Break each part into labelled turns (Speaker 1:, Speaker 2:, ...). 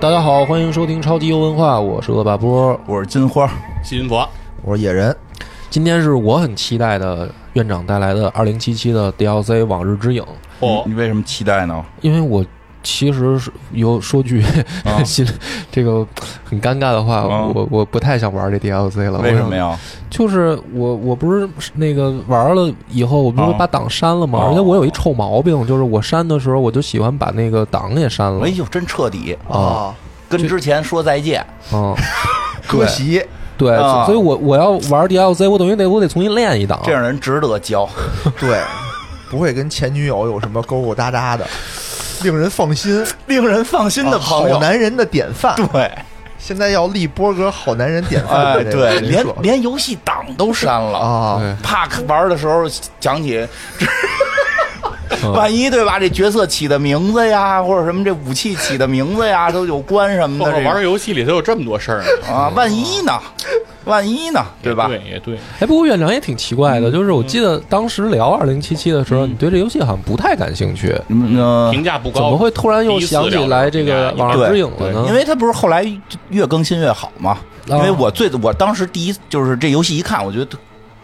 Speaker 1: 大家好，欢迎收听超级游文化，我是恶霸波。
Speaker 2: 我是金花，
Speaker 3: 新佛，
Speaker 2: 嗯
Speaker 4: 我是野人，
Speaker 1: 今天是我很期待的院长带来的二零七七的 DLC《往日之影》，
Speaker 3: 哦
Speaker 2: 你，你为什么期待呢？
Speaker 1: 因为我其实是有说句
Speaker 2: 啊
Speaker 1: 心、这个很尴尬的话，
Speaker 2: 啊
Speaker 1: 我我不太想玩这 DLC 了。
Speaker 2: 为什么
Speaker 1: 呀？
Speaker 2: 呀？
Speaker 1: 就是我我不是那个玩了以后，我不是
Speaker 2: 啊
Speaker 1: 把档删了吗？
Speaker 2: 哦
Speaker 1: 而且我有一臭毛病，就是我删的时候，我就喜欢把那个档也删了
Speaker 2: 哎。呦，真彻底，
Speaker 1: 啊，
Speaker 4: 哦
Speaker 2: 跟之前说再见。
Speaker 1: 嗯，
Speaker 4: 磕席，
Speaker 1: 对，
Speaker 2: 啊
Speaker 1: 所以我我要玩 DLC，我等于得我得重新练一档。
Speaker 2: 这样人值得交，
Speaker 4: 哦对，不会跟前女友有什么勾勾搭搭的，令人放心，
Speaker 2: 令人放心的
Speaker 4: 啊
Speaker 2: 朋友。
Speaker 4: 好男人的典范。
Speaker 2: 对，
Speaker 4: 现在要立波哥好男人典范
Speaker 2: 哎，
Speaker 4: 的这个
Speaker 2: 对，
Speaker 4: 人
Speaker 2: 连
Speaker 4: 设
Speaker 2: 连游戏档都删了。
Speaker 4: 啊，
Speaker 1: 对，
Speaker 2: 怕玩的时候想起，
Speaker 4: 哦
Speaker 1: 嗯
Speaker 2: 万一对吧？这角色起的名字呀，或者什么这武器起的名字呀，都有关什么
Speaker 3: 包
Speaker 2: 的
Speaker 3: 括
Speaker 4: 哦
Speaker 2: 这
Speaker 3: 玩个
Speaker 2: 种
Speaker 3: 游戏里头有这么多事儿呢，
Speaker 2: 啊，万一呢？万一呢？ 对吧？
Speaker 3: 对，也对，
Speaker 1: 哎，不过院长也挺奇怪的，就是我记得当时聊二零七七的时候，你对这游戏好像不太感兴趣，
Speaker 2: 嗯，呃
Speaker 3: 评价不
Speaker 1: 怎
Speaker 3: 高，
Speaker 1: 么会突然又
Speaker 3: 第一次
Speaker 1: 想起
Speaker 3: 聊
Speaker 1: 来
Speaker 3: 的
Speaker 1: 这个《
Speaker 3: 评价
Speaker 1: 网上之影》了呢？
Speaker 2: 因为它不是后来越更新越好嘛？因为我最我当时第一就是这游戏一看，我觉得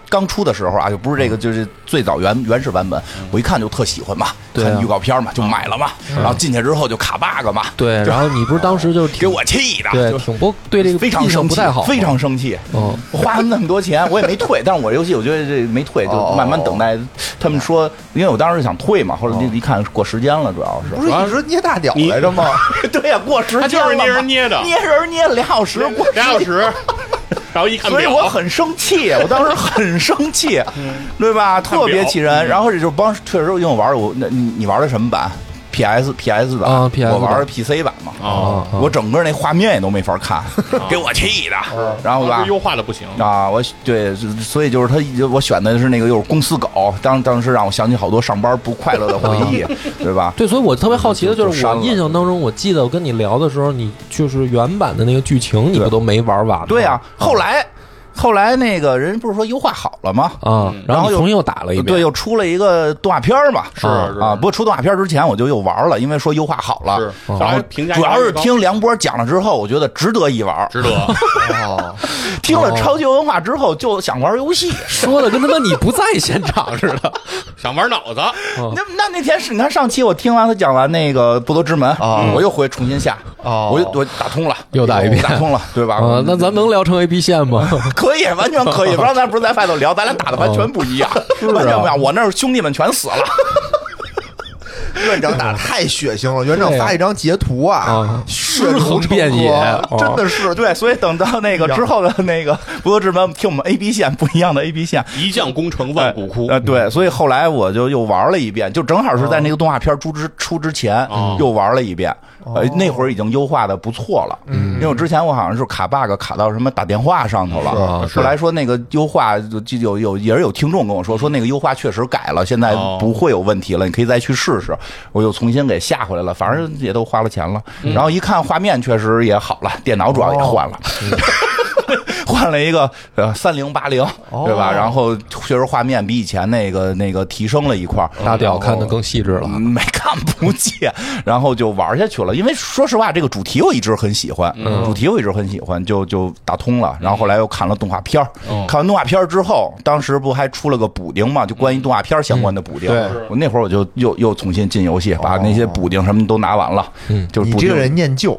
Speaker 2: 刚出的时候啊，就不是这个，就是最早原原始版本，我一看就特喜欢嘛，
Speaker 1: 对啊
Speaker 2: 看预告片嘛，就买了嘛，然后进去之后就卡 bug 嘛，
Speaker 1: 对，然后你不是当时就挺
Speaker 2: 给我气的，
Speaker 1: 对
Speaker 2: 就
Speaker 1: 挺不对这个
Speaker 2: 非常
Speaker 1: 印象
Speaker 2: 生
Speaker 1: 不
Speaker 2: 气
Speaker 1: 太好，，
Speaker 2: 非常生气。
Speaker 1: 嗯
Speaker 2: 我花那么多钱，我也没退，但是我游戏我觉得这没退，就
Speaker 4: 哦
Speaker 2: 慢慢等待。他们说，因为我当时想退嘛，后来一看过时间了，主要
Speaker 4: 不
Speaker 2: 是。
Speaker 4: 是一直捏大屌来着吗？
Speaker 2: 对呀，过时
Speaker 3: 他
Speaker 2: 间
Speaker 3: 就是
Speaker 2: 了嘛
Speaker 3: 捏人捏的，
Speaker 2: 捏人捏了俩小时，过
Speaker 3: 俩小时， 然后一看
Speaker 2: 所以
Speaker 3: 表，
Speaker 2: 我很生气，我当时很生气，对吧？特别气人。然后这就是帮，确实因为我玩儿我那你你玩的什么版？PS PS 版
Speaker 1: 啊，PS
Speaker 2: 我玩的
Speaker 1: 版
Speaker 2: PC 版嘛。
Speaker 3: 哦，
Speaker 1: 嗯
Speaker 2: 我整个那画面也都没法看，给我气的。然后
Speaker 3: 当
Speaker 2: 吧
Speaker 3: 时，优化的不行，
Speaker 2: 啊，我对，所以就是他，我选的是那个就是公司狗，当当时让我想起好多上班不快乐的回忆，对吧？
Speaker 1: 对，所以我特别好奇的
Speaker 2: 就
Speaker 1: 就是，
Speaker 2: 就
Speaker 1: 我
Speaker 2: 删了
Speaker 1: 印象当中，我记得我跟你聊的时候，你就是原版的那个剧情，你不
Speaker 2: 对
Speaker 1: 都没玩完吗？
Speaker 2: 对呀，
Speaker 1: 嗯
Speaker 2: 后来后来那个人不是说优化好了吗？
Speaker 1: 啊，然后
Speaker 2: 然后
Speaker 1: 你
Speaker 2: 又
Speaker 1: 重新又打了一遍，
Speaker 2: 对，又出了一个动画片儿嘛，
Speaker 3: 是
Speaker 1: 啊
Speaker 3: 是
Speaker 2: 啊，不过出动画片之前我就又玩了，因为说优化好了
Speaker 3: 是，，然后评价
Speaker 2: 哦主要是
Speaker 3: 高
Speaker 2: 听梁波讲了之后，我觉得值得一玩。
Speaker 3: 值得，
Speaker 4: 哦，
Speaker 2: 听了超级文化之后，就想玩游戏。
Speaker 1: 说的跟他妈你不在现场似 的。
Speaker 3: 想玩脑子，
Speaker 2: 那那那天是你看上期我听完他讲完那个《不夺之门》嗯
Speaker 4: 哦
Speaker 2: 我又回重新下，
Speaker 4: 哦
Speaker 2: 我又我打通了，
Speaker 1: 又打一遍
Speaker 2: 我打通了，对吧？
Speaker 1: 啊，那咱能聊成 A B 线吗？
Speaker 2: 可以，完全可以。不然咱不是在外头聊，咱俩打的完全不一样，完全不一样。我那儿兄弟们全死了，
Speaker 4: 院长打得太血腥了，院长
Speaker 1: 对啊
Speaker 4: 发一张截图啊
Speaker 1: 啊，
Speaker 4: 血流
Speaker 1: 尸横遍野
Speaker 4: 成河真的是
Speaker 2: 对，所以等到那个之后的那个《不夺之门》，听我们 A B 线不一样的 A B 线，
Speaker 3: 一将功成万骨枯
Speaker 2: 啊、，呃对，所以后来我就又玩了一遍，就正好是在那个动画片出之出之前、
Speaker 3: 哦
Speaker 2: 又玩了一遍。呃，那会儿已经优化的不错了，嗯，因为我之前我好像是卡 bug 卡到什么打电话上头了，呃后来说那个优化就就有有也是有听众跟我说说那个优化确实改了，现在
Speaker 3: 哦
Speaker 2: 不会有问题了，你可以再去试试。我又重新给下回来了，反正也都花了钱了，
Speaker 3: 嗯
Speaker 2: 然后一看画面确实也好了，电脑主要也换了。 换了一个呃三零八零，
Speaker 1: 哦
Speaker 2: 对吧？然后确实画面比以前那个那个提升了一块儿，
Speaker 1: 大屌看得更细致了啊
Speaker 2: 嗯。没看不见，然后就玩下去了。因为说实话，这个主题我一直很喜欢，
Speaker 1: 嗯
Speaker 2: 主题我一直很喜欢，就就打通了。然后后来又看了动画片儿，
Speaker 1: 哦
Speaker 2: 看完动画片儿之后，当时不还出了个补丁嘛，就关于动画片儿相关的补丁。
Speaker 1: 嗯
Speaker 4: 对
Speaker 2: 我那会儿我就又又重新进游戏，把那
Speaker 1: 哦
Speaker 2: 些补丁什么都拿完了，
Speaker 1: 嗯
Speaker 2: 就是
Speaker 4: 你
Speaker 2: 补
Speaker 4: 这
Speaker 2: 丁
Speaker 4: 个人念旧，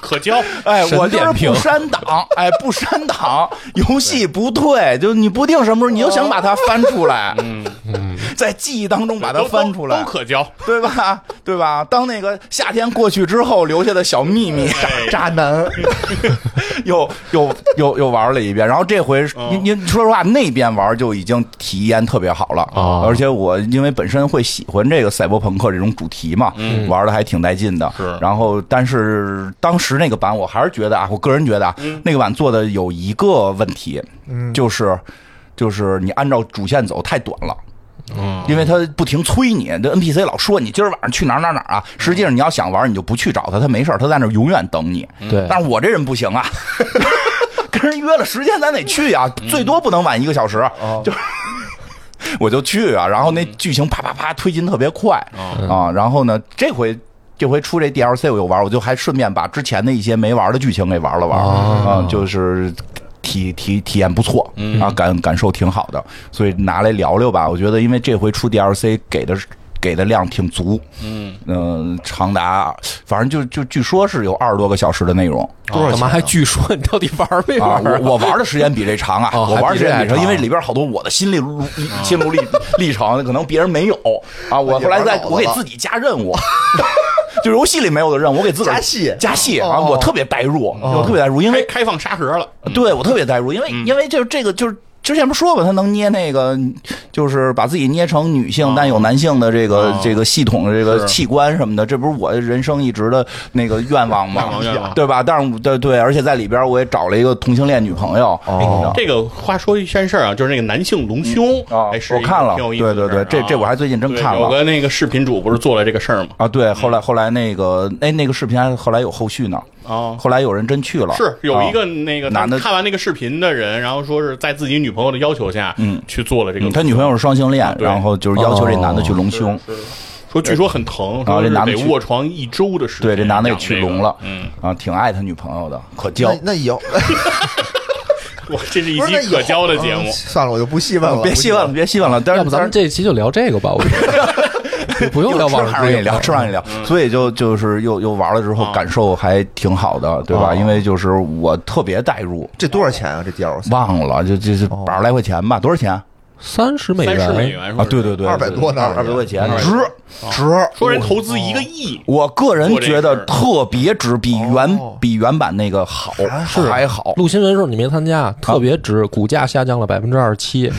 Speaker 3: 可交，
Speaker 2: 哎，我
Speaker 1: 神
Speaker 2: 就
Speaker 1: 点
Speaker 2: 是
Speaker 1: 评
Speaker 2: 不删档，哎，不删档，游戏不退，就你不定什么时候你就想把它翻出来，嗯在记忆当中 把它
Speaker 3: 都
Speaker 2: 翻出
Speaker 3: 哦都
Speaker 2: 来
Speaker 3: 都，可交，
Speaker 2: 对吧？对吧？当那个夏天过去之后留下的小秘密，
Speaker 3: 哎
Speaker 4: 渣男，
Speaker 2: 又又又又玩了一遍，然后这回
Speaker 3: 哦
Speaker 2: 您您说实话，那边玩就已经体验特别好了，
Speaker 1: 哦
Speaker 2: 而且我因为本身会喜欢这个赛博朋克这种主题嘛，玩的还挺带劲的。
Speaker 3: 嗯是
Speaker 2: 然后但是当时那个版我还是觉得啊，我个人觉得啊，
Speaker 3: 嗯
Speaker 2: 那个版做的有一个问题，就是就是你按照主线走太短了。
Speaker 3: 嗯，
Speaker 2: 因为他不停催你，这 NPC 老说你今儿晚上去哪儿哪儿哪儿啊，实际上你要想玩，你就不去找他，他没事儿，他在那儿永远等你。
Speaker 1: 对
Speaker 2: 但是我这人不行啊，跟人约了时间咱得去啊，最多不能晚一个小时，啊就是。
Speaker 3: 嗯哦
Speaker 2: 我就去啊，然后那剧情啪啪啪推进特别快、啊，然后呢，这回这回出这 DLC 我又玩，我就还顺便把之前的一些没玩的剧情给玩了玩，
Speaker 1: 哦
Speaker 2: 嗯，就是体体体验不错，
Speaker 3: 嗯
Speaker 2: 啊，感感受挺好的，所以拿来聊聊吧。我觉得因为这回出 DLC 给的给的量挺足，
Speaker 3: 嗯，
Speaker 2: 嗯、长达反正就就据说是有二十多个小时的内容，
Speaker 1: 多少干嘛还据说？你到底玩没
Speaker 2: 啊，
Speaker 1: 玩？
Speaker 2: 我我玩的时间比这长啊，
Speaker 1: 哦
Speaker 2: 我玩的时间比这
Speaker 1: 还比这还长
Speaker 2: 长，因为里边好多我的心历路历心路历历程，可能别人没有啊。我后来在
Speaker 4: 啊也玩脑子了
Speaker 2: 我给自己加任务。 就游戏里没有的任务，我给自个儿
Speaker 4: 加戏
Speaker 2: 加戏啊！
Speaker 4: 哦
Speaker 2: 我特别代入，我特别代入，因
Speaker 3: 开
Speaker 2: 为嗯
Speaker 3: 开放沙盒了，
Speaker 2: 对我特别代入，因为
Speaker 3: 嗯
Speaker 2: 因为就是这个就是。之前不说过，他能捏那个，就是把自己捏成女性，但有男性的这个、
Speaker 3: 哦
Speaker 2: 这个系统、这个
Speaker 3: 是
Speaker 2: 器官什么的，这不是我人生一直的那个愿望吗
Speaker 3: 愿？望愿望
Speaker 2: 对吧？但是我对对，而且在里边我也找了一个同性恋女朋友，
Speaker 4: 哦
Speaker 2: 这
Speaker 3: 哎这个话说一件事儿啊，就是那个男性隆胸，
Speaker 2: 啊
Speaker 3: 哎，是
Speaker 2: 我
Speaker 3: 一个
Speaker 2: 看了，
Speaker 3: 挺有
Speaker 2: 对
Speaker 3: 意
Speaker 2: 对
Speaker 3: 思的事
Speaker 2: 对
Speaker 3: 儿，啊
Speaker 2: 这这我还最近真
Speaker 3: 对
Speaker 2: 看
Speaker 3: 有
Speaker 2: 了
Speaker 3: 个嗯那个视频主不是做了这个事儿吗？
Speaker 2: 啊，对，后来后来那个哎，那个视频还后来有后续呢，
Speaker 3: 啊，
Speaker 2: 后来有人真去了，
Speaker 3: 是有一
Speaker 2: 啊
Speaker 3: 个那个
Speaker 2: 男的
Speaker 3: 看完那个视频的人，然后说是在自己女朋友的要求下，
Speaker 2: 嗯
Speaker 3: 去做了这个。
Speaker 2: 他女朋友是双性恋，
Speaker 3: 对哦
Speaker 2: 然后就是要求这男的去隆胸，
Speaker 3: 说，据说很疼，
Speaker 2: 然后啊
Speaker 3: 说
Speaker 2: 这
Speaker 3: 是
Speaker 2: 男的
Speaker 3: 得
Speaker 2: 去
Speaker 3: 卧床一周的时间。
Speaker 2: 对，这男的也
Speaker 3: 养
Speaker 2: 去
Speaker 3: 个
Speaker 2: 隆了，
Speaker 3: 嗯，
Speaker 2: 啊，挺爱他女朋友的，可交
Speaker 4: 那。那以后
Speaker 3: 哇，这是一
Speaker 4: 不是那
Speaker 3: 期
Speaker 4: 以后
Speaker 3: 可交的节目
Speaker 4: 嗯。算了，我就 不细问了，
Speaker 2: 嗯别
Speaker 4: 不细
Speaker 2: 细问了，别细问了。但
Speaker 1: 要
Speaker 2: 是
Speaker 1: 不咱们这一期就聊这个吧？我觉得不用聊
Speaker 2: 吃
Speaker 1: 往
Speaker 2: 饭
Speaker 1: 日
Speaker 2: 也聊，吃饭也聊，所以就就是又又玩了之后
Speaker 3: 啊
Speaker 2: 感受还挺好的，对吧？
Speaker 4: 哦
Speaker 2: 因为就是我特别代入，
Speaker 4: 这多少钱啊？这 DLC
Speaker 2: 忘了就就就
Speaker 4: 哦
Speaker 2: 百十来块钱吧，多少钱？
Speaker 1: 三十美
Speaker 3: 三十美
Speaker 1: 元，
Speaker 3: 元
Speaker 2: 啊，对对，对，
Speaker 4: 二百多呢
Speaker 2: 二百多块钱
Speaker 3: 嗯
Speaker 2: 值值。
Speaker 3: 说人投资一个亿，
Speaker 2: 我个人觉得特别值，比原
Speaker 4: 哦
Speaker 2: 比原版那个好，
Speaker 4: 是
Speaker 2: 还好。
Speaker 1: 录新闻的时候你没参加，特别值，股价下降了百分之二十七。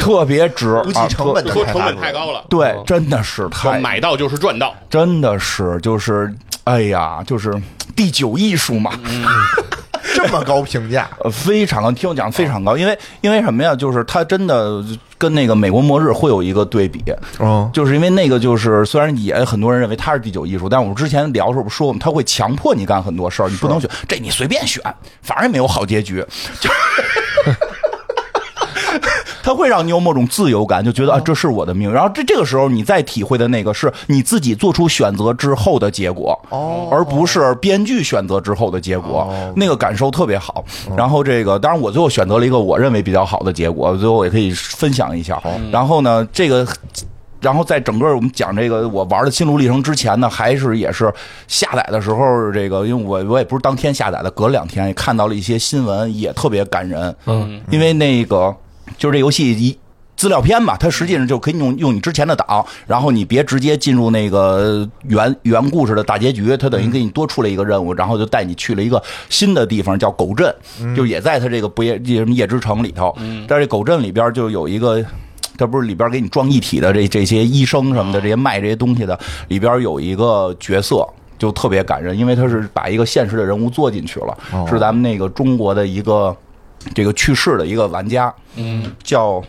Speaker 2: 特别值
Speaker 4: 不计
Speaker 2: 啊！
Speaker 4: 成本
Speaker 2: 特
Speaker 3: 说
Speaker 4: 的
Speaker 3: 成本太高了，
Speaker 2: 对，真的是
Speaker 3: 说
Speaker 2: 太
Speaker 3: 买到就是赚到。
Speaker 2: 真的是就是，哎呀，就是第九艺术嘛，
Speaker 4: 这么高评价，
Speaker 2: 呃非常高。听我讲，非常高，因为因为什么呀？就是它真的跟那个美国末日会有一个对比，
Speaker 4: 嗯，
Speaker 2: 就是因为那个就是虽然也很多人认为它是第九艺术，但我们之前聊的时候不说过吗？它会强迫你干很多事儿，你不能选，这你随便选，反正也没有好结局。就是它会让你有某种自由感，就觉得啊，这是我的命。然后这这个时候，你再体会的那个是你自己做出选择之后的结果，
Speaker 4: 哦
Speaker 2: 而不是编剧选择之后的结果，那个感受特别好。然后这个，当然我最后选择了一个我认为比较好的结果，最后我也可以分享一下。然后呢，这个。然后在整个我们讲这个我玩的心路历程之前呢，还是也是下载的时候，这个因为我我也不是当天下载的，隔两天也看到了一些新闻，也特别感人。
Speaker 1: 嗯，
Speaker 2: 因为那个就是这游戏一。资料片嘛，它实际上就可以用用你之前的档，然后你别直接进入那个呃原原故事的大结局，它等于给你多出了一个任务，然后就带你去了一个新的地方，叫狗镇，就也在它这个不夜这什么夜之城里头。但是这狗镇里边就有一个，它不是里边给你装一体的这这些医生什么的，这些卖这些东西的里边有一个角色，就特别感人，因为他是把一个现实的人物做进去了，
Speaker 4: 哦
Speaker 2: 是咱们那个中国的一个这个去世的一个玩家，嗯，叫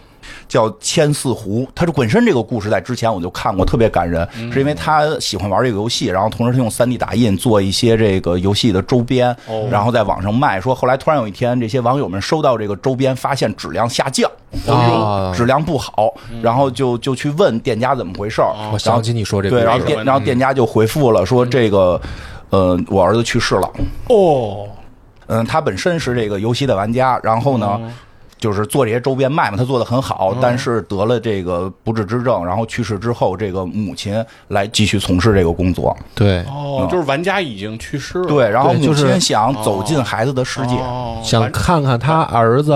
Speaker 2: 叫千四湖，他是本身这个故事在之前我就看过，特别感人，是因为他喜欢玩这个游戏，然后同时他用 3D 打印做一些这个游戏的周边，
Speaker 3: 哦
Speaker 2: 然后在网上卖，说后来突然有一天，这些网友们收到这个周边，发现质量下降，哎
Speaker 1: 啊
Speaker 2: 质量不好，然后就就去问店家怎么回事儿，
Speaker 1: 我想起你说这个，
Speaker 2: 对，然后
Speaker 3: 是吧
Speaker 2: 店然后店家就回复了说这个，呃，我儿子去世了。
Speaker 3: 哦，
Speaker 2: 嗯，他本身是这个游戏的玩家，然后呢。
Speaker 1: 哦
Speaker 2: 就是做这些周边卖嘛，他做的很好，但是得了这个不治之症，然后去世之后，这个母亲来继续从事这个工作。
Speaker 1: 对，
Speaker 3: 哦，就是玩家已经去世了。
Speaker 2: 对，然后
Speaker 1: 对
Speaker 2: 母
Speaker 1: 就是哦
Speaker 2: 亲想走进孩子的世界，
Speaker 3: 哦，
Speaker 1: 想看看他儿子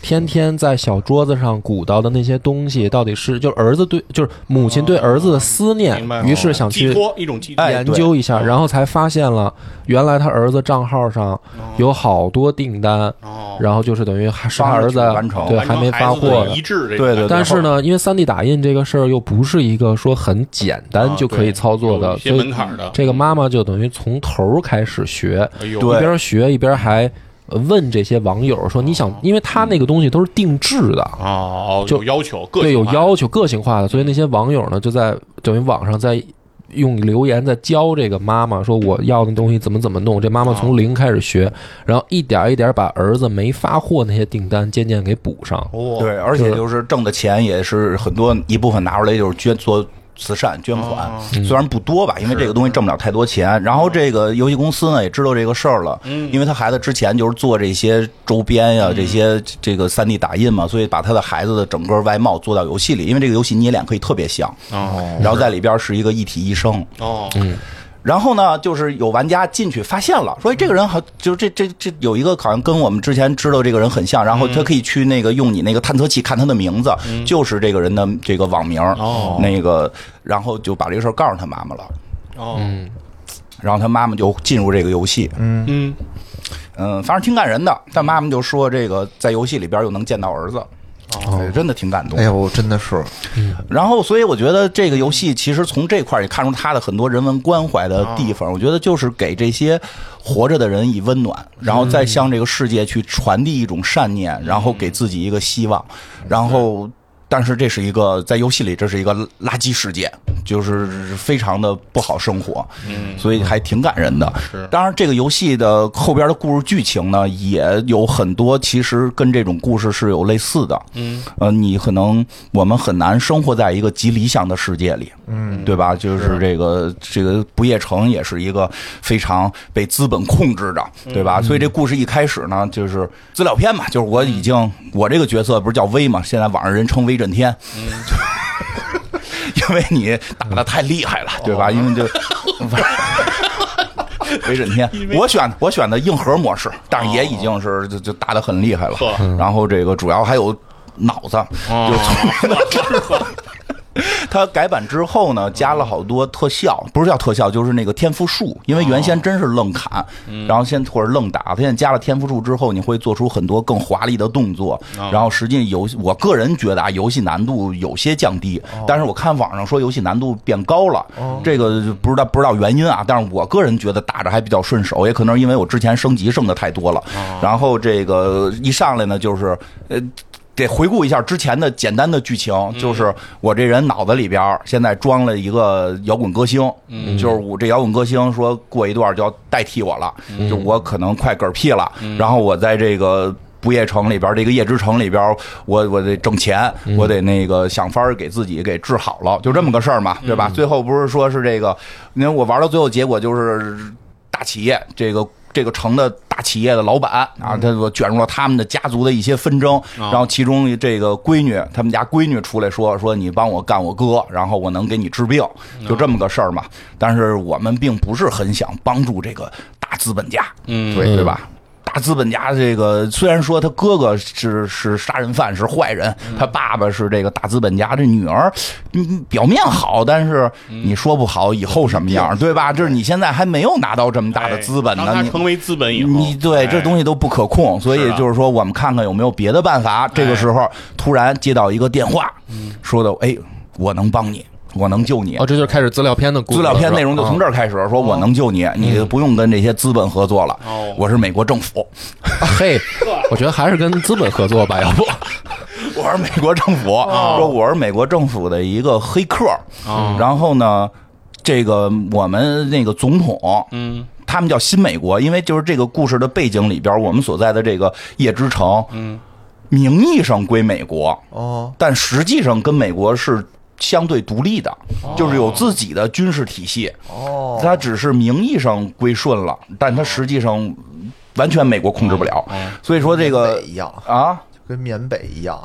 Speaker 1: 天天在小桌子上鼓捣的那些东西，到底是就是儿子对，就是母亲对儿子的思念
Speaker 3: 明白，
Speaker 1: 于是想
Speaker 3: 寄
Speaker 1: 去
Speaker 3: 托一种寄托。
Speaker 2: 哎
Speaker 1: 研究一下，然后才发现了原来他儿子账号上有好多订单，
Speaker 3: 哦，
Speaker 1: 然后就是等于还是他
Speaker 2: 帮着
Speaker 1: 儿
Speaker 2: 去
Speaker 1: 子
Speaker 2: 完成
Speaker 1: 对
Speaker 3: 完
Speaker 1: 还
Speaker 3: 成
Speaker 1: 没
Speaker 3: 孩
Speaker 1: 发
Speaker 3: 子
Speaker 1: 货
Speaker 3: 的
Speaker 1: 呢
Speaker 3: 一。致
Speaker 2: 对
Speaker 3: 这
Speaker 2: 对
Speaker 3: 个
Speaker 2: 对
Speaker 1: 但是呢，因为三 D 打印这个事儿又不是一个说很简单
Speaker 3: 啊
Speaker 1: 就可以
Speaker 3: 对
Speaker 1: 操作
Speaker 3: 有
Speaker 1: 的，
Speaker 3: 一些
Speaker 1: 所以
Speaker 3: 门槛的嗯
Speaker 1: 这个妈妈就等于从头儿开始学，
Speaker 3: 哎呦
Speaker 2: 对
Speaker 1: 一边学一边还呃问这些网友说：“你想，因为他那个东西都是定制的，
Speaker 3: 哦，
Speaker 1: 就
Speaker 3: 有要求，啊个
Speaker 1: 对，
Speaker 3: 性
Speaker 1: 有
Speaker 3: 化
Speaker 1: 要求，个性化的，所以那些网友呢，就在等于网上在用留言在教这个妈妈说我要的东西怎么怎么弄。这妈妈
Speaker 3: 啊
Speaker 1: 从零开始学，然后一点一点把儿子没发货那些订单渐渐给补上。
Speaker 4: 哦，
Speaker 2: 对，而且就是挣的钱也是很多一部分拿出来就是捐做慈善捐款
Speaker 3: 哦，
Speaker 2: 虽然不多吧，因为这个东西挣不了太多钱。然后这个游戏公司呢也知道这个事儿了，因为他孩子之前就是做这些周边呀、这些这个三 D 打印嘛，所以把他的孩子的整个外貌做到游戏里，因为这个游戏捏脸可以特别像，
Speaker 3: 哦
Speaker 2: 然后在里边是一个一体医生。
Speaker 3: 哦，
Speaker 2: 嗯然后呢，就是有玩家进去发现了，说哎这个人好，就是这这这有一个好像跟我们之前知道这个人很像，然后他可以去那个用你那个探测器看他的名字，就是这个人的这个网名，
Speaker 3: 嗯哦
Speaker 2: 那个，然后就把这个事儿告诉他妈妈了，嗯
Speaker 3: 哦，
Speaker 2: 然后他妈妈就进入这个游戏，
Speaker 3: 嗯，
Speaker 2: 嗯，反正挺感人的。但妈妈就说这个在游戏里边又能见到儿子，
Speaker 3: 哦
Speaker 2: 哎真的挺感动
Speaker 4: 哎。呦，真的是，
Speaker 2: 然后，所以我觉得这个游戏其实从这块儿也看出它的很多人文关怀的地方。我觉得就是给这些活着的人以温暖，然后再向这个世界去传递一种善念，然后给自己一个希望。然后，但是这是一个在游戏里，这是一个垃圾世界，就是非常的不好生活。
Speaker 3: 嗯，
Speaker 2: 所以还挺感人的。
Speaker 3: 是
Speaker 2: 当然这个游戏的后边的故事剧情呢，也有很多其实跟这种故事是有类似的。
Speaker 3: 嗯，
Speaker 2: 呃，你可能我们很难生活在一个极理想的世界里，嗯，对吧？就是这个这个不夜城也是一个非常被资本控制的，
Speaker 3: 嗯
Speaker 2: 对吧？所以这故事一开始呢，就是资料片嘛，就是我已
Speaker 3: 嗯
Speaker 2: 经我这个角色不是叫威嘛，现在网上人称威震天，因为你打的太厉害了，对吧？因为就。威震天，我选我选的硬核模式，但是也已经是就就打的很厉害了
Speaker 3: 呵。
Speaker 2: 然后这个主要还有脑子，
Speaker 1: 嗯
Speaker 3: 哦，
Speaker 2: 它改版之后呢，加了好多特效，不是叫特效，就是那个天赋树，因为原先真是愣砍，然后先或者愣打，它现在加了天赋树之后，你会做出很多更华丽的动作，然后实际游戏，我个人觉得啊，游戏难度有些降低，但是我看网上说游戏难度变高了，这个不知道不知道原因啊，但是我个人觉得打着还比较顺手，也可能是因为我之前升级升的太多了，然后这个一上来呢就是呃。得回顾一下之前的简单的剧情，就是我这人脑子里边儿现在装了一个摇滚歌星，就是我这摇滚歌星说过一段就要代替我了，就我可能快嗝屁了，然后我在这个。不夜城里边儿，这个夜之城里边儿，我我得挣钱，我得那个想法儿给自己给治好了，就这么个事儿嘛，对吧？最后不是说是这个，因为我玩到最后结果就是大企业这个这个城的大企业的老板
Speaker 3: 嗯
Speaker 2: 啊，他我卷入了他们的家族的一些纷争，
Speaker 3: 啊
Speaker 2: 然后其中这个闺女，他们家闺女出来说说你帮我干我哥，然后我能给你治病，
Speaker 3: 啊
Speaker 2: 就这么个事儿嘛。但是我们并不是很想帮助这个大资本家，
Speaker 3: 嗯
Speaker 2: 对对吧？大资本家这个虽然说他哥哥是是杀人犯是坏人，
Speaker 3: 嗯
Speaker 2: 他爸爸是这个大资本家，这女儿嗯表面好，但是
Speaker 3: 嗯
Speaker 2: 你说不好以后什么样，对吧？这是你现在还没有拿到这么大的资本
Speaker 3: 哎
Speaker 2: 呢，
Speaker 3: 当
Speaker 2: 你
Speaker 3: 他成为资本以后，哎
Speaker 2: 你对这东
Speaker 3: 西
Speaker 2: 西都不可控，所以
Speaker 3: 是啊哎
Speaker 2: 就是说，我们看看有没有别的办法。这个时候突然接到一个电话，
Speaker 3: 嗯
Speaker 2: 说的哎，我能帮你，我能救你
Speaker 1: 哦，。这就是开始资料片的故事
Speaker 2: 资
Speaker 1: 了。
Speaker 2: 料片
Speaker 1: 是吧
Speaker 2: 内容就从这儿开始，说我能救你，你不用跟这些资本合作了
Speaker 3: 嗯哦。
Speaker 2: 我是美国政府，
Speaker 1: 啊嘿，我觉得还是跟资本合作吧，要不
Speaker 2: 我是美国政府，说我是美国政府的一个黑客。然后呢，这个我们那个总统，
Speaker 3: 嗯，
Speaker 2: 他们叫新美国，因为就是这个故事的背景里边，我们所在的这个夜之城，嗯，名义上归美国，
Speaker 4: 哦，
Speaker 2: 但实际上跟美国是相对独立的，就是有自己的军事体系。
Speaker 4: 哦，
Speaker 2: 它只是名义上归顺了，但它实际上完全美国控制不了。所以说这个
Speaker 4: 缅北一样，
Speaker 2: 啊，
Speaker 4: 就跟缅北一样，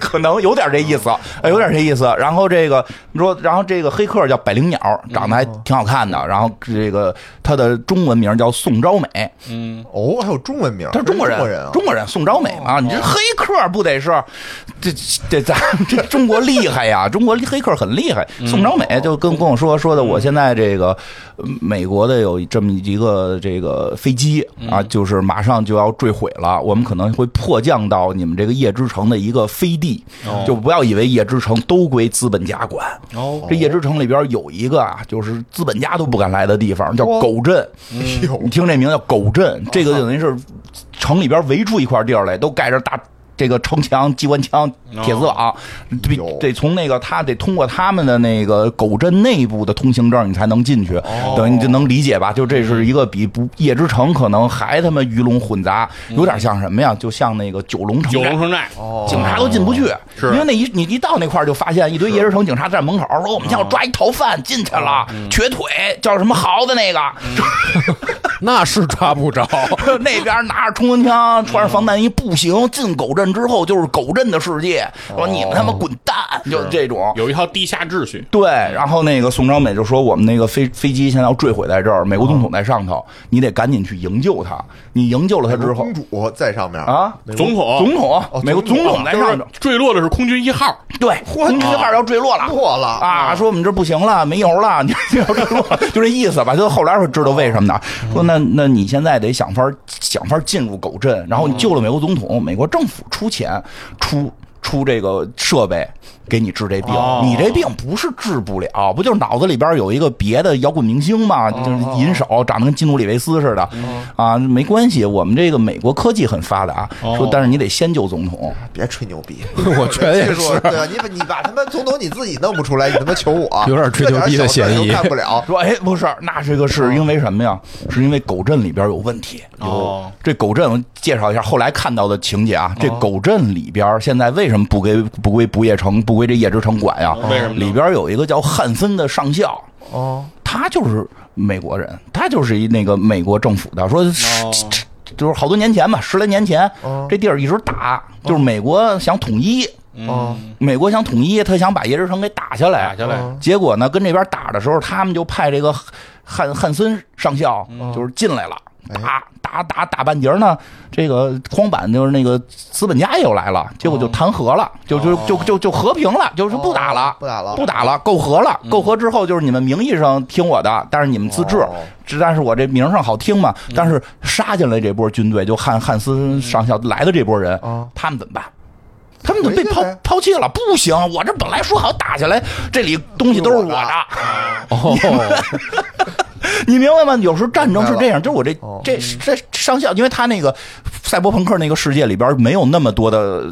Speaker 2: 可能有点这意思，哎有点这意思。然后这个你说，然后这个黑客叫百灵鸟，长得还挺好看的。然后这个他的中文名叫宋昭美，
Speaker 3: 嗯，
Speaker 4: 哦，还有中文名儿，
Speaker 2: 他是中国人，
Speaker 4: 中国人啊，
Speaker 2: 中国人宋昭美啊，你这黑客不得是，这这咱们这中国厉害 呀，中国黑客很厉害。
Speaker 4: 嗯
Speaker 2: 宋昭美就跟跟我说说的，我现在这个呃美国的有这么一个这个飞机
Speaker 4: 嗯
Speaker 2: 啊，就是马上就要坠毁了，我们可能会迫降到你们这个夜之城的一个飞地，
Speaker 4: 哦
Speaker 2: 就不要以为夜之城都归资本家管，
Speaker 3: 哦，
Speaker 2: 这夜之城里边有一个啊，就是资本家都不敢来的地方，叫
Speaker 4: 哇
Speaker 2: 狗镇。
Speaker 4: 哎呦
Speaker 2: 你听这名叫狗镇，这个就等于是城里边围出一块地儿来，都盖着大这个城墙、机关枪、铁丝网，得
Speaker 4: 哦有
Speaker 2: 得从那个他得通过他们的那个狗镇内部的通行证，你才能进去。
Speaker 4: 哦
Speaker 2: 等于你就能理解吧？就这是一个比不夜之城可能还他妈鱼龙混杂，有
Speaker 4: 嗯
Speaker 2: 点像什么呀？就像那个九龙城寨
Speaker 3: 九龙城寨，
Speaker 2: 警察都进不去，
Speaker 3: 哦是
Speaker 2: 因为那一你一到那块儿就发现一堆夜之城警察站门口说
Speaker 3: 啊
Speaker 2: 我们要抓一逃犯进去了，
Speaker 3: 嗯
Speaker 2: 瘸腿叫什么豪的那个，
Speaker 1: 那是抓不着。
Speaker 3: 嗯
Speaker 2: 那边拿着冲锋枪，穿着防弹衣步行进狗镇之后就是狗镇的世界，说你们他妈滚蛋，就这种。
Speaker 3: 哦有一套地下秩序，
Speaker 2: 对，然后那个宋朝美就说：“我们那个飞飞机现在要坠毁在这儿，美国
Speaker 3: 哦
Speaker 2: 总统在上头，你得赶紧去营救他。你营救了他之后
Speaker 4: 公主在上面
Speaker 2: 啊，
Speaker 3: 总统
Speaker 2: 总统，
Speaker 4: 哦
Speaker 2: 美国总
Speaker 4: 总
Speaker 2: 统在
Speaker 3: 就
Speaker 2: 上头
Speaker 3: 是，坠落的是啊空军一号，
Speaker 2: 对，空军一号要坠落了，
Speaker 4: 落了
Speaker 2: 啊，说我们这不行了，没油了，你 要这落了，就这意思吧。就后来会知道为什么的。说那那你现在得想法儿想法儿进入狗镇，然后你救了美国总统，美国政府出钱出。出这个设备给你治这病，你这病不是治不了，不就是脑子里边有一个别的摇滚明星嘛，就是银手长得跟基努里维斯似的，啊，没关系，我们这个美国科技很发达，说但是你得先救总统，
Speaker 4: 别吹牛逼，
Speaker 1: 我觉 得也
Speaker 4: 技术
Speaker 1: 是
Speaker 4: 对吧？啊你把你把他们总统你自己弄不出来，你他妈求我，
Speaker 1: 有点吹牛逼的嫌疑
Speaker 4: 这点小事儿都干 不了。
Speaker 2: 说哎不是，那这个是因为什么呀？是因为狗镇里边有问题。
Speaker 3: 哦，
Speaker 2: 这狗镇我介绍一下，后来看到的情节啊，这狗镇里边现在为什么不归不归不夜城不归这夜之城管呀？
Speaker 3: 哦为什么呢
Speaker 2: 里边有一个叫汉森的上校，
Speaker 4: 哦，
Speaker 2: 他就是美国人，他就是一那个美国政府的，说
Speaker 3: 哦
Speaker 2: 就是好多年前吧，十来年前
Speaker 4: 哦，
Speaker 2: 这地儿一直打，就是美国想统一，
Speaker 4: 嗯
Speaker 2: 美国想统一，他想把夜之城给打下来，
Speaker 3: 打下来，
Speaker 2: 结果呢，跟这边打的时候，他们就派这个汉汉森上校就是进来了。
Speaker 4: 哎
Speaker 2: 打打打打半截儿呢，这个光板就是那个资本家又来了，结果就谈和了，就就就就就和平了，就是不打了
Speaker 4: 哦，不打了
Speaker 2: 不打了，够和了，够和之后就是你们名义上听我的，但是你们自治
Speaker 4: 哦，
Speaker 2: 只但是我这名上好听嘛，但是杀进来这波军队，就汉汉森上校来的这波人
Speaker 4: 哦，
Speaker 2: 他们怎么办？他们怎么被
Speaker 4: 回去
Speaker 2: 抛
Speaker 4: 呗
Speaker 2: 抛弃了？不行，我这本来说好打下来，这里东西都是我的，
Speaker 1: 哦，
Speaker 2: 你明白吗？有时候战争是这样，就是我这
Speaker 4: 哦
Speaker 2: 这这上校，因为他那个赛博朋克那个世界里边没有那么多的。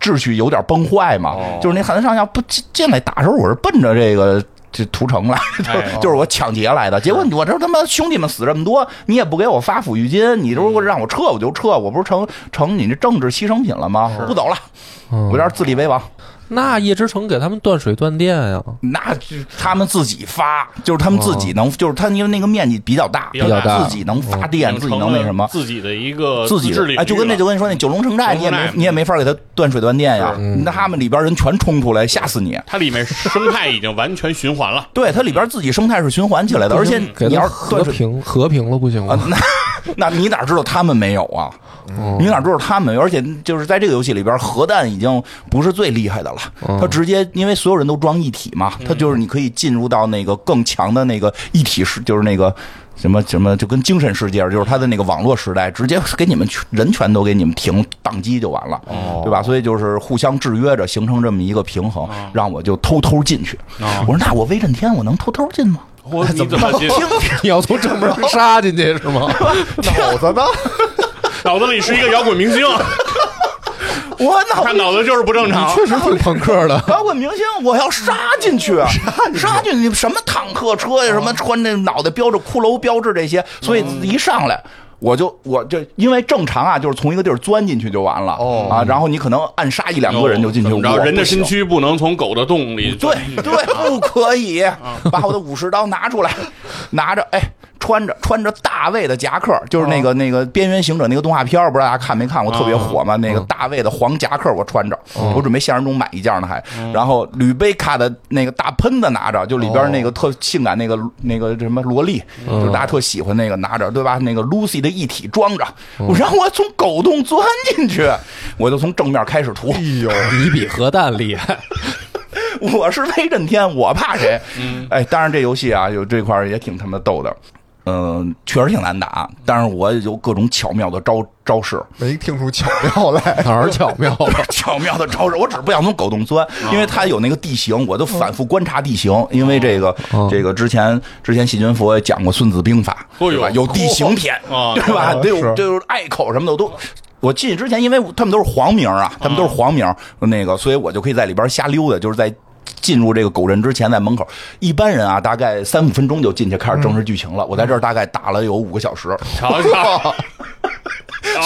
Speaker 2: 秩序有点崩坏嘛，
Speaker 4: 哦
Speaker 2: 就是那汉森上校不进进来打的时候，我是奔着这个这屠城来，
Speaker 3: 哎
Speaker 2: 就是我抢劫来
Speaker 4: 哦
Speaker 2: 的。结果你我这他妈兄弟们死这么多，你也不给我发抚恤金，你如果让我撤我就撤，我不是成成你这政治牺牲品了吗？不走了，我这儿自立为王。
Speaker 1: 那夜之城给他们断水断电呀、
Speaker 2: 那就是他们自己发，就是他们自己能，就是他因为那个面积比较大，
Speaker 3: 比较
Speaker 1: 大
Speaker 2: 自己能发电，自己
Speaker 3: 成
Speaker 2: 能那
Speaker 3: 了
Speaker 2: 什么，
Speaker 3: 自己的一个
Speaker 2: 自己
Speaker 3: 治理，
Speaker 2: 哎，就跟那就跟你说那九龙城寨，
Speaker 3: 九
Speaker 2: 你
Speaker 3: 龙
Speaker 2: 也
Speaker 3: 城寨
Speaker 2: 没你也没法给他断水断电呀，那他们里边人全冲出来，吓死你。，
Speaker 3: 它里面生态已经完全循环了
Speaker 2: 对，它里边自己生态是循环起来的，而且
Speaker 1: 嗯给
Speaker 2: 你要
Speaker 1: 他
Speaker 2: 是
Speaker 1: 和
Speaker 2: 断水
Speaker 1: 平和平了不行
Speaker 2: 啊
Speaker 1: 吗？，
Speaker 2: 那那你哪知道他们没有啊？你哪知道他们？而且就是在这个游戏里边，核弹已经不是最厉害的了，它直接因为所有人都装一体嘛，它就是你可以进入到那个更强的那个一体世，就是那个。什么什么就跟精神世界，就是它的那个网络时代，直接给你们全人全都给你们停宕机就完了，对吧？所以就是互相制约着，形成这么一个平衡，让我就偷偷进去。我说那我威震天，我能偷偷进吗？
Speaker 3: 我你怎么进？
Speaker 1: 你要从正门杀进去是吗？
Speaker 4: 脑子呢？
Speaker 3: 脑子里是一个摇 滚明星，
Speaker 2: 我那我
Speaker 3: 他脑子就是不正常。
Speaker 1: 确实挺朋克 的。
Speaker 2: 摇滚明星，我要杀进去，啊 哦杀进去，什么坦克车呀，什么穿着脑袋标着骷髅标志这些，所以一上来。嗯我就我就因为正常啊，就是从一个地儿钻进去就完了、
Speaker 4: 哦
Speaker 2: 啊，然后你可能暗杀一两个人就进去，
Speaker 3: 怎么着
Speaker 2: 我
Speaker 3: 人的
Speaker 2: 不行
Speaker 3: 身躯不能从狗的洞里
Speaker 2: 对
Speaker 3: 钻进去。
Speaker 2: 对，
Speaker 4: 啊
Speaker 2: 不可以把我的武士刀拿出来，拿着哎，穿着穿着大卫的夹克，就是那
Speaker 4: 啊
Speaker 2: 个、那个《边缘行者》那个动画片儿，不知道大家看没看过，特别火嘛。
Speaker 4: 嗯
Speaker 2: 那个大卫的黄夹克我穿着，
Speaker 4: 哦
Speaker 2: 我准备现实中买一件呢还。
Speaker 4: 嗯
Speaker 2: 然后吕贝卡的那个大喷子拿着，就里边那
Speaker 4: 哦
Speaker 2: 个特性感那个那个什么萝莉，
Speaker 4: 嗯
Speaker 2: 就是大家特喜欢那个拿着，对吧？那个 Lucy 的一体装着，
Speaker 4: 嗯
Speaker 2: 我让我从狗洞钻进去，我就从正面开始涂。
Speaker 4: 哎 呦，
Speaker 1: 你比核弹厉害，
Speaker 2: 我是威震天，我怕谁？哎，当然这游戏啊，有这块儿也挺他妈逗的，嗯、确实挺难打，但是我有各种巧妙的招招式，
Speaker 4: 没听出巧妙 来。
Speaker 1: 哪儿巧妙了？
Speaker 2: 巧妙的招式，我只是不想从狗洞钻，因为它有那个地形，我都反复观察地形，因为这个这个之前之前细菌佛也讲过《孙子兵法》，
Speaker 3: 哦呦
Speaker 2: 对吧？有地形篇，
Speaker 3: 哦
Speaker 2: 对吧？
Speaker 4: 哦
Speaker 2: 得有
Speaker 4: 是
Speaker 2: 就是隘口什么的，我都我进去之前，因为他们都是黄名啊，他们都是黄名，那个，所以我就可以在里边瞎溜达，就是在。进入这个狗镇之前，在门口，一般人啊，大概三五分钟就进去开始正式剧情了。我在这儿大概打了有五个小时，
Speaker 3: 瞧瞧，瞧
Speaker 2: 所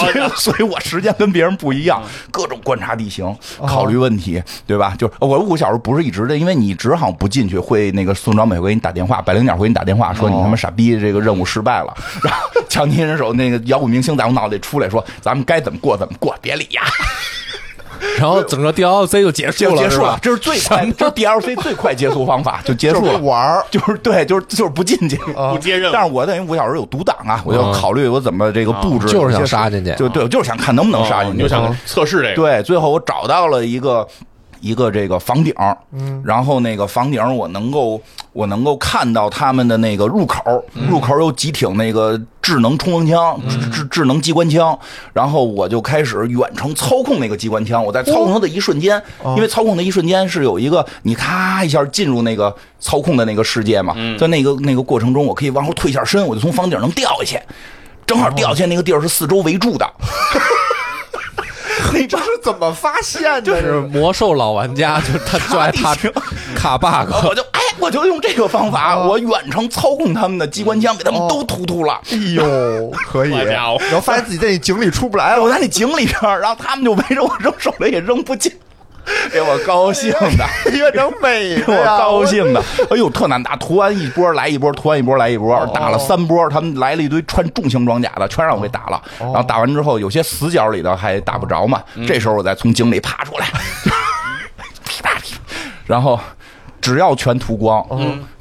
Speaker 2: 以
Speaker 3: 瞧，
Speaker 2: 哦 所以我时间跟别人不一样，各种观察地形，考虑问题，对吧？就是我五个小时不是一直的，因为你一直好像不进去，会那个宋朝美会给你打电话，白灵鸟会给你打电话说你他妈傻逼，这个任务失败了，然后抢你人手那个摇滚明星在我脑袋出来说，咱们该怎么过怎么过，别理呀，
Speaker 1: 然后整个 DLC 就结
Speaker 2: 结
Speaker 1: 束了，
Speaker 2: 结束
Speaker 1: 是
Speaker 2: 了
Speaker 1: 吧，
Speaker 2: 这是最快，这是 DLC 最快结束方法，就结
Speaker 4: 就
Speaker 2: 束
Speaker 4: 是
Speaker 2: 了
Speaker 4: 不。玩儿，
Speaker 2: 就是对，就是就是不进去，
Speaker 3: 不接任务，
Speaker 2: 但是我等于五小时有独挡啊，我要
Speaker 1: 嗯
Speaker 2: 考虑我怎么这个布置，
Speaker 1: 就是想杀进去。
Speaker 2: 就对，我就是想看能不能杀
Speaker 3: 哦
Speaker 2: 进
Speaker 3: 你
Speaker 2: 去，
Speaker 3: 就想测试这个，
Speaker 2: 对，最后我找到了一个一个这个房顶，嗯，然后那个房顶我能够我能够看到他们的那个入口，入口有几挺那个智能冲锋枪、智智智能机关枪，然后我就开始远程操控那个机关枪，我在操控它的一瞬间，因为操控的一瞬间是有一个你咔一下进入那个操控的那个世界嘛，
Speaker 3: 嗯
Speaker 2: 在那个那个过程中，我可以往后退一下身，我就从房顶能掉下去。正好掉下去那个地儿是四周围住的，
Speaker 4: 你这是怎么发现的？
Speaker 1: 就是魔兽老玩家，就是他就爱踏
Speaker 2: 地形
Speaker 1: 卡 bug，
Speaker 2: 我就哎，我就用这个方法，我远程操控他们的机关枪，给他们都突突了。
Speaker 4: 哎呦，可以，
Speaker 3: 好家伙
Speaker 4: 然后发现自己在那井里出不来
Speaker 2: 哎，
Speaker 4: 了
Speaker 2: 我，在那井里边儿，然后他们就围着我扔手雷，也扔不进，给我高兴的。
Speaker 4: 越整美
Speaker 2: 给
Speaker 4: 的
Speaker 2: 我
Speaker 4: 呀，
Speaker 2: 高兴的，哎呦，特难打，突完一波来一波，突完一波来一波，打了三波，他们来了一堆穿重型装甲的，全让我给打了。然后打完之后，有些死角里头还打不着嘛，这时候我再从井里爬出来， 噼啪噼啪，然后只要全涂光，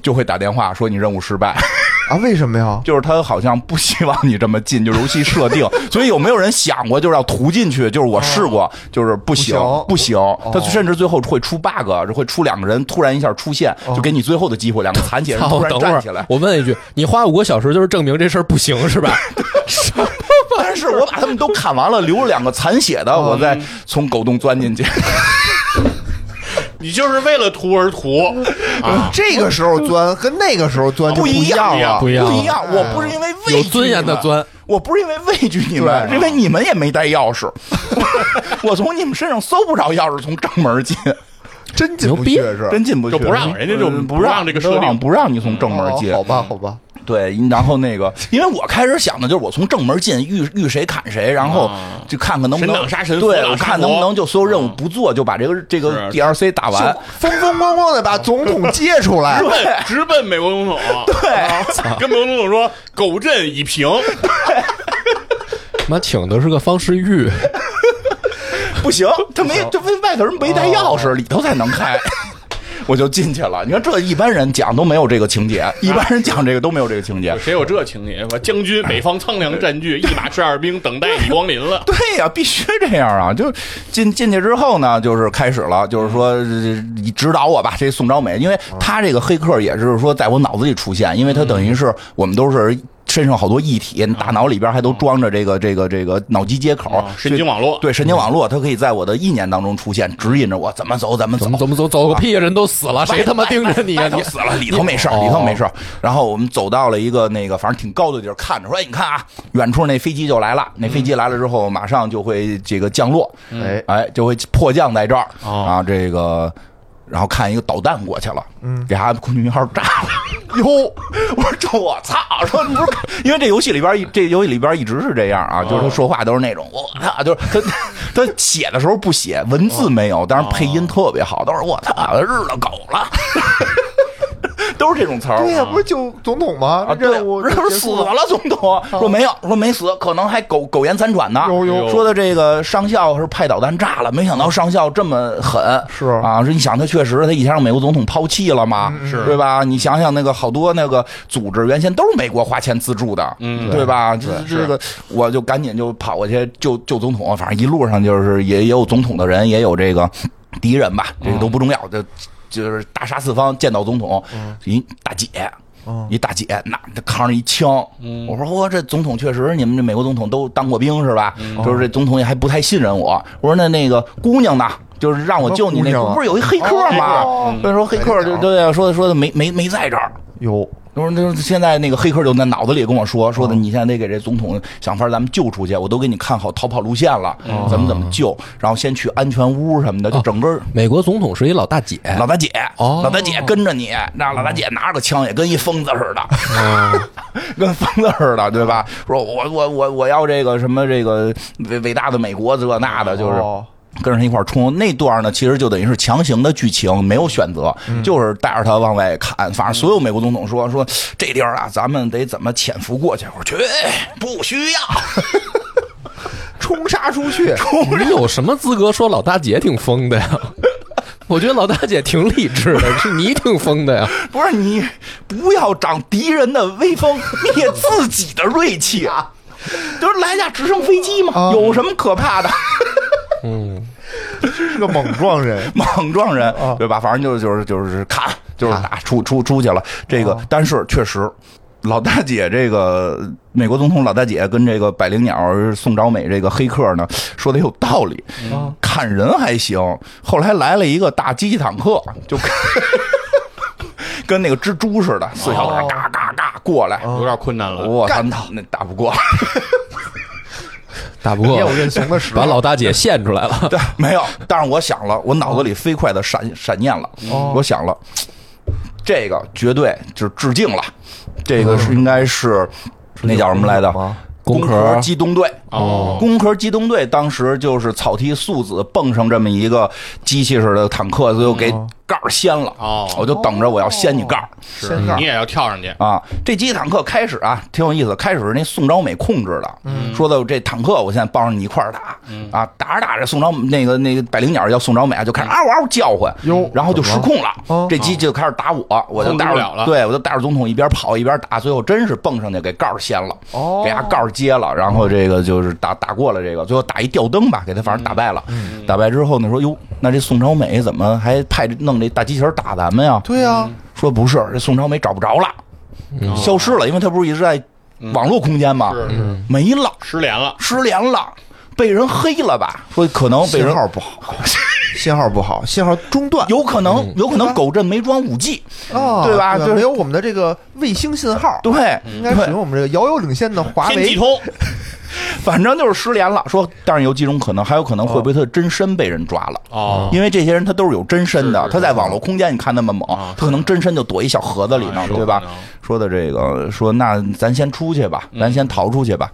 Speaker 2: 就会打电话说你任务失败。
Speaker 4: 啊？为什么呀？
Speaker 2: 就是他好像不希望你这么进， 就是游戏 设定。所以有没有人想过，就是要涂进去？就是我试过，
Speaker 1: 哦
Speaker 2: 就是不行，
Speaker 4: 不
Speaker 2: 不行。他甚至最后会出 bug，会出两个人突然一下出现，就给你最后的机会，两个残血人
Speaker 1: 哦好
Speaker 2: 突，然
Speaker 1: 等会
Speaker 2: 站起来
Speaker 1: 儿。我问一句，你花五个小时就是证明这事儿不行是吧？
Speaker 2: 但是我把他们都砍完了，留了两个残血的，
Speaker 1: 哦
Speaker 2: 我再从狗洞钻进去。
Speaker 1: 嗯
Speaker 3: 你就是为了图而图，
Speaker 4: 哎这个时候钻跟那个时候钻就
Speaker 2: 啊不一
Speaker 4: 样了，
Speaker 1: 不
Speaker 2: 不
Speaker 1: 一样哎
Speaker 2: 一样。我不是因为畏惧
Speaker 1: 有尊严的
Speaker 2: 你们
Speaker 1: 钻，
Speaker 2: 我不是因为畏惧你们，是因为你们也没带钥匙。 我从你们身上搜不着钥匙，从正门进。
Speaker 4: 真进不去
Speaker 1: 牛
Speaker 4: 是。
Speaker 2: 真进不去，
Speaker 3: 就不让人家就
Speaker 2: 嗯
Speaker 3: 不
Speaker 2: 不
Speaker 3: 让这个设
Speaker 2: 不让
Speaker 3: 定
Speaker 2: 不让你从正门进。
Speaker 4: 哦好吧，好吧，
Speaker 2: 对，然后那 个，因为我开始想的就是我从正门进，遇遇谁砍谁，然后
Speaker 3: 啊
Speaker 2: 就看看能不能
Speaker 3: 神挡杀神佛
Speaker 2: 对，
Speaker 3: 挡
Speaker 2: 我
Speaker 3: 杀
Speaker 2: 看能不
Speaker 3: 佛
Speaker 2: 能就所有任务不做，就把这个这个
Speaker 3: 嗯是
Speaker 2: DLC 打完
Speaker 4: 就。风风光光的把总统接 出来
Speaker 3: 直，奔直奔美国总统，对，跟美国总统说狗镇已平，
Speaker 1: 妈请的是个方世玉，
Speaker 2: 不行，他没，这外外头人没带钥
Speaker 3: 哦
Speaker 2: 匙，里头才能开。 我就进去了，你看这一般人讲都没有这个情节，一般人讲这个都没有这个情节。
Speaker 3: 谁有这情节？我将军北方苍凉占据，一马十二兵等待你光临了。
Speaker 2: 对呀、必须这样啊！就进进去之后呢，就是开始了，就是说呃你指导我吧，这宋朝美，因为他这个黑客也是说在我脑子里出现，因为他等于是我们都是。身上好多异体，大脑里边还都装着这个这个这个脑机接口
Speaker 3: 啊，神经网络
Speaker 2: 对神经网络，它可以在我的意念当中出现，指引着我怎么走，怎么走
Speaker 1: 怎，么怎么走走个屁呀！人都死了，谁他妈盯着你呀？啊
Speaker 2: 外 头
Speaker 1: 你
Speaker 2: 死了，里头没事儿，
Speaker 1: 哦
Speaker 2: 里头没事儿。然后我们走到了一个那个反正挺高的地儿，看着说：“哎，你看啊，远处那飞机就来了。那飞机来了之后，马上就会这个降落，
Speaker 4: 哎，
Speaker 2: 哎，就会迫降在这儿
Speaker 3: 哦
Speaker 2: 啊。这个，然后看一个导弹过去了，
Speaker 4: 嗯
Speaker 2: 给他空军一号炸 了。”
Speaker 4: 哟，
Speaker 2: 我说这我操！我说你不是，因为这游戏里边一这游戏里边一直是这样啊，就是他说话都是那种我操，就是他他写的时候不写文字没有，但是配音特别好，都是我操日了狗了，都是这种词儿
Speaker 4: 哎对。呀，不是就总统吗？
Speaker 2: 啊，
Speaker 4: 这
Speaker 2: 对，
Speaker 4: 任务
Speaker 2: 我
Speaker 4: 就
Speaker 2: 说
Speaker 4: 结
Speaker 2: 死
Speaker 4: 束
Speaker 2: 了，总统说没有，说没死，可能还苟苟延残喘呢。
Speaker 4: 有有
Speaker 2: 说的这个上校是派导弹炸了，没想到上校这么狠。
Speaker 4: 是
Speaker 2: 啊，是你想他确实他以前让美国总统抛弃了嘛，
Speaker 3: 是
Speaker 2: 对吧？你想想那个好多那个组织原先都是美国花钱资助的，
Speaker 3: 嗯
Speaker 2: 对吧？这这个我就赶紧就跑过去救救总统，反正一路上就是也也有总统的人，也有这个敌人吧，这个都不重要，就就是大杀四方。见到总统，一大姐。
Speaker 4: 嗯
Speaker 2: 一大姐拿着扛着一枪，我说哦我这总统确实，你们这美国总统都当过兵是吧？
Speaker 4: 嗯
Speaker 2: 就是这总统也还不太信任我。我说那那个姑娘呢？就是让我救你那
Speaker 4: 什么姑娘啊
Speaker 2: 不是有一黑客吗？
Speaker 4: 哦
Speaker 2: 所以说黑客就
Speaker 4: 嗯
Speaker 2: 对啊，说的说的没没没在这儿，
Speaker 4: 有哦
Speaker 2: 他说：“那现在那个黑客就在脑子里跟我说，说的你现在得给这总统想法，咱们救出去。我都给你看好逃跑路线了，
Speaker 4: 哦
Speaker 2: 怎么怎么救，然后先去安全屋什么的，就整个
Speaker 1: 美国总统是一老大姐，
Speaker 2: 老大姐，
Speaker 1: 哦
Speaker 2: 老大姐跟着你，那老大姐拿着个枪也跟一疯子似的，跟疯子似的，对吧？说我我我我要这个什么这个伟伟大的美国这那的，就是。
Speaker 4: 哦
Speaker 2: 跟着他一块儿冲那段呢，其实就等于是强行的剧情，没有选择，就是带着他往外看。反正所有美国总统说说这地儿啊，咱们得怎么潜伏过去？我说去，不需要。
Speaker 4: 冲杀 出去，
Speaker 1: 你有什么资格说老大姐挺疯的呀？ 我觉得老大姐挺理智的，是你挺疯的呀。
Speaker 2: 不是你，不要长敌人的威风，灭自己的锐气啊！就是来架直升飞机嘛，有什么可怕的？。
Speaker 4: 是个猛撞人
Speaker 2: 莽撞人，对吧？反正就是就是就是砍，就是打出出出去了。这个，但是确实，老大姐这个美国总统老大姐跟这个百灵鸟宋朝美这个黑客呢，说的有道理，砍人还行。后来来了一个大机器坦克，就跟 跟那个蜘蛛似的，四小
Speaker 4: 哦
Speaker 2: 腿嘎嘎嘎过来，
Speaker 3: 有点困难了。
Speaker 2: 我呃干他，那打不过。
Speaker 1: 打不过
Speaker 4: 也，有认怂的时候
Speaker 1: 把老大姐献出来了。
Speaker 2: 对，没有。但是我想了，我脑子里飞快的闪闪念了，我想了，这个绝对就是致敬了，这个是应该嗯是那叫什么来着？
Speaker 1: 工
Speaker 2: 壳
Speaker 1: 壳
Speaker 2: 儿机动队
Speaker 3: 哦
Speaker 2: 工壳儿机动队当时就是草剃素子蹦上这么一个机器似的坦克，就给盖儿掀了。
Speaker 3: 哦
Speaker 2: 我就等着我要掀你盖儿。
Speaker 4: 先干
Speaker 2: 嗯
Speaker 3: 你也要跳上去，
Speaker 2: 啊，这机器坦克开始啊，挺有意思。开始是那宋朝美控制的，
Speaker 3: 嗯
Speaker 2: 说的这坦克我现在帮着你一块儿打，啊，打着打着，宋朝那个那个百灵鸟叫宋朝美啊，就开始
Speaker 3: 嗯
Speaker 2: 嗷嗷叫唤，然后就失控了。这机器就开始打我，我就带
Speaker 3: 哦控
Speaker 2: 着
Speaker 3: 制不了了
Speaker 2: 对我就带着总统一边跑一边打，最后真是蹦上去给盖儿掀了，
Speaker 4: 哦
Speaker 2: 给他盖儿揭了，然后这个就是打打过了这个，最后打一吊灯吧，给他反正打败了。
Speaker 3: 嗯
Speaker 2: 打败之后呢，说哟，那这宋朝美怎么还派这弄这大机器人儿打咱们呀？
Speaker 4: 对呀，
Speaker 2: 说不是，这宋朝美找不着了，消失了，因为他不是一直在网络空间吗？
Speaker 3: 是是
Speaker 4: 嗯
Speaker 2: 没了，
Speaker 3: 失联了。
Speaker 2: 失联了，被人黑了吧？说可能被
Speaker 4: 信
Speaker 2: 人
Speaker 4: 号 不好，信号不好，信号中断。嗯
Speaker 2: 有可能，有可能狗镇没装五 G，
Speaker 4: 啊，
Speaker 2: 对吧就是
Speaker 4: 没有我们的这个卫星信号，
Speaker 2: 对，
Speaker 4: 应该使
Speaker 2: 对
Speaker 4: 用我们这个遥遥领先的华
Speaker 3: 天际
Speaker 4: 为。
Speaker 3: 通，
Speaker 2: 反正就是失联了。说，但是有几种可能，还有可能会不会他的真身被人抓了？
Speaker 3: 哦
Speaker 2: 因为这些人他都是有真身
Speaker 3: 是
Speaker 2: 的，
Speaker 3: 是
Speaker 2: 他在网络空间你看那么猛
Speaker 3: 啊，
Speaker 2: 他可能真身就躲一小盒子里呢
Speaker 3: 啊，有
Speaker 2: 对吧
Speaker 3: 可能？
Speaker 2: 说的这个，说那咱先出去
Speaker 3: 嗯
Speaker 2: 吧，咱先逃出去吧。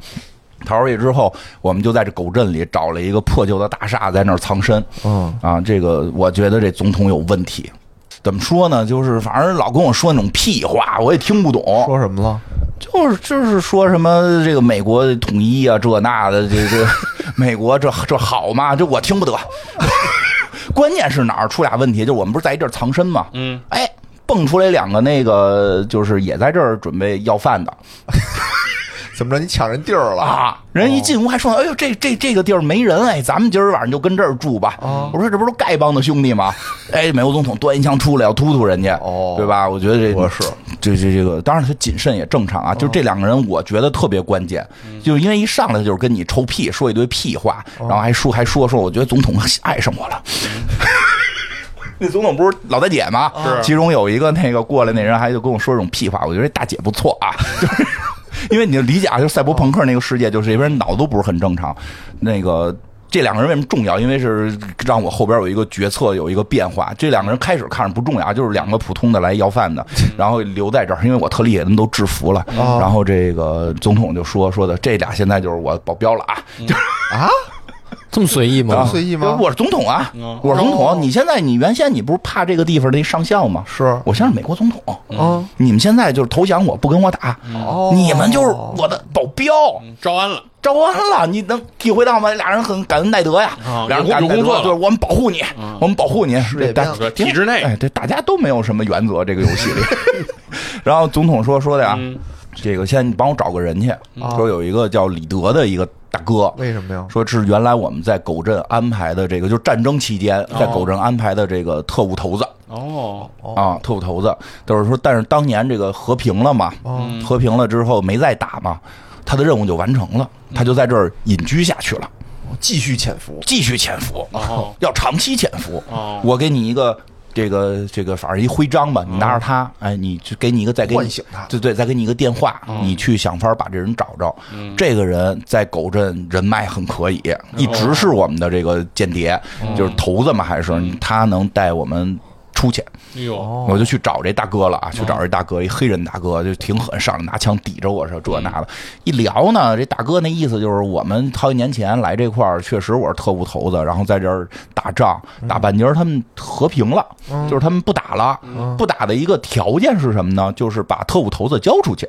Speaker 2: 逃出去之后，我们就在这狗镇里找了一个破旧的大厦，在那儿藏身。
Speaker 4: 嗯，
Speaker 2: 啊，这个我觉得这总统有问题。怎么说呢？就是反正老跟我说那种屁话，我也听不懂。
Speaker 4: 说什么了？
Speaker 2: 就是就是说什么这个美国统一啊，这那的，这这美国这这好吗？这我听不得。 关键是哪儿出俩问题？就我们不是在这儿藏身吗？
Speaker 3: 嗯，
Speaker 2: 哎，蹦出来两个那个，就是也在这儿准备要饭的
Speaker 4: 怎么着？你抢人地儿了？哦
Speaker 2: 啊。人一进屋还说：“哎呦，这这这个地儿没人哎，咱们今儿晚上就跟这儿住吧。
Speaker 4: 哦
Speaker 2: 我说：“这不是丐帮的兄弟 吗？”哎，美国总统端一枪出来要突突人家，
Speaker 4: 哦
Speaker 2: 对吧？我觉得这
Speaker 4: 我是哦
Speaker 2: 这这这个，当然他谨慎也正常啊。就这两个人，我觉得特别关键，
Speaker 4: 嗯
Speaker 2: 就是因为一上来就是跟你臭屁，说一堆屁话，
Speaker 4: 哦
Speaker 2: 然后还说还说说，我觉得总统爱上我 了。那总统不是老大姐吗？
Speaker 3: 是
Speaker 2: 其中有一个那个过来那人还就跟我说这种屁话，我觉得这大姐不错啊，就是。 因为你就理解啊，就是赛博朋克那个世界，就是这边人脑子都不是很正常。那个这两个人为什么重要？因为是让我后边有一个决策有一个变化。这两个人开始看着不重要啊，就是两个普通的来要饭的， 然后留在这儿，因为我特厉害，他们都制服了。
Speaker 4: 哦
Speaker 2: 然后这个总统就说说的，这俩现在就是我保镖了啊，就是
Speaker 4: 啊，
Speaker 1: 这么随
Speaker 2: 哦
Speaker 1: 意
Speaker 4: 这么
Speaker 2: 啊
Speaker 1: 吗？
Speaker 4: 随意吗？
Speaker 2: 我是总统啊
Speaker 3: 嗯，
Speaker 2: 我是总统。你现在你原先你不是怕这个地方的一上校吗？
Speaker 4: 是
Speaker 2: 我现在是美国总统。
Speaker 4: 嗯，
Speaker 2: 你们现在就是投降我，不跟我打，
Speaker 4: 哦
Speaker 2: 你们就是我的保镖。
Speaker 3: 嗯招安了，
Speaker 2: 招安了，你能体会到吗？俩人很感恩戴德呀
Speaker 3: 啊，
Speaker 2: 俩人感恩戴
Speaker 3: 有工有工作
Speaker 2: 德，
Speaker 3: 了
Speaker 2: 对，我们保护你，我们保护你。
Speaker 4: 界
Speaker 2: 大
Speaker 4: 变
Speaker 3: 了体制内
Speaker 2: 哎，对，大家都没有什么原则，这个游戏 里。然后总统说说的呀，
Speaker 3: 嗯啊
Speaker 2: 这个先你帮我找个人去，说有一个叫李德的一个大哥，
Speaker 3: 哎
Speaker 4: 为什么呀？
Speaker 2: 说是原来我们在狗镇安排的这个，就是战争期间在狗镇安排的这个特务头子。
Speaker 3: 哦，
Speaker 2: 啊，特务头子，就是说，但是当年这个和平了嘛，
Speaker 4: 哦
Speaker 3: 嗯
Speaker 2: 和平了之后没再打嘛，他的任务就完成了，他就在这儿隐居下去了，
Speaker 4: 继续潜伏。
Speaker 2: 继续潜伏，
Speaker 3: 哦
Speaker 2: 要长期潜伏
Speaker 3: 哦。
Speaker 2: 我给你一个。这个这个，反正一徽章吧，你拿
Speaker 3: 嗯
Speaker 2: 着它，哎，你就给你一个再给你
Speaker 4: 唤醒他
Speaker 2: 对对，再给你一个电话，
Speaker 3: 哦
Speaker 2: 你去想法儿把这人找着。
Speaker 3: 嗯
Speaker 2: 这个人在狗镇人脉很可以，
Speaker 3: 哦
Speaker 2: 一直是我们的这个间谍，就是头子嘛，还是
Speaker 3: 嗯
Speaker 2: 他能带我们出去。
Speaker 3: 哎呦，
Speaker 2: 我就去找这大哥了啊，去找这大哥，一黑人大哥就挺狠，上来拿枪抵着我说这那的。一聊呢，这大哥那意思就是我们好几年前来这块儿，确实我是特务头子，然后在这儿打仗，打半截儿他们和平了，就是他们不打了，不打的一个条件是什么呢？就是把特务头子交出去。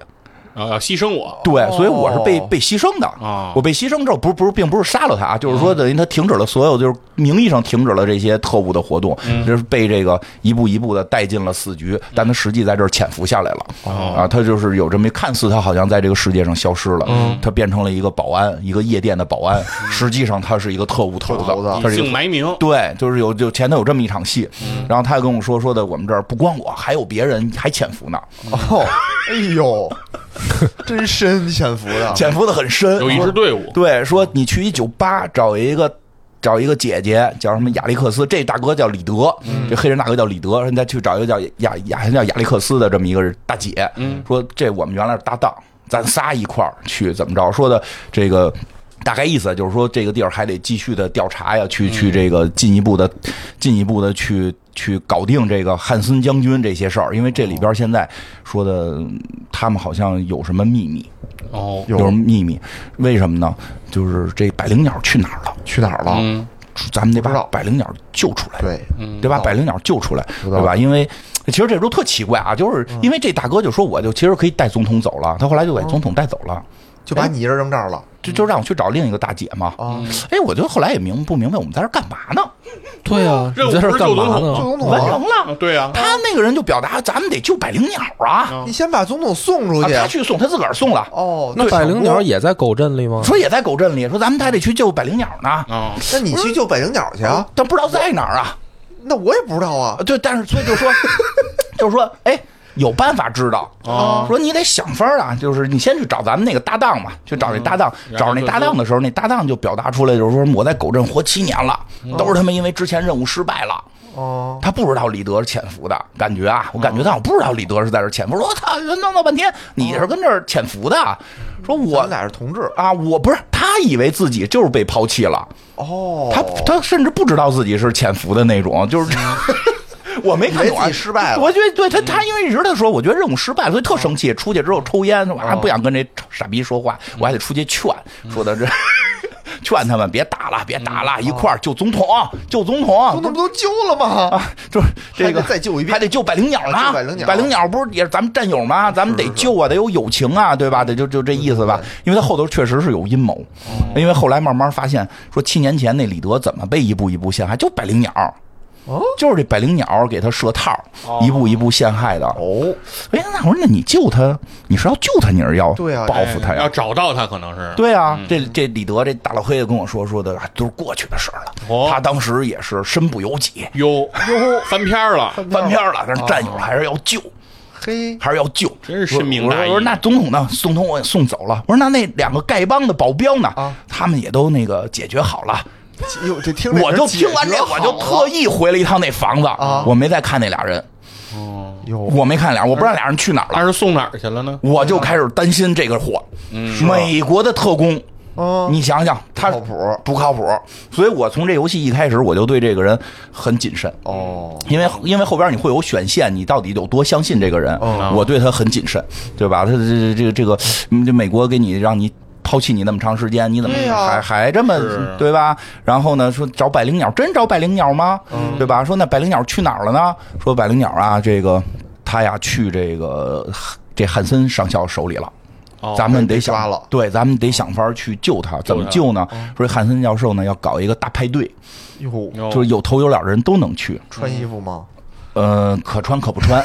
Speaker 3: 啊，要牺牲我，
Speaker 2: 对，所以我是被
Speaker 4: 哦
Speaker 2: 被牺牲的
Speaker 3: 啊
Speaker 2: 我被牺牲之后，不是不是，并不是杀了他，啊就是说等于他停止了所有，就是名义上停止了这些特务的活动，就是被这个一步一步的带进了死局，但他实际在这儿潜伏下来了、啊，他就是有这么一看似他好像在这个世界上消失了，他变成了一个保安，一个夜店的保安，实际上他是一个特务头子，
Speaker 4: 头子
Speaker 2: 他
Speaker 3: 隐
Speaker 2: 是一个
Speaker 3: 姓埋名，
Speaker 2: 对，就是有就前头有这么一场戏，然后他又跟我说说的，我们这儿不光我，还有别人还潜伏呢，
Speaker 4: 哦，哎呦， 真深潜伏啊的，
Speaker 2: 潜伏的很深，
Speaker 3: 有一支队伍，
Speaker 2: 对，说你去一酒吧找一个找一个姐姐，叫什么亚历克斯，这大哥叫李德，这黑人大哥叫李德，人家去找一个叫亚亚叫亚历克斯的这么一个人大姐，说这我们原来是搭档，咱仨一块儿去怎么着？说的这个。大概意思就是说，这个地儿还得继续的调查呀，去去这个进一步的、进一步的去去搞定这个汉森将军这些事儿，因为这里边现在说的他们好像有什么秘密，
Speaker 3: 哦，
Speaker 2: 有什么秘密？为什么呢？就是这百灵鸟去哪儿了？
Speaker 4: 去哪儿了？
Speaker 3: 嗯，
Speaker 2: 咱们得把
Speaker 4: 不知道
Speaker 2: 百灵鸟救出来，
Speaker 4: 对，
Speaker 2: 对吧？百灵鸟救出来，
Speaker 4: 知道嗯
Speaker 2: 对吧？因为其实这都特奇怪啊，就是因为这大哥就说我就其实可以带总统走了，他后来就把总统带走了，
Speaker 4: 就把你一人扔这儿了。
Speaker 2: 就就让我去找另一个大姐嘛。
Speaker 4: 啊，
Speaker 2: 哎，我就后来也明不明白我们在这儿干嘛呢？
Speaker 1: 对啊，
Speaker 3: 任务
Speaker 1: 你在这儿干嘛
Speaker 3: 不是救
Speaker 4: 救
Speaker 1: 呢？
Speaker 4: 总统
Speaker 2: 完成
Speaker 4: 啊，
Speaker 2: 了。
Speaker 3: 啊对呀，
Speaker 2: 他那个人就表达咱们得救百灵鸟啊，
Speaker 4: 你先把总统送出
Speaker 2: 啊
Speaker 4: 去。
Speaker 2: 他去送他自个儿送了，
Speaker 4: 哦，
Speaker 1: 那百灵
Speaker 4: 成
Speaker 1: 鸟
Speaker 4: 功，
Speaker 1: 也在狗镇里吗？
Speaker 2: 说也在狗镇里，说咱们还得去救百灵鸟呢，
Speaker 3: 啊，
Speaker 4: 那你去救百灵鸟去啊？
Speaker 2: 但不知道在哪儿啊。
Speaker 4: 那我也不知道啊
Speaker 2: 啊，。对，但是所以就说，就是说，哎，有办法知道
Speaker 3: 哦
Speaker 2: 说你得想法儿啊，就是你先去找咱们那个搭档嘛，去找那搭档，
Speaker 3: 嗯
Speaker 2: 找那搭档的时候，那搭档就表达出来，就是说我在狗镇活七年了，
Speaker 4: 嗯
Speaker 2: 都是他们因为之前任务失败了。
Speaker 4: 哦，
Speaker 2: 他不知道李德是潜伏的感觉啊，我感觉到我不知道李德是在这儿潜伏。我说操，闹闹半天，你是跟这儿潜伏的啊？说
Speaker 4: 咱
Speaker 2: 我
Speaker 4: 们俩是同志。
Speaker 2: 啊，我不是他以为自己就是被抛弃了，
Speaker 4: 哦，
Speaker 2: 他他甚至不知道自己是潜伏的那种，就是 我没看懂
Speaker 4: 嗯以
Speaker 2: 啊，
Speaker 4: 为自己失败了
Speaker 2: 我觉得对他
Speaker 4: 嗯
Speaker 2: 他因为一直他说，我觉得任务失败了，所以特生
Speaker 4: 哦
Speaker 2: 气。出去之后抽烟，我还不想跟这傻逼说话，
Speaker 4: 嗯
Speaker 2: 我还得出去劝，说 的这。劝他们别打了，别打了，一块儿救总统，救总
Speaker 4: 嗯哦总
Speaker 2: 统，
Speaker 4: 统不都救了吗？
Speaker 2: 啊，就是这个
Speaker 4: 还得再救一遍
Speaker 2: 还得救百灵鸟
Speaker 4: 啊
Speaker 2: 呢。
Speaker 4: 救百灵鸟
Speaker 2: 不是也是咱们战友吗？咱们得救啊，得有友情啊，对吧？得就就这意思吧。因为他后头确实是有阴谋，
Speaker 4: 哦
Speaker 2: 因为后来慢慢发现，说七年前那李德怎么被一步一步陷害，就百灵鸟。
Speaker 4: 哦
Speaker 2: 就是这百灵鸟给他设套，一步一步陷害的。哦，哎，那我说，那你救他，你是要救他，你是要
Speaker 4: 对啊嗯
Speaker 2: 报复他呀？
Speaker 3: 哎要找到他可能是，
Speaker 2: 对啊，这这李德这大老黑子跟我说说的，啊都是过去的事儿了。
Speaker 3: 哦
Speaker 2: 他当时也是身不由己，
Speaker 3: 哟哟，翻篇儿了，
Speaker 4: 哦
Speaker 2: 翻篇儿了，但是战友还是要救，
Speaker 4: 嘿，
Speaker 2: 还是要救。
Speaker 3: 真是深明
Speaker 2: 我
Speaker 3: 大
Speaker 2: 说
Speaker 3: 义
Speaker 2: 我说那总统呢？总统我也送走了。我说那那两个丐帮的保镖呢？
Speaker 4: 啊
Speaker 2: 他们也都那个解决好了。
Speaker 4: 哟，这听着
Speaker 2: 我就听完这，我就特意回了一趟那房子，
Speaker 4: 啊
Speaker 2: 我没再看那俩人，
Speaker 4: 哟，
Speaker 2: 我没看俩人，我不知道俩人去哪儿了。
Speaker 3: 他是送哪儿去了呢？
Speaker 2: 我就开始担心这个货，美国的特工，
Speaker 4: 嗯，
Speaker 2: 你想想，他
Speaker 4: 不靠谱，
Speaker 2: 不靠谱。所以我从这游戏一开始，我就对这个人很谨慎。
Speaker 4: 哦，
Speaker 2: 因为因为后边你会有选线，你到底有多相信这个人？
Speaker 4: 哦
Speaker 2: 我对他很谨慎，对吧？他这这这个这个，嗯这美国给你让你。抛弃你那么长时间，你怎么
Speaker 4: 对
Speaker 2: 还、
Speaker 4: 呀
Speaker 2: 还这么
Speaker 4: 啊
Speaker 3: 是
Speaker 2: 对吧？然后呢，说找百灵鸟，真找百灵鸟吗？
Speaker 4: 嗯
Speaker 2: 对吧？说那百灵鸟去哪儿了呢？说百灵鸟啊，这个他呀去这个这汉森上校手里了。
Speaker 3: 哦
Speaker 2: 咱们得
Speaker 4: 被
Speaker 2: 想
Speaker 4: 抓了啊哦
Speaker 2: 对，咱们得想法儿去救他。怎么
Speaker 3: 他
Speaker 2: 救呢？说汉森教授呢要搞一个大派对，
Speaker 4: 哟，
Speaker 3: 哟
Speaker 2: 就是有头有脸的人都能去。
Speaker 4: 穿衣服吗？
Speaker 2: 呃，可穿可不 穿，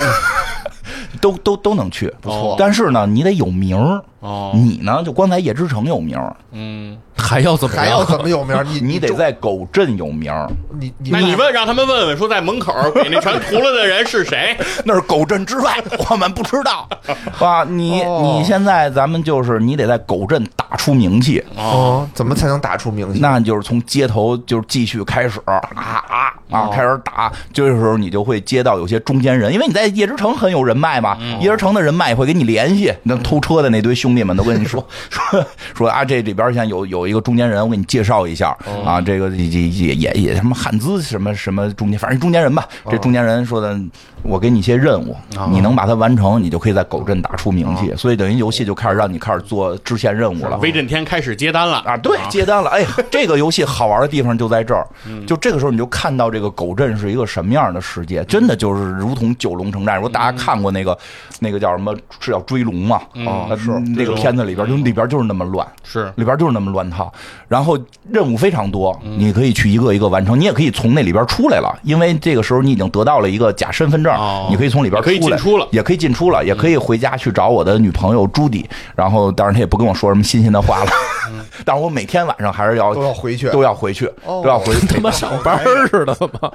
Speaker 2: 都都都能去，不
Speaker 3: 错
Speaker 2: 但是呢，你得有名儿。
Speaker 3: 哦
Speaker 2: 你呢，就光在夜之城有名儿，
Speaker 3: 嗯，
Speaker 1: 还要怎么
Speaker 4: 还要
Speaker 1: 样？
Speaker 4: 怎么有名？你
Speaker 2: 你得
Speaker 4: 中
Speaker 2: 在狗镇有名儿，
Speaker 4: 你你
Speaker 3: 那你问让他们问问，说在门口给那船涂了的人是谁？
Speaker 2: 那是狗镇之外， 我们不知道 啊。你
Speaker 4: 哦
Speaker 2: 你现在咱们就是你得在狗镇打出名气，
Speaker 4: 哦哦，怎么才能打出名气？
Speaker 2: 那就是从街头就是继续开始啊啊啊，开始打。这个时候你就会接到有些中间人，因为你在叶之城很有人脉嘛，叶之城的人脉也会跟你联系。嗯那偷车的那堆兄弟们都跟你 说说说啊，这里边现在有有一个中间人，我给你介绍一下啊，这个也也也也什么汉资什么什么中间，反正中间人吧。这中间人说的，我给你一些任务，你能把它完成，你就可以在狗镇打出名气。所以等于游戏就开始让你开始做支线任务了。
Speaker 3: 威震天开始接单了
Speaker 2: 啊，嗯对，接单了。 哎呀，这个游戏好玩的地方就在这儿，就这个时候你就看到这个狗镇是一个什么样的世界，真的就是如同九龙城寨。如果大家看过那个那个叫什么，是叫追龙嘛？啊，是嗯那个片子里边，就里边就是那么乱，
Speaker 3: 是
Speaker 2: 里边就是那么乱套。然后任务非常多，你可以去一个一个完成，你也可以从那里边出来了，因为这个时候你已经得到了一个假身份证
Speaker 3: 哦，
Speaker 2: 你可以从里边
Speaker 3: 也可以
Speaker 2: 出来
Speaker 3: 进出了
Speaker 2: 也可以进出了，也可以回家去找我的女朋友朱迪。然后，当然她也不跟我说什么新鲜的话了， 但是我每天晚上还是要
Speaker 4: 都要回去
Speaker 2: 都要回去，
Speaker 4: 哦
Speaker 2: 都要回去
Speaker 1: 他妈上班儿似的吗？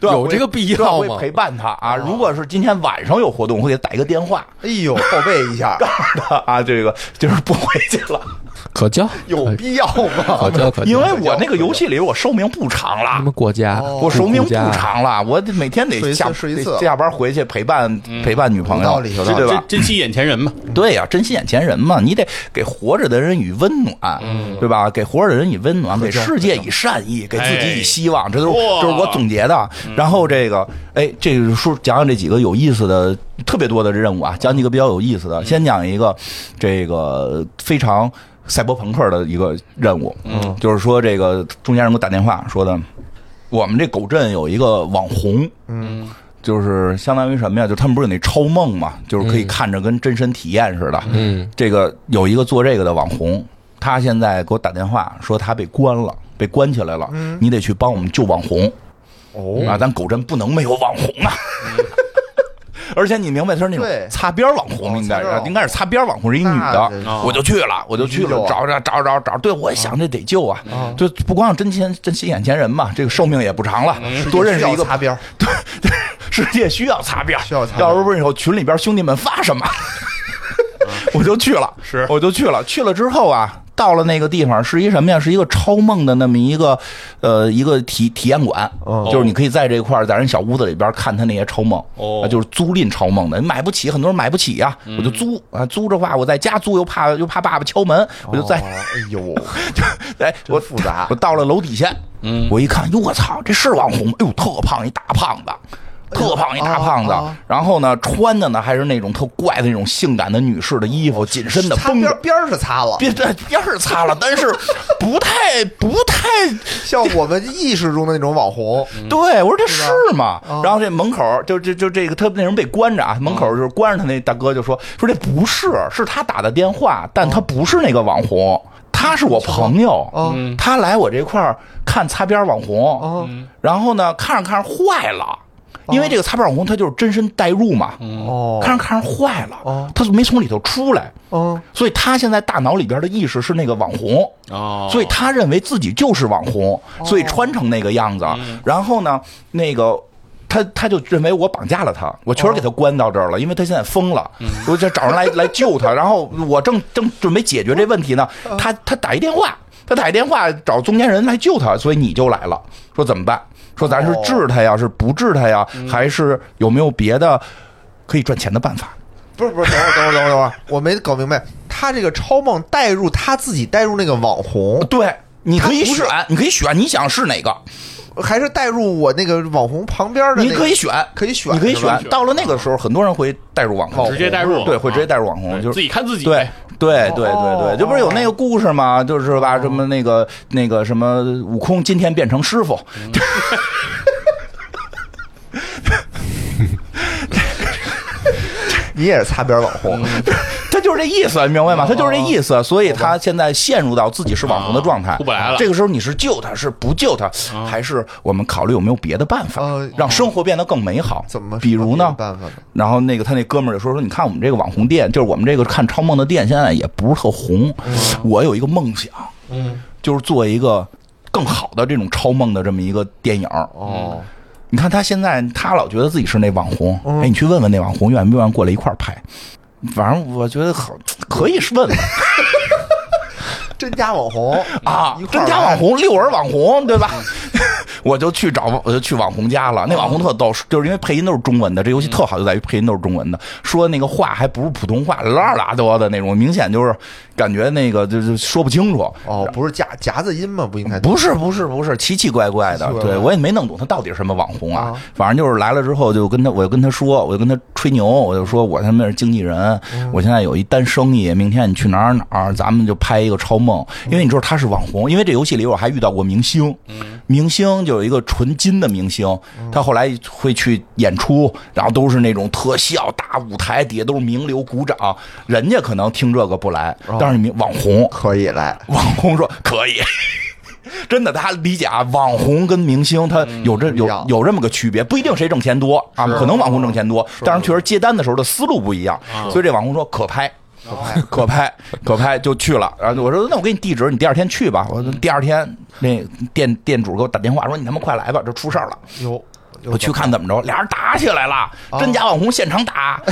Speaker 2: 对吧
Speaker 1: 有这个必要
Speaker 2: 我会
Speaker 1: 吗？
Speaker 2: 陪伴他啊！如果是今天晚上有活动，我会给他打一个电话，
Speaker 4: 哎呦，报备一下，
Speaker 2: 啊，这个就是不回去了，
Speaker 1: 可哎交
Speaker 4: 有必要
Speaker 1: 可
Speaker 4: 吗？
Speaker 1: 交可交，
Speaker 2: 因为我那个游戏里我寿命不长
Speaker 1: 他
Speaker 2: 了。
Speaker 1: 们国家，
Speaker 4: 哦
Speaker 2: 我寿
Speaker 1: 名
Speaker 2: 命不长了，我得每天得
Speaker 4: 睡一次
Speaker 2: 下
Speaker 4: 睡一次嗯
Speaker 2: 得下班回去陪伴陪伴女朋友，
Speaker 4: 有道理有道理
Speaker 2: 对吧？
Speaker 3: 珍惜眼前人嘛，
Speaker 2: 对呀、珍惜眼前人嘛，你得给活着的人以温暖，对吧？给活着的人以温暖，给世界以善意，给自己以希望，这都是
Speaker 3: 哇
Speaker 2: 这是我总结的。然后这个，哎，这个说讲讲这几个有意思的，特别多的任务啊，讲几个比较有意思的。先讲一个，这个非常赛博朋克的一个任务，嗯，就是说这个中间人给我打电话说的，我们这狗镇有一个网红，
Speaker 4: 嗯，
Speaker 2: 就是相当于什么呀？就他们不是有那超梦嘛，就是可以看着跟真身体验似的。
Speaker 1: 嗯，
Speaker 2: 这个有一个做这个的网红，他现在给我打电话说他被关了，被关起来了，你得去帮我们救网红。
Speaker 4: 嗯哦，
Speaker 2: 啊，咱狗镇不能没有网红 啊。而且你明白，他是那种
Speaker 4: 对
Speaker 2: 擦边网红，
Speaker 4: 哦
Speaker 2: 应该是
Speaker 4: 擦边网红
Speaker 2: 应该是擦边网红，是一女
Speaker 4: 那
Speaker 2: 的
Speaker 4: 真是，
Speaker 2: 我就去了，我就去
Speaker 4: 必须
Speaker 2: 了，
Speaker 4: 救啊
Speaker 2: 找找找找找，对，我也想这得救啊
Speaker 4: 啊，
Speaker 2: 就不光珍惜珍惜眼前人嘛，这个寿命也不长了，
Speaker 4: 嗯
Speaker 2: 多认识一个
Speaker 4: 擦边儿，
Speaker 2: 世界需要擦边儿，
Speaker 4: 需要擦边儿
Speaker 2: 要不然以后群里边兄弟们发 什么，我就去了，
Speaker 3: 是
Speaker 2: 我就去了，去了之后啊。到了那个地方是一什么呀？是一个超梦的那么一个，呃，一个体体验馆，
Speaker 4: 哦
Speaker 2: 就是你可以在这块儿，在人小屋子里边儿看他那些超梦，
Speaker 3: 哦
Speaker 2: 啊就是租赁超梦的，你买不起，很多人买不起呀、我就租啊，租的话我在家租又怕又怕爸爸敲门，我就在
Speaker 4: 哦哎呦，
Speaker 2: 哎，我
Speaker 4: 真复杂
Speaker 2: 我到了楼底下，
Speaker 3: 嗯
Speaker 2: 我一看，哟，我操，这是网红吗？哎呦，特胖一大胖子。
Speaker 4: 哎
Speaker 2: 特胖一大胖子，
Speaker 4: 啊啊
Speaker 2: 然后呢，穿的呢还是那种特怪的那种性感的女士的衣服，紧身的
Speaker 4: 哦擦
Speaker 2: 绷
Speaker 4: 边
Speaker 2: 着
Speaker 4: 儿，边儿是擦了，
Speaker 2: 边边是擦了，但是不太不太
Speaker 4: 像我们意识中的那种网红，
Speaker 2: 对。我说这是吗？
Speaker 4: 啊
Speaker 2: 然后这门口就就就这个他那人被关着啊，门口就是关着他那大哥就说说这不是，是他打的电话，但他不是那个网红，他是我朋友，
Speaker 4: 哦
Speaker 2: 他来我这块儿看擦边网红，
Speaker 4: 哦
Speaker 2: 然后呢，看着看着坏了，因为这个擦边网红他就是真身代入嘛，
Speaker 4: 哦
Speaker 2: 看着看着坏了，
Speaker 4: 哦
Speaker 2: 他就没从里头出来，
Speaker 4: 嗯，
Speaker 2: 所以他现在大脑里边的意识是那个网红，
Speaker 3: 哦，
Speaker 2: 所以他认为自己就是网红，
Speaker 4: 哦
Speaker 2: 所以穿成那个样子。
Speaker 4: 嗯
Speaker 2: 然后呢，那个他他就认为我绑架了他，我确实给他关到这
Speaker 4: 哦
Speaker 2: 儿了，因为他现在疯了，
Speaker 4: 嗯
Speaker 2: 我就找人 来来救他。然后我正正准备解决这问题呢，
Speaker 4: 嗯
Speaker 2: 他他打一电话，他打一电话找中间人来救他，所以你就来了，说怎么办？说咱是治他呀，是不治他
Speaker 4: 哦
Speaker 2: 呀，
Speaker 4: 嗯
Speaker 2: 还是有没有别的可以赚钱的办法？
Speaker 4: 不是不是，等会儿等会儿等会儿等会儿， 我没搞明白，他这个超梦带入他自己带入那个网红，
Speaker 2: 对。你可以
Speaker 4: 哦他不是
Speaker 2: 选，你可以选，你想是哪个？
Speaker 4: 还是带入我那个网红旁边的、那
Speaker 2: 哦你
Speaker 4: 个？
Speaker 2: 可以选，
Speaker 4: 可以选
Speaker 2: 你可以
Speaker 4: 是吧
Speaker 2: 选。到了那个时候，很多人会带入网红，
Speaker 3: 直接带入啊
Speaker 2: 对，会直接带入网红，
Speaker 3: 对
Speaker 2: 就是
Speaker 3: 自己看自己
Speaker 2: 对
Speaker 3: 呗。
Speaker 2: 对对
Speaker 4: 哦
Speaker 2: 对对，这不是有那个故事吗？就是吧，什么那个那个什么，悟空今天变成师傅，
Speaker 4: 你也是擦边网红，
Speaker 2: 嗯他就是这意思，你明白吗？他就是这意思，所以他现在陷入到自己是网红的状态，
Speaker 3: 哦出不来了
Speaker 2: 这个时候你是救他，是不救他，还是我们考虑有没有别的办法
Speaker 4: 哦，
Speaker 2: 让生活变得更美好？
Speaker 4: 怎么
Speaker 2: 比如呢
Speaker 4: 没？办法呢？
Speaker 2: 然后那个他那哥们儿就说说，你看我们这个网红店，就是我们这个看超梦的店，现在也不是特红。我有一个梦想，嗯，就是做一个更好的这种超梦的这么一个电影。
Speaker 4: 哦，
Speaker 2: 你看他现在，他老觉得自己是那网红，哎，你去问问那网红愿不愿意过来一块儿拍。反正我觉得好，可以是问问
Speaker 4: 真假网红
Speaker 2: 啊
Speaker 4: 一，
Speaker 2: 真
Speaker 4: 块啊儿
Speaker 2: 啊假
Speaker 4: 来
Speaker 2: 网红、六人网红，对吧？ 我就去找我就去网红家了。那网
Speaker 4: 哦
Speaker 2: 红特逗，就是因为配音都是中文的，这游戏特好就在于配音都是中文的，说那个话还不是普通话，拉拉多的那种，明显就是感觉那个就是说不清楚。
Speaker 4: 哦，不是夹夹子音吗？不应该
Speaker 2: 不是不是不是，奇奇怪怪的
Speaker 4: 奇奇，怪怪
Speaker 2: 对我也没弄懂他到底是什么网红啊
Speaker 4: 啊。
Speaker 2: 反正就是来了之后，就跟他，我就跟他说，我就跟他吹牛，我就说我他妈是经纪人，
Speaker 4: 嗯
Speaker 2: 我现在有一单生意，明天你去哪儿哪儿，咱们就拍一个超梦。
Speaker 4: 嗯
Speaker 2: 因为你知道他是网红，因为这游戏里我还遇到过明星，
Speaker 4: 嗯
Speaker 2: 明星就有一个纯金的明星，他后来会去演出，然后都是那种特效大舞台，底下都是名流鼓掌，人家可能听这个不来，
Speaker 4: 哦
Speaker 2: 但是你网红
Speaker 4: 可以来，
Speaker 2: 网红说可以。 真的，他理解啊，网红跟明星他有这有
Speaker 4: 一样
Speaker 2: 有这么个区别，不一定谁挣钱多啊，可能网红挣钱多，但是确实接单的时候的思路不一样，所以这网红说可拍。可拍，可拍就去了。然后我说：“那我给你地址，你第二天去吧。”我说第二天那店店主给我打电话说：“你他妈快来吧，这出事儿了。”
Speaker 4: 有有
Speaker 2: 我去看怎么着，俩人打起来了，
Speaker 3: 哦
Speaker 2: 真假网红现场 打。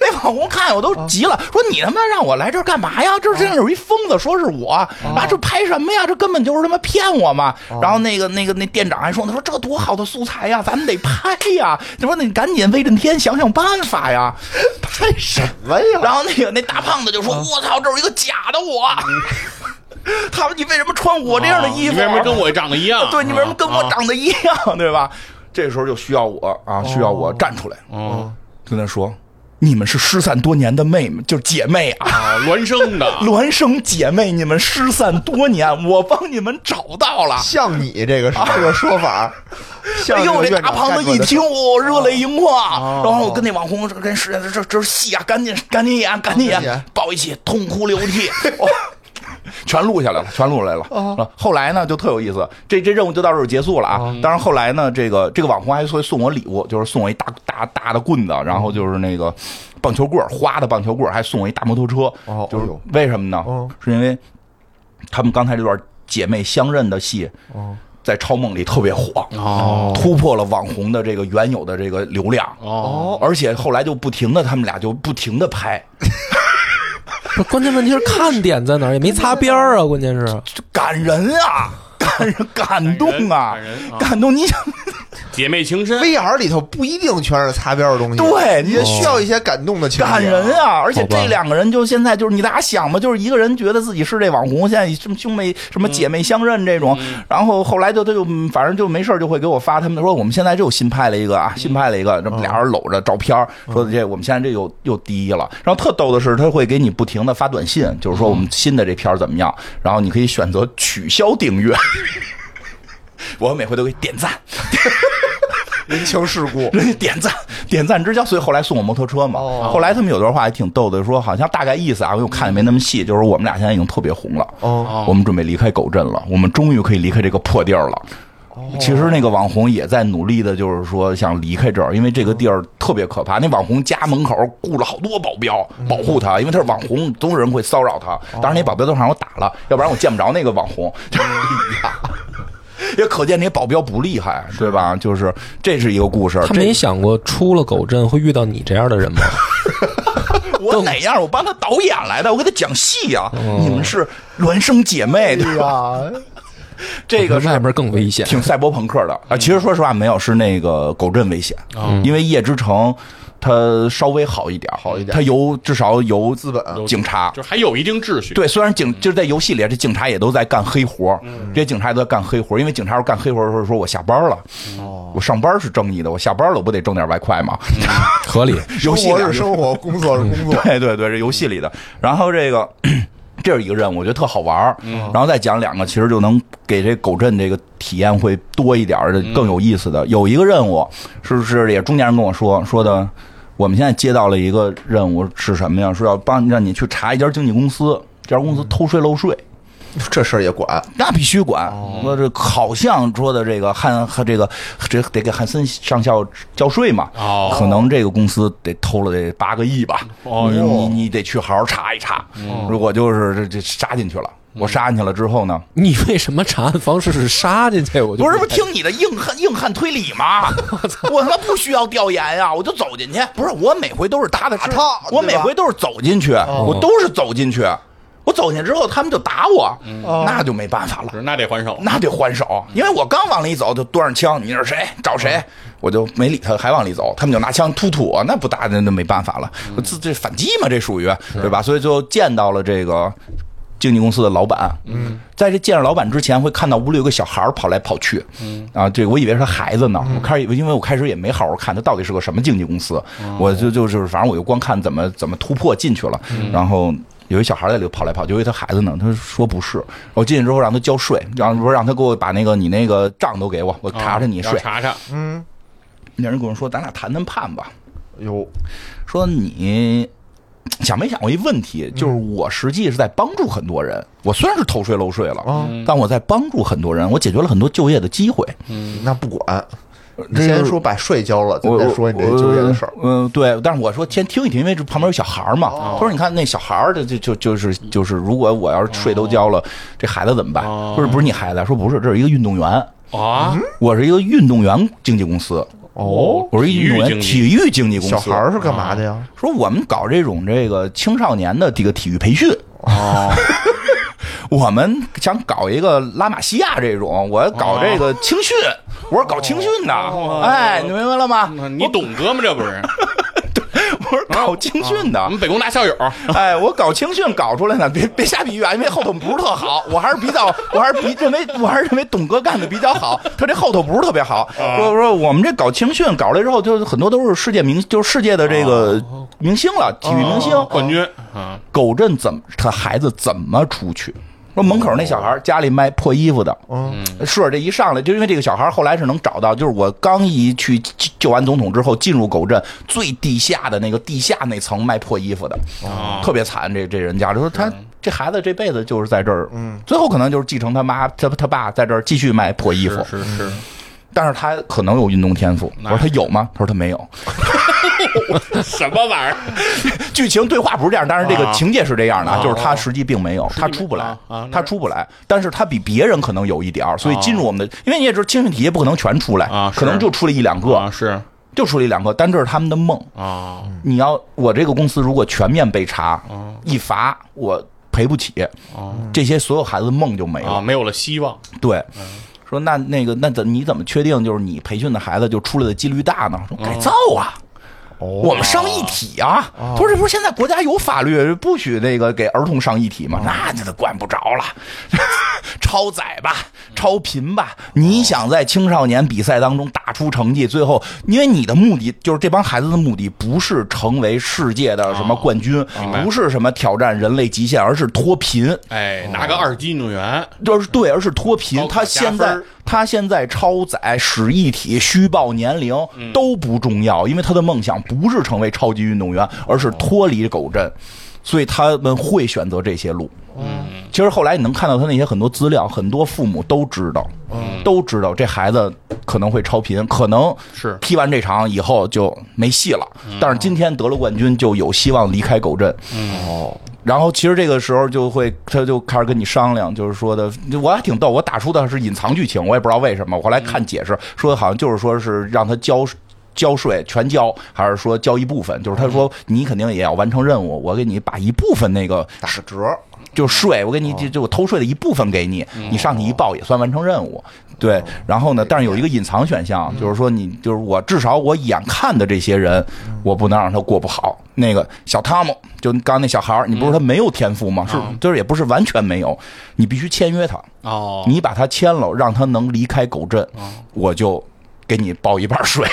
Speaker 2: 那网红看我都
Speaker 3: 哦
Speaker 2: 急了，说你他妈让我来这儿干嘛呀？这这有一疯子说是我，
Speaker 3: 哦
Speaker 2: 啊，这拍什么呀？这根本就是他妈骗我嘛！然后那个那个那店长还说呢，他说这多好的素材呀，咱们得拍呀。他说那你赶紧威震天想想办法呀，拍什么呀？然后那个那大胖子就
Speaker 3: 嗯
Speaker 2: 说，我操，这有一个假的我。 他们你为什么穿我这样的衣服？
Speaker 3: 哦
Speaker 2: 啊
Speaker 3: 你为什么跟我长得一样？
Speaker 2: 对，你为什么跟我
Speaker 3: 啊？
Speaker 2: 长得一样， 对吧？这时候就需要我啊，需要我站出来，
Speaker 3: 哦，
Speaker 2: 跟他说：“你们是失散多年的妹妹，就是姐妹 啊，
Speaker 3: 啊孪生 的
Speaker 2: 孪生姐妹，你们失散多年，我帮你们找到了。”
Speaker 4: 像你 这个这个说法，像
Speaker 2: 哎呦，
Speaker 4: 个
Speaker 2: 这
Speaker 4: 院
Speaker 2: 大
Speaker 4: 长
Speaker 2: 胖
Speaker 4: 干
Speaker 2: 子
Speaker 4: 过
Speaker 2: 一
Speaker 4: 的事
Speaker 2: 听，
Speaker 4: 儿，
Speaker 2: 我热泪盈眶。然后我跟那网红说：“跟是这这是戏啊，赶紧赶紧演，赶紧
Speaker 4: 赶紧
Speaker 2: 演
Speaker 4: 演，
Speaker 2: 抱一起痛哭流涕。哦” 全录下来了，全录下来了。啊后来呢，就特有意思，这这任务就到这儿结束了啊。当然后来呢，这个这个网红还会送我礼物，就是送我一大大大的棍子，然后就是那个棒球棍儿，花的棒球棍儿，还送我一大摩托车。
Speaker 4: 哦
Speaker 2: 就是
Speaker 4: 哎呦
Speaker 2: 为什么呢
Speaker 4: 哦？
Speaker 2: 是因为他们刚才这段姐妹相认的戏，在超梦里特别火，
Speaker 3: 哦
Speaker 2: 突破了网红的这个原有的这个流量，
Speaker 3: 哦，
Speaker 2: 而且后来就不停的，他们俩就不停的拍，
Speaker 1: 不是关键问题是看点在哪儿，也没擦边儿啊。关键是
Speaker 2: 就感人啊，感人感动啊
Speaker 3: 感人感人，啊
Speaker 2: 感动！你想，
Speaker 3: 姐妹情深，
Speaker 4: VR 里头不一定全是擦边的东西，
Speaker 2: 对
Speaker 4: 也需要一些感动的情节
Speaker 2: 感人啊！而且
Speaker 1: 好吧
Speaker 2: 这两个人就现在就是你大家想吧，就是一个人觉得自己是这网红，现在什么兄妹什么姐妹相认这种，然后后来就他就嗯反正就没事儿就会给我发他们说我们现在就新拍了一个啊，新拍了一个，这么俩人搂着照片儿，说这我们现在这又又第一了。然后特逗的是，他会给你不停的发短信，就是说我们新的这片儿怎么样，然后你可以选择取消订阅。我每回都给点赞，
Speaker 4: 人情世故
Speaker 2: 人家点赞点赞之交，所以后来送我摩托车嘛。
Speaker 4: 哦
Speaker 2: 后来他们有段话还挺逗的，说好像大概意思啊，因为我看的没那么细，就是我们俩现在已经特别红了，
Speaker 4: 哦
Speaker 2: 我们准备离开狗镇了，我们终于可以离开这个破地儿了。其实那个网红也在努力的，就是说想离开这儿，因为这个地儿特别可怕。那网红家门口雇了好多保镖
Speaker 4: 嗯
Speaker 2: 保护他，因为他是网红，总有人会骚扰他。
Speaker 4: 哦
Speaker 2: 当然，那保镖都让我打了，要不然我见不着那个网红。 也可见那保镖不厉害，对吧？就是这是一个故事。
Speaker 1: 他
Speaker 2: 这
Speaker 1: 没想过出了狗镇会遇到你这样的人吗？
Speaker 2: 我哪样？我帮他导演来的，我给他讲戏呀、你们是孪生姐妹，对
Speaker 4: 对
Speaker 2: 吧？
Speaker 4: 哦哎呀，
Speaker 2: 这个是
Speaker 1: 外边更危 险。
Speaker 2: 挺赛博朋克的啊。其实说实话，没有是那个狗镇危险，因为夜之城它稍微好一点，哦好一点，它有至少有资嗯本警察，
Speaker 3: 就还有一定秩序。
Speaker 2: 对，虽然警就是在游戏里，啊这警察也都在干黑活、这些警察也都在干黑活因为警察要干黑活的时候说：“我下班了，我上班是正义的，我下班了我不得挣点外快吗？”
Speaker 1: 合理，
Speaker 2: 游戏
Speaker 4: 生活
Speaker 2: 里啊
Speaker 4: 是生活，工作是工作，
Speaker 2: 对对对，这游戏里的。然后这个 这是一个任务，我觉得特好玩儿。然后再讲两个，其实就能给这狗镇这个体验会多一点儿，更有意思的。有一个任务是不是也中间人跟我说说的？我们现在接到了一个任务是什么呀？说要帮让你去查一家经纪公司，这家公司偷税漏税。
Speaker 4: 这事儿也管。
Speaker 2: 那必须管。
Speaker 3: 哦
Speaker 2: 我这好像说的这个汉和这个这得给汉森上校交税嘛，
Speaker 3: 哦
Speaker 2: 可能这个公司得偷了得八个亿吧。
Speaker 3: 哦
Speaker 2: 你
Speaker 3: 哟嗯
Speaker 2: 你你得去好好查一查。如果就是这这杀进去了，我杀进去了之后呢，
Speaker 1: 你为什么查案方式是杀进去？我就
Speaker 2: 不是不听你的硬汉硬汉推理 吗？我他妈不需要调研呀、我就走进去。不是我每回都是踏踏实实
Speaker 4: 打套，
Speaker 2: 我
Speaker 4: 对
Speaker 2: 每
Speaker 4: 吧
Speaker 3: 哦
Speaker 2: 回都是走进去，我都是走进去。我走进去之后，他们就打我，
Speaker 3: 嗯
Speaker 4: 哦
Speaker 2: 那就没办法了。
Speaker 3: 是那得还手。
Speaker 2: 那得还手，嗯因为我刚往里走就端着枪，你是谁？找谁？我就没理他，还往里走，他们就拿枪突突我，那不打那那没办法了，这这反击嘛，这属于对吧？所以就见到了这个经纪公司的老板，嗯，在这见着老板之前，会看到屋里有个小孩儿跑来跑去，嗯啊，这个我以为是孩子呢，我开始以为，因为我开始也没好好看他到底是个什么经纪公司，我就就就是反正我就光看怎么怎么突破进去了，然后。有一小孩在里头跑来跑去，因为他孩子呢，他说不是。我进去之后让他交税，让不是让他给我把那个你那个账都给我，我查查你
Speaker 3: 啊
Speaker 2: 税。
Speaker 3: 查查，
Speaker 4: 嗯，
Speaker 2: 那人跟我说，咱俩谈谈判吧。
Speaker 4: 有
Speaker 2: 说你想没想过一问题，就是我实际是在帮助很多人。我虽然是偷税漏税了，
Speaker 4: 啊，
Speaker 2: 但我在帮助很多人，我解决了很多就业的机会。
Speaker 4: 那不管，你
Speaker 2: 这
Speaker 4: 先
Speaker 2: 是
Speaker 4: 说把税交了，咱
Speaker 2: 我
Speaker 4: 再说你这就业的事儿。
Speaker 2: 嗯、对，但是我说先听一听，因为这旁边有小孩儿嘛。
Speaker 4: 哦
Speaker 2: 他说：“你看那小孩儿，这就就就是就是，如果我要是税都交了，
Speaker 4: 哦
Speaker 2: 这孩子怎么办？”
Speaker 3: 哦
Speaker 2: 不是不是你孩子，说不是，这是一个运动员，
Speaker 3: 啊，
Speaker 2: 我是一个运动员经纪公司，
Speaker 4: 哦，
Speaker 2: 我是一个运动员
Speaker 3: 体
Speaker 2: 体育经纪公司。
Speaker 4: 小孩儿是干嘛的呀？
Speaker 2: 说我们搞这种这个青少年的这个体育培训。
Speaker 3: 哦，
Speaker 2: 我们想搞一个拉玛西亚这种，我搞这个青训，
Speaker 4: 哦
Speaker 2: 我是搞青训的，哎，你明白了
Speaker 4: 嗯
Speaker 2: 吗？
Speaker 3: 那啊你懂哥们这不
Speaker 2: 哦
Speaker 3: 是？
Speaker 2: 我是搞青训的
Speaker 3: 我，
Speaker 4: 嗯
Speaker 3: 们北工大校友，
Speaker 2: 哎，我搞青训搞出来呢，别别瞎比喻啊，因为后头不是特好，我还是比较，我还是比认为我还是认为董哥干的比较好，他这后头不是特别好。我说我们这搞青训搞来之后，就是很多都是世界明，就是世界的这个明星了，体育明星。哦
Speaker 3: 冠军啊，
Speaker 2: 狗镇怎么他孩子怎么出去？说门口那小孩家里卖破衣服的，
Speaker 4: 嗯，
Speaker 2: 是这一上来就因为这个小孩后来是能找到，就是我刚一去救完总统之后，进入狗镇最地下的那个地下那层卖破衣服的，
Speaker 3: 哦
Speaker 2: 特别惨。这这人家就说他这孩子这辈子就是在这儿，嗯，最后可能就是继承他妈他他爸在这儿继续卖破衣服，
Speaker 3: 是是，
Speaker 2: 嗯但是他可能有运动天赋。我
Speaker 3: 那
Speaker 2: 说他有吗？他说他没有。
Speaker 3: 什么玩意儿？
Speaker 2: 剧情对话不是这样，但是这个
Speaker 3: 啊
Speaker 2: 情节是这样的，
Speaker 3: 啊
Speaker 2: 就是他实际并没有，他出不来，
Speaker 3: 啊啊那
Speaker 2: 他出不来，但是他比别人可能有一点儿，所以进入我们的，因为你也知道，青训体系不可能全出来，
Speaker 3: 啊是
Speaker 2: 可能就出了一两个，
Speaker 3: 啊是
Speaker 2: 就出了一两个，但这是他们的梦。
Speaker 3: 啊，
Speaker 2: 你要我这个公司如果全面被查，
Speaker 3: 嗯
Speaker 2: 一罚我赔不起，
Speaker 3: 哦
Speaker 2: 这些所有孩子的梦就没了。
Speaker 3: 啊，没有了希望，
Speaker 2: 对，说那那个那怎你怎么确定就是你培训的孩子就出来的几率大呢？说改造啊。我们上一体啊！他说：“这不是现在国家有法律不许那个给儿童上一体吗？那你都管不着了， 超载吧，超频吧。你想在青少年比赛当中打出成绩，最后因为你的目的就是这帮孩子的目的不是成为世界的什么冠军，不是什么挑战人类极限，而是脱贫。
Speaker 3: 哎，拿个二级运动员，
Speaker 2: 就是对，而是脱贫
Speaker 3: 高。考
Speaker 2: 他现
Speaker 3: 加
Speaker 2: 在
Speaker 3: 分
Speaker 2: 他现在超载、使一体、虚报年龄
Speaker 3: 嗯
Speaker 2: 都不重要，因为他的梦想不是成为超级运动员，而
Speaker 3: 哦
Speaker 2: 是脱离狗镇，所以他们会选择这些路。嗯，其实后来你能看到他那些很多资料，很多父母都知道，
Speaker 3: 嗯
Speaker 2: 都知道这孩子可能会超频，可能
Speaker 3: 是嗯
Speaker 2: 踢完这场以后就没戏了。但是今天得了冠军，就有希望离开狗镇。
Speaker 4: 哦，
Speaker 2: 然后其实这个时候就会，他就开始跟你商量，就是说的，我还挺逗，我打出的是隐藏剧情，我也不知道为什么。我后来看解释，说好像就是说是让他交。 交税全交，还是说交一部分？就是他说你肯定也要完成任务，我给你把一部分那个打折，就税，我给你就就我偷税的一部分给你，你上去一报也算完成任务。对，然后呢，但是有一个隐藏选项，就是说你就是我至少我眼看的这些人，我不能让他过不好。那个小汤姆，就刚刚那小孩儿，你不是说他没有天赋吗？是，就是也不是完全没有，你必须签约他，
Speaker 3: 哦，
Speaker 2: 你把他签了，让他能离开狗镇，我就给你报一半税。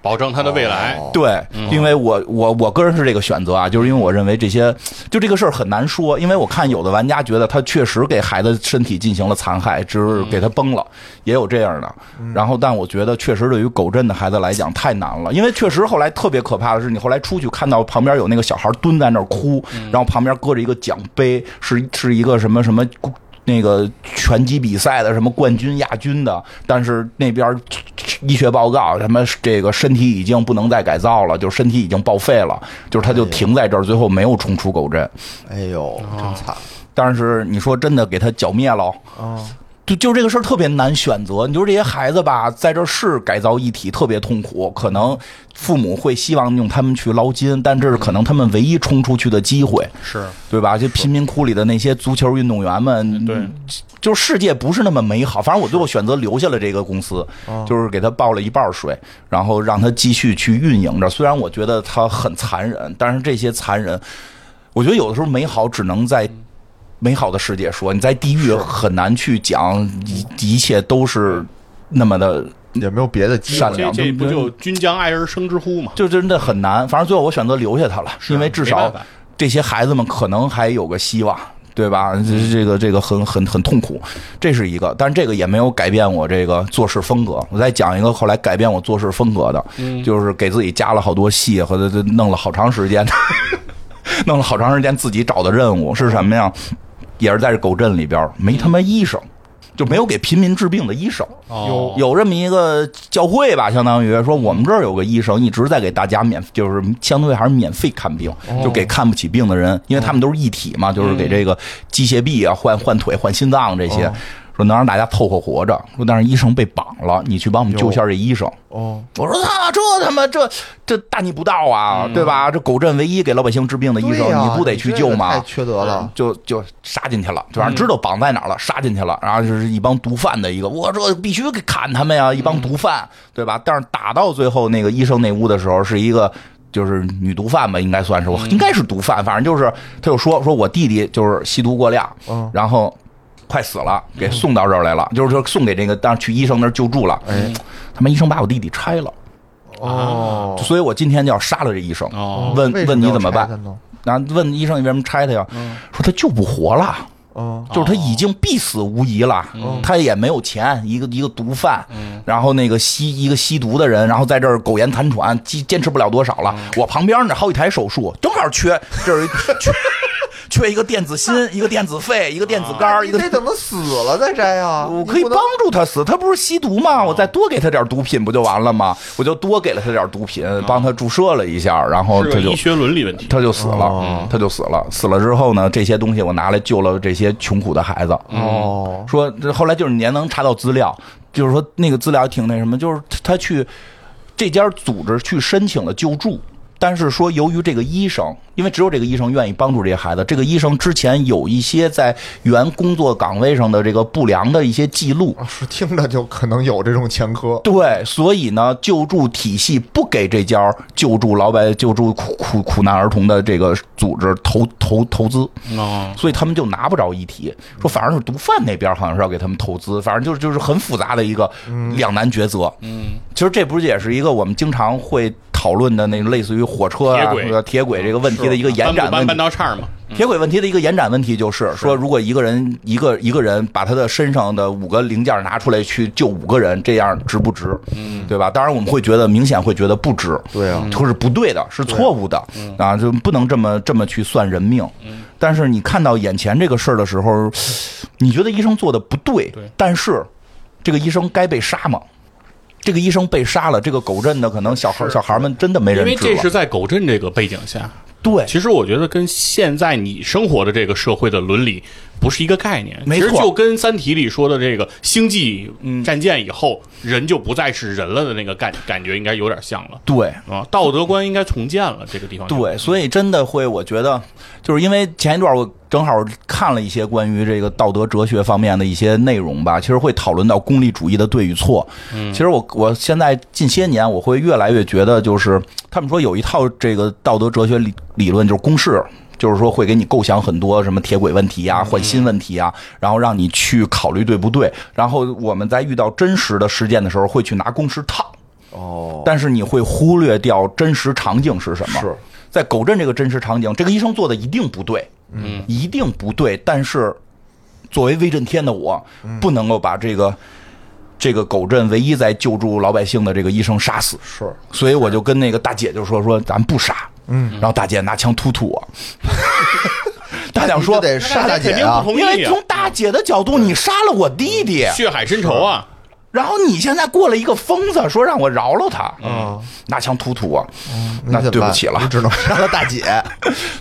Speaker 3: 保证他的未来，
Speaker 2: 对，因为我我我个人是这个选择啊，就是因为我认为这些就这个事儿很难说，因为我看有的玩家觉得他确实给孩子身体进行了残害，只是给他崩了，也有这样的。然后，但我觉得确实对于狗镇的孩子来讲太难了，因为确实后来特别可怕的是，你后来出去看到旁边有那个小孩蹲在那儿哭，然后旁边搁着一个奖杯，是是一个什么什么。那个拳击比赛的什么冠军、亚军的，但是那边儿医学报告什么这个身体已经不能再改造了，就是身体已经报废了，就是他就停在这儿，最后没有冲出狗镇。啊
Speaker 4: 哎呦，真惨
Speaker 2: 但是你说真的给他剿灭喽，
Speaker 4: 啊！
Speaker 2: 就就这个事儿特别难选择。你说这些孩子吧，在这儿是改造一体特别痛苦，可能父母会希望用他们去捞金，但这是可能他们唯一冲出去的机会，
Speaker 3: 是
Speaker 2: 对吧？就贫民窟里的那些足球运动员们，
Speaker 3: 嗯对，
Speaker 2: 就世界不是那么美好。反正我最后选择留下了这个公司，就是给他报了一半税，然后让他继续去运营着。虽然我觉得他很残忍，但是这些残忍，我觉得有的时候美好只能在。美好的世界说，你在地狱很难去讲一一切都是那么的，
Speaker 4: 也没有别的机
Speaker 2: 善
Speaker 4: 会。
Speaker 2: 良
Speaker 3: 这这不
Speaker 2: 嗯
Speaker 3: 就“君将爱而生之乎”嘛？啊
Speaker 2: 就真的很难。反正最后我选择留下他了，因为至
Speaker 3: 没
Speaker 2: 少
Speaker 3: 办法
Speaker 2: 这些孩子们可能还有个希望，对吧？这这个这个很很很痛苦，这是一个。但是这个也没有改变我这个做事风格。我再讲一个后来改变我做事风格的，
Speaker 3: 嗯
Speaker 2: 就是给自己加了好多戏，或者弄了好长时间， 弄了好长时间自己找的任务是什么呀？也是在这狗镇里边儿没他妈医生，就没有给贫民治病的医生。
Speaker 3: 哦
Speaker 2: 有这么一个教会吧，相当于说我们这儿有个医生一直在给大家免，就是相对还是免费看病，
Speaker 4: 哦
Speaker 2: 就给看不起病的人，因为他们都是一体
Speaker 4: 嗯
Speaker 2: 嘛，就是给这个机械臂啊、换换腿、换心脏这
Speaker 4: 哦
Speaker 2: 些，说能让大家凑合活着。说但是医生被绑了，你去帮我们救一下这医生。
Speaker 4: 哦，
Speaker 2: 我说啊，这他妈这这大逆不道啊，对吧？这狗镇唯一给老百姓治病的医生，
Speaker 4: 嗯对呀
Speaker 2: 你不得去救吗？
Speaker 4: 你这个太缺德了。嗯
Speaker 2: 就就杀进去了，就反正知道绑在哪儿了，杀进去了，然后就是一帮毒贩的一个，我这必须给砍他们呀，一
Speaker 4: 嗯
Speaker 2: 帮毒贩，对吧？但是打到最后那个医生那屋的时候，是一个。就是女毒贩吧，应该算是
Speaker 4: 嗯
Speaker 2: 我，应该是毒贩，反正就是，他就说说我弟弟就是吸毒过量，
Speaker 4: 嗯
Speaker 2: 然后快死了，给送到这儿来了，就是说送给这个，当时去医生那儿救助了，
Speaker 4: 哎，
Speaker 2: 他妈医生把我弟弟拆了，
Speaker 4: 哦，
Speaker 2: 所以我今啊天就要杀了这医生，
Speaker 3: 哦
Speaker 2: 问
Speaker 4: 为什
Speaker 2: 问你
Speaker 4: 要
Speaker 2: 怎么
Speaker 4: 拆
Speaker 2: 办
Speaker 4: 它？呢？
Speaker 2: 然后问医生你为什么拆他呀？说他救不活了。
Speaker 4: 嗯，
Speaker 2: 就是他已经必死无疑了，
Speaker 3: 哦嗯
Speaker 2: 他也没有钱，一个一个毒贩，然后那个吸一个吸毒的人，然后在这儿苟延残喘，坚坚持不了多少了。
Speaker 3: 嗯
Speaker 2: 我旁边呢还有一台手术，正好缺，这儿 缺缺一个电子 心，一个电子肺，一个电子肝儿，一
Speaker 4: 啊你
Speaker 2: 个
Speaker 4: 得等他死了再摘啊！
Speaker 2: 我
Speaker 4: 你
Speaker 2: 可以
Speaker 4: 不
Speaker 2: 帮
Speaker 4: 能
Speaker 2: 助他死，他不是吸毒吗？我
Speaker 3: 嗯
Speaker 2: 再多给他点毒品不就完了吗？我就多给了他点毒品，帮他注射了一下，然后
Speaker 3: 嗯是
Speaker 2: 他
Speaker 3: 个
Speaker 2: 就
Speaker 3: 医学哦伦理问题。
Speaker 2: 他就死了，他就死了。死了之后呢，这些东西我拿来救了这些穷苦的孩子。
Speaker 3: 嗯
Speaker 4: 哦，
Speaker 2: 说这后来就是你也能查到资料，就是说那个资料挺那什么，就是他去这家组织去申请了救助。但是说，由于这个医生，因为只有这个医生愿意帮助这些孩子，这个医生之前有一些在原工作岗位上的这个不良的一些记录，
Speaker 4: 啊是听着就可能有这种前科。
Speaker 2: 对，所以呢，救助体系不给这家救助老百救助苦苦苦难儿童的这个组织投投投资，
Speaker 3: 哦，
Speaker 2: 所以他们就拿不着一体，说反而是毒贩那边好像是要给他们投资，反正就是就是很复杂的一个两难抉择。嗯，其实这不是也是一个我们经常会讨论的那类似于火车啊、
Speaker 3: 铁轨
Speaker 2: 呃铁轨这个问题的一个延展问
Speaker 3: 搬搬
Speaker 2: 题
Speaker 3: 搬。到岔儿嘛，
Speaker 2: 铁轨问题的一个延展问题就是说，如果一个人一个一个人把他的身上的五个零件拿出来去救五个人，这样值不值？嗯，对吧？当然我们会觉得明显会觉得不值，
Speaker 4: 对啊，
Speaker 2: 就是不对的，是错误的啊，就不能这么这么去算人命。但是你看到眼前这个事儿的时候，你觉得医生做的不对
Speaker 3: 对，
Speaker 2: 但是这个医生该被杀吗？这个医生被杀了，这个狗镇的可能小孩小孩们真的没
Speaker 3: 因
Speaker 2: 人
Speaker 3: 为
Speaker 2: 治
Speaker 3: 这
Speaker 2: 了。
Speaker 3: 是在狗镇这个背景下，
Speaker 2: 对，
Speaker 3: 其实我觉得跟现在你生活的这个社会的伦理不是一个概念，
Speaker 2: 没
Speaker 3: 其实
Speaker 2: 错
Speaker 3: 就跟《三体》里说的这个星际战舰以后、人就不再是人了的那个感感觉，应该有点像了
Speaker 2: 对，
Speaker 3: 啊，道德观应该重建了这个地方。嗯
Speaker 2: 对，所以真的会，我觉得就是因为前一段我正好看了一些关于这个道德哲学方面的一些内容吧，其实会讨论到功利主义的对与错。嗯，其实我我现在近些年我会越来越觉得，就是他们说有一套这个道德哲学理理论，就是公式。就是说会给你构想很多什么铁轨问题
Speaker 3: 嗯
Speaker 2: 呀、换新问题呀，然后让你去考虑对不对。然后我们在遇到真实的事件的时候，会去拿公式套。
Speaker 4: 哦，
Speaker 2: 但是你会忽略掉真实场景是什么。
Speaker 4: 是
Speaker 2: 在狗镇这个真实场景，这个医生做的一定不对，嗯，一定不对。但是作为威震天的我，
Speaker 4: 嗯
Speaker 2: 不能够把这个这个狗镇唯一在救助老百姓的这个医生杀死，
Speaker 4: 是
Speaker 2: 所以我就跟那个大姐就说说咱不杀，嗯，然后大姐拿枪突突 我，大姐说
Speaker 4: 你就得杀大姐
Speaker 3: 肯定
Speaker 4: 啊
Speaker 3: 不！同
Speaker 2: 因为
Speaker 3: 意啊
Speaker 2: 从大姐的角度，你杀了我弟弟，
Speaker 3: 血海深仇啊，
Speaker 2: 然后你现在过来一个疯子，说让我饶了他，嗯，拿枪突突啊，那
Speaker 4: 嗯你怎么
Speaker 2: 对不
Speaker 4: 办
Speaker 2: 起了
Speaker 4: 你只 能杀了大姐。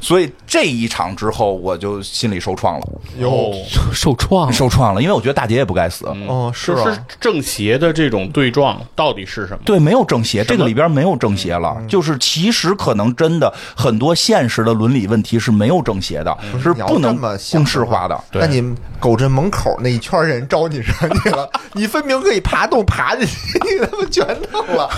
Speaker 2: 所以这一场之后，我就心里受创了，
Speaker 3: 有
Speaker 1: 受创了。
Speaker 2: 受创了，因为我觉得大姐也不该死，
Speaker 4: 哦，是
Speaker 3: 就
Speaker 4: 啊
Speaker 3: 是，正邪的这种对撞到底是什么？
Speaker 2: 对，没有正邪，这个里边没有正邪了，
Speaker 4: 嗯
Speaker 2: 就是其实可能真的很多现实的伦理问题是没有正邪的，是
Speaker 4: 你要
Speaker 2: 不
Speaker 4: 这
Speaker 2: 能
Speaker 4: 么想
Speaker 2: 公式化的。
Speaker 3: 对
Speaker 4: 那你狗镇门口那一圈人招你惹你了，你分明可以爬洞爬进去，你他妈全弄了。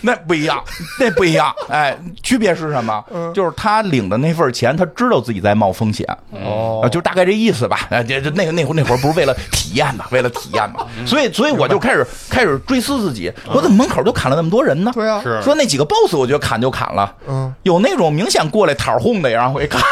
Speaker 2: 那不一样，那不一样。哎，区别是什么？
Speaker 4: 嗯
Speaker 2: 就是他领的那份钱，他知道自己在冒风险，
Speaker 4: 哦
Speaker 2: 啊，就大概这意思吧。哎，这这那那会那会儿不是为了体验嘛，为了体验嘛。
Speaker 4: 嗯
Speaker 2: 所以所以我就开始开始追思自己，我怎么门口就砍了那么多人呢？
Speaker 4: 对啊
Speaker 3: 是
Speaker 2: 说那几个 boss，我觉得砍就砍了。
Speaker 4: 嗯，
Speaker 2: 有那种明显过来讨哄的也让我给砍了。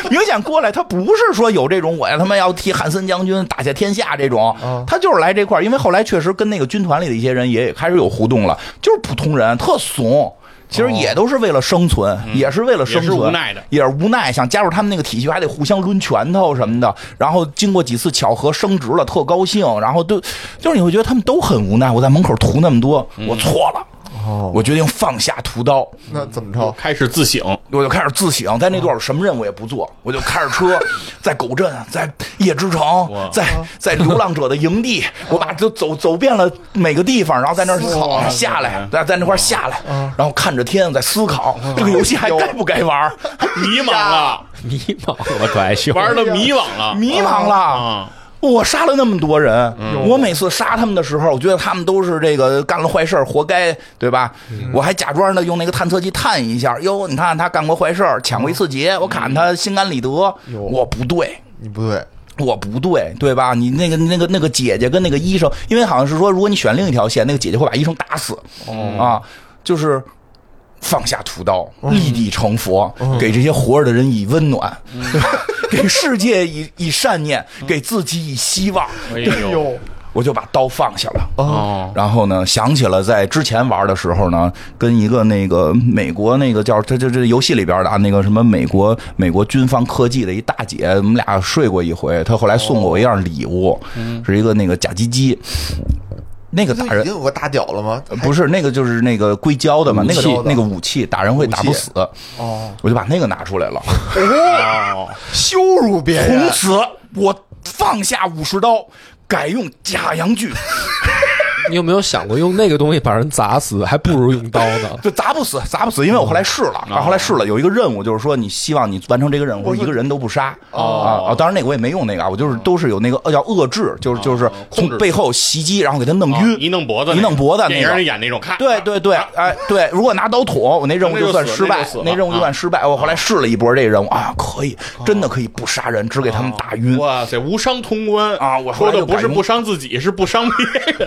Speaker 2: 明显过来，他不是说有这种我他妈要替汉森将军打下天下这种，他就是来这块儿。因为后来确实跟那个军团里的一些人也开始有互动了，就是普通人特怂。其实也都是为了生存，也是为了生存，
Speaker 3: 嗯也是无奈的
Speaker 2: 也是无奈，想加入他们那个体系，还得互相抡拳头什么的。然后经过几次巧合升职了，特高兴。然后都就是你会觉得他们都很无奈。我在门口涂那么多，
Speaker 3: 嗯
Speaker 2: 我错了，
Speaker 4: 哦，
Speaker 2: 我决定放下屠刀。
Speaker 4: 那怎么
Speaker 2: 嗯
Speaker 3: 我
Speaker 4: 着？
Speaker 3: 开始自省，
Speaker 2: 我就开始自省，在那段儿什么任务也不做，我就开着车，在狗镇，在夜之城
Speaker 3: 哇，
Speaker 2: 在在流浪者的营地，我把就走走遍了每个地方，然后在那儿
Speaker 3: 哇
Speaker 2: 跑下来，在在那块儿下来，然后看着天，在思考这个游戏还该不该玩儿，
Speaker 3: 迷茫了，
Speaker 1: 迷茫，我可爱秀。
Speaker 3: 玩的迷惘了，
Speaker 2: 迷茫了。
Speaker 3: 啊，
Speaker 2: 我杀了那么多人，我每次杀他们的时候，我觉得他们都是这个干了坏事儿，活该，对吧？我还假装的用那个探测器探一下，哟，你看他干过坏事儿，抢过一次劫，我砍他心安理得，我不对。
Speaker 4: 你不对，
Speaker 2: 我不对，对吧？你那个那个那个姐姐跟那个医生，因为好像是说，如果你选另一条线，那个姐姐会把医生打死、啊，就是放下屠刀，立地成佛，给这些活着的人以温暖， 给世界以以善念，给自己以希望，
Speaker 3: 哎呦，
Speaker 4: 哦
Speaker 2: 我就把刀放下了。
Speaker 3: 哦，
Speaker 2: 然后呢，想起了在之前玩的时候呢，跟一个那个美国那个叫这这这游戏里边的啊，那个什么美国美国军方科技的一大姐，我们俩睡过一回。她后来送过我一样礼物，
Speaker 4: 嗯
Speaker 2: 是一个那个假鸡鸡，那个
Speaker 4: 不
Speaker 2: 打
Speaker 4: 就已
Speaker 2: 人嗯
Speaker 4: 经。有个打屌了吗？还
Speaker 2: 不是那个，就是那个硅胶的嘛，那个
Speaker 4: 武器
Speaker 2: 那个武器打人会打不死，
Speaker 4: 哦，
Speaker 2: 我就把那个拿出来了。
Speaker 3: 哦，
Speaker 4: 羞辱别
Speaker 2: 从
Speaker 4: 人，
Speaker 2: 此我放下武士刀，改用假洋锯。
Speaker 1: 你有没有想过用那个东西把人砸死，还不如用刀呢？
Speaker 2: 就砸不死，砸不死，因为我后来试了，
Speaker 3: 嗯
Speaker 2: 啊，后来试
Speaker 3: 哦
Speaker 2: 了，有一个任务就是说，你希望你完成这个任务，一个人都不杀
Speaker 3: 哦
Speaker 2: 啊啊！当然那个我也没用那个啊，我就是都是有那个呃叫遏制，就是就是
Speaker 3: 控
Speaker 2: 从
Speaker 3: 制
Speaker 2: 背后袭击，然后给他弄
Speaker 3: 啊
Speaker 2: 晕，
Speaker 3: 一弄脖子那个，
Speaker 2: 一弄脖子那
Speaker 3: 电影
Speaker 2: 个
Speaker 3: 里。演那种，看，
Speaker 2: 对对对，哎对，如果拿刀捅我，那任务就算失
Speaker 3: 啊那
Speaker 2: 败
Speaker 3: 就死，
Speaker 2: 那任务就
Speaker 3: 那就死了啊哦
Speaker 2: 算失败。我后来试了一波这任务啊，可以，真的可以不杀人，只给他们打 晕。
Speaker 3: 哇塞，无伤通关
Speaker 2: 啊我后
Speaker 3: 说
Speaker 2: 来
Speaker 3: 的
Speaker 2: 就
Speaker 3: 不是
Speaker 2: 改用哦
Speaker 3: 不伤自己，是不伤 别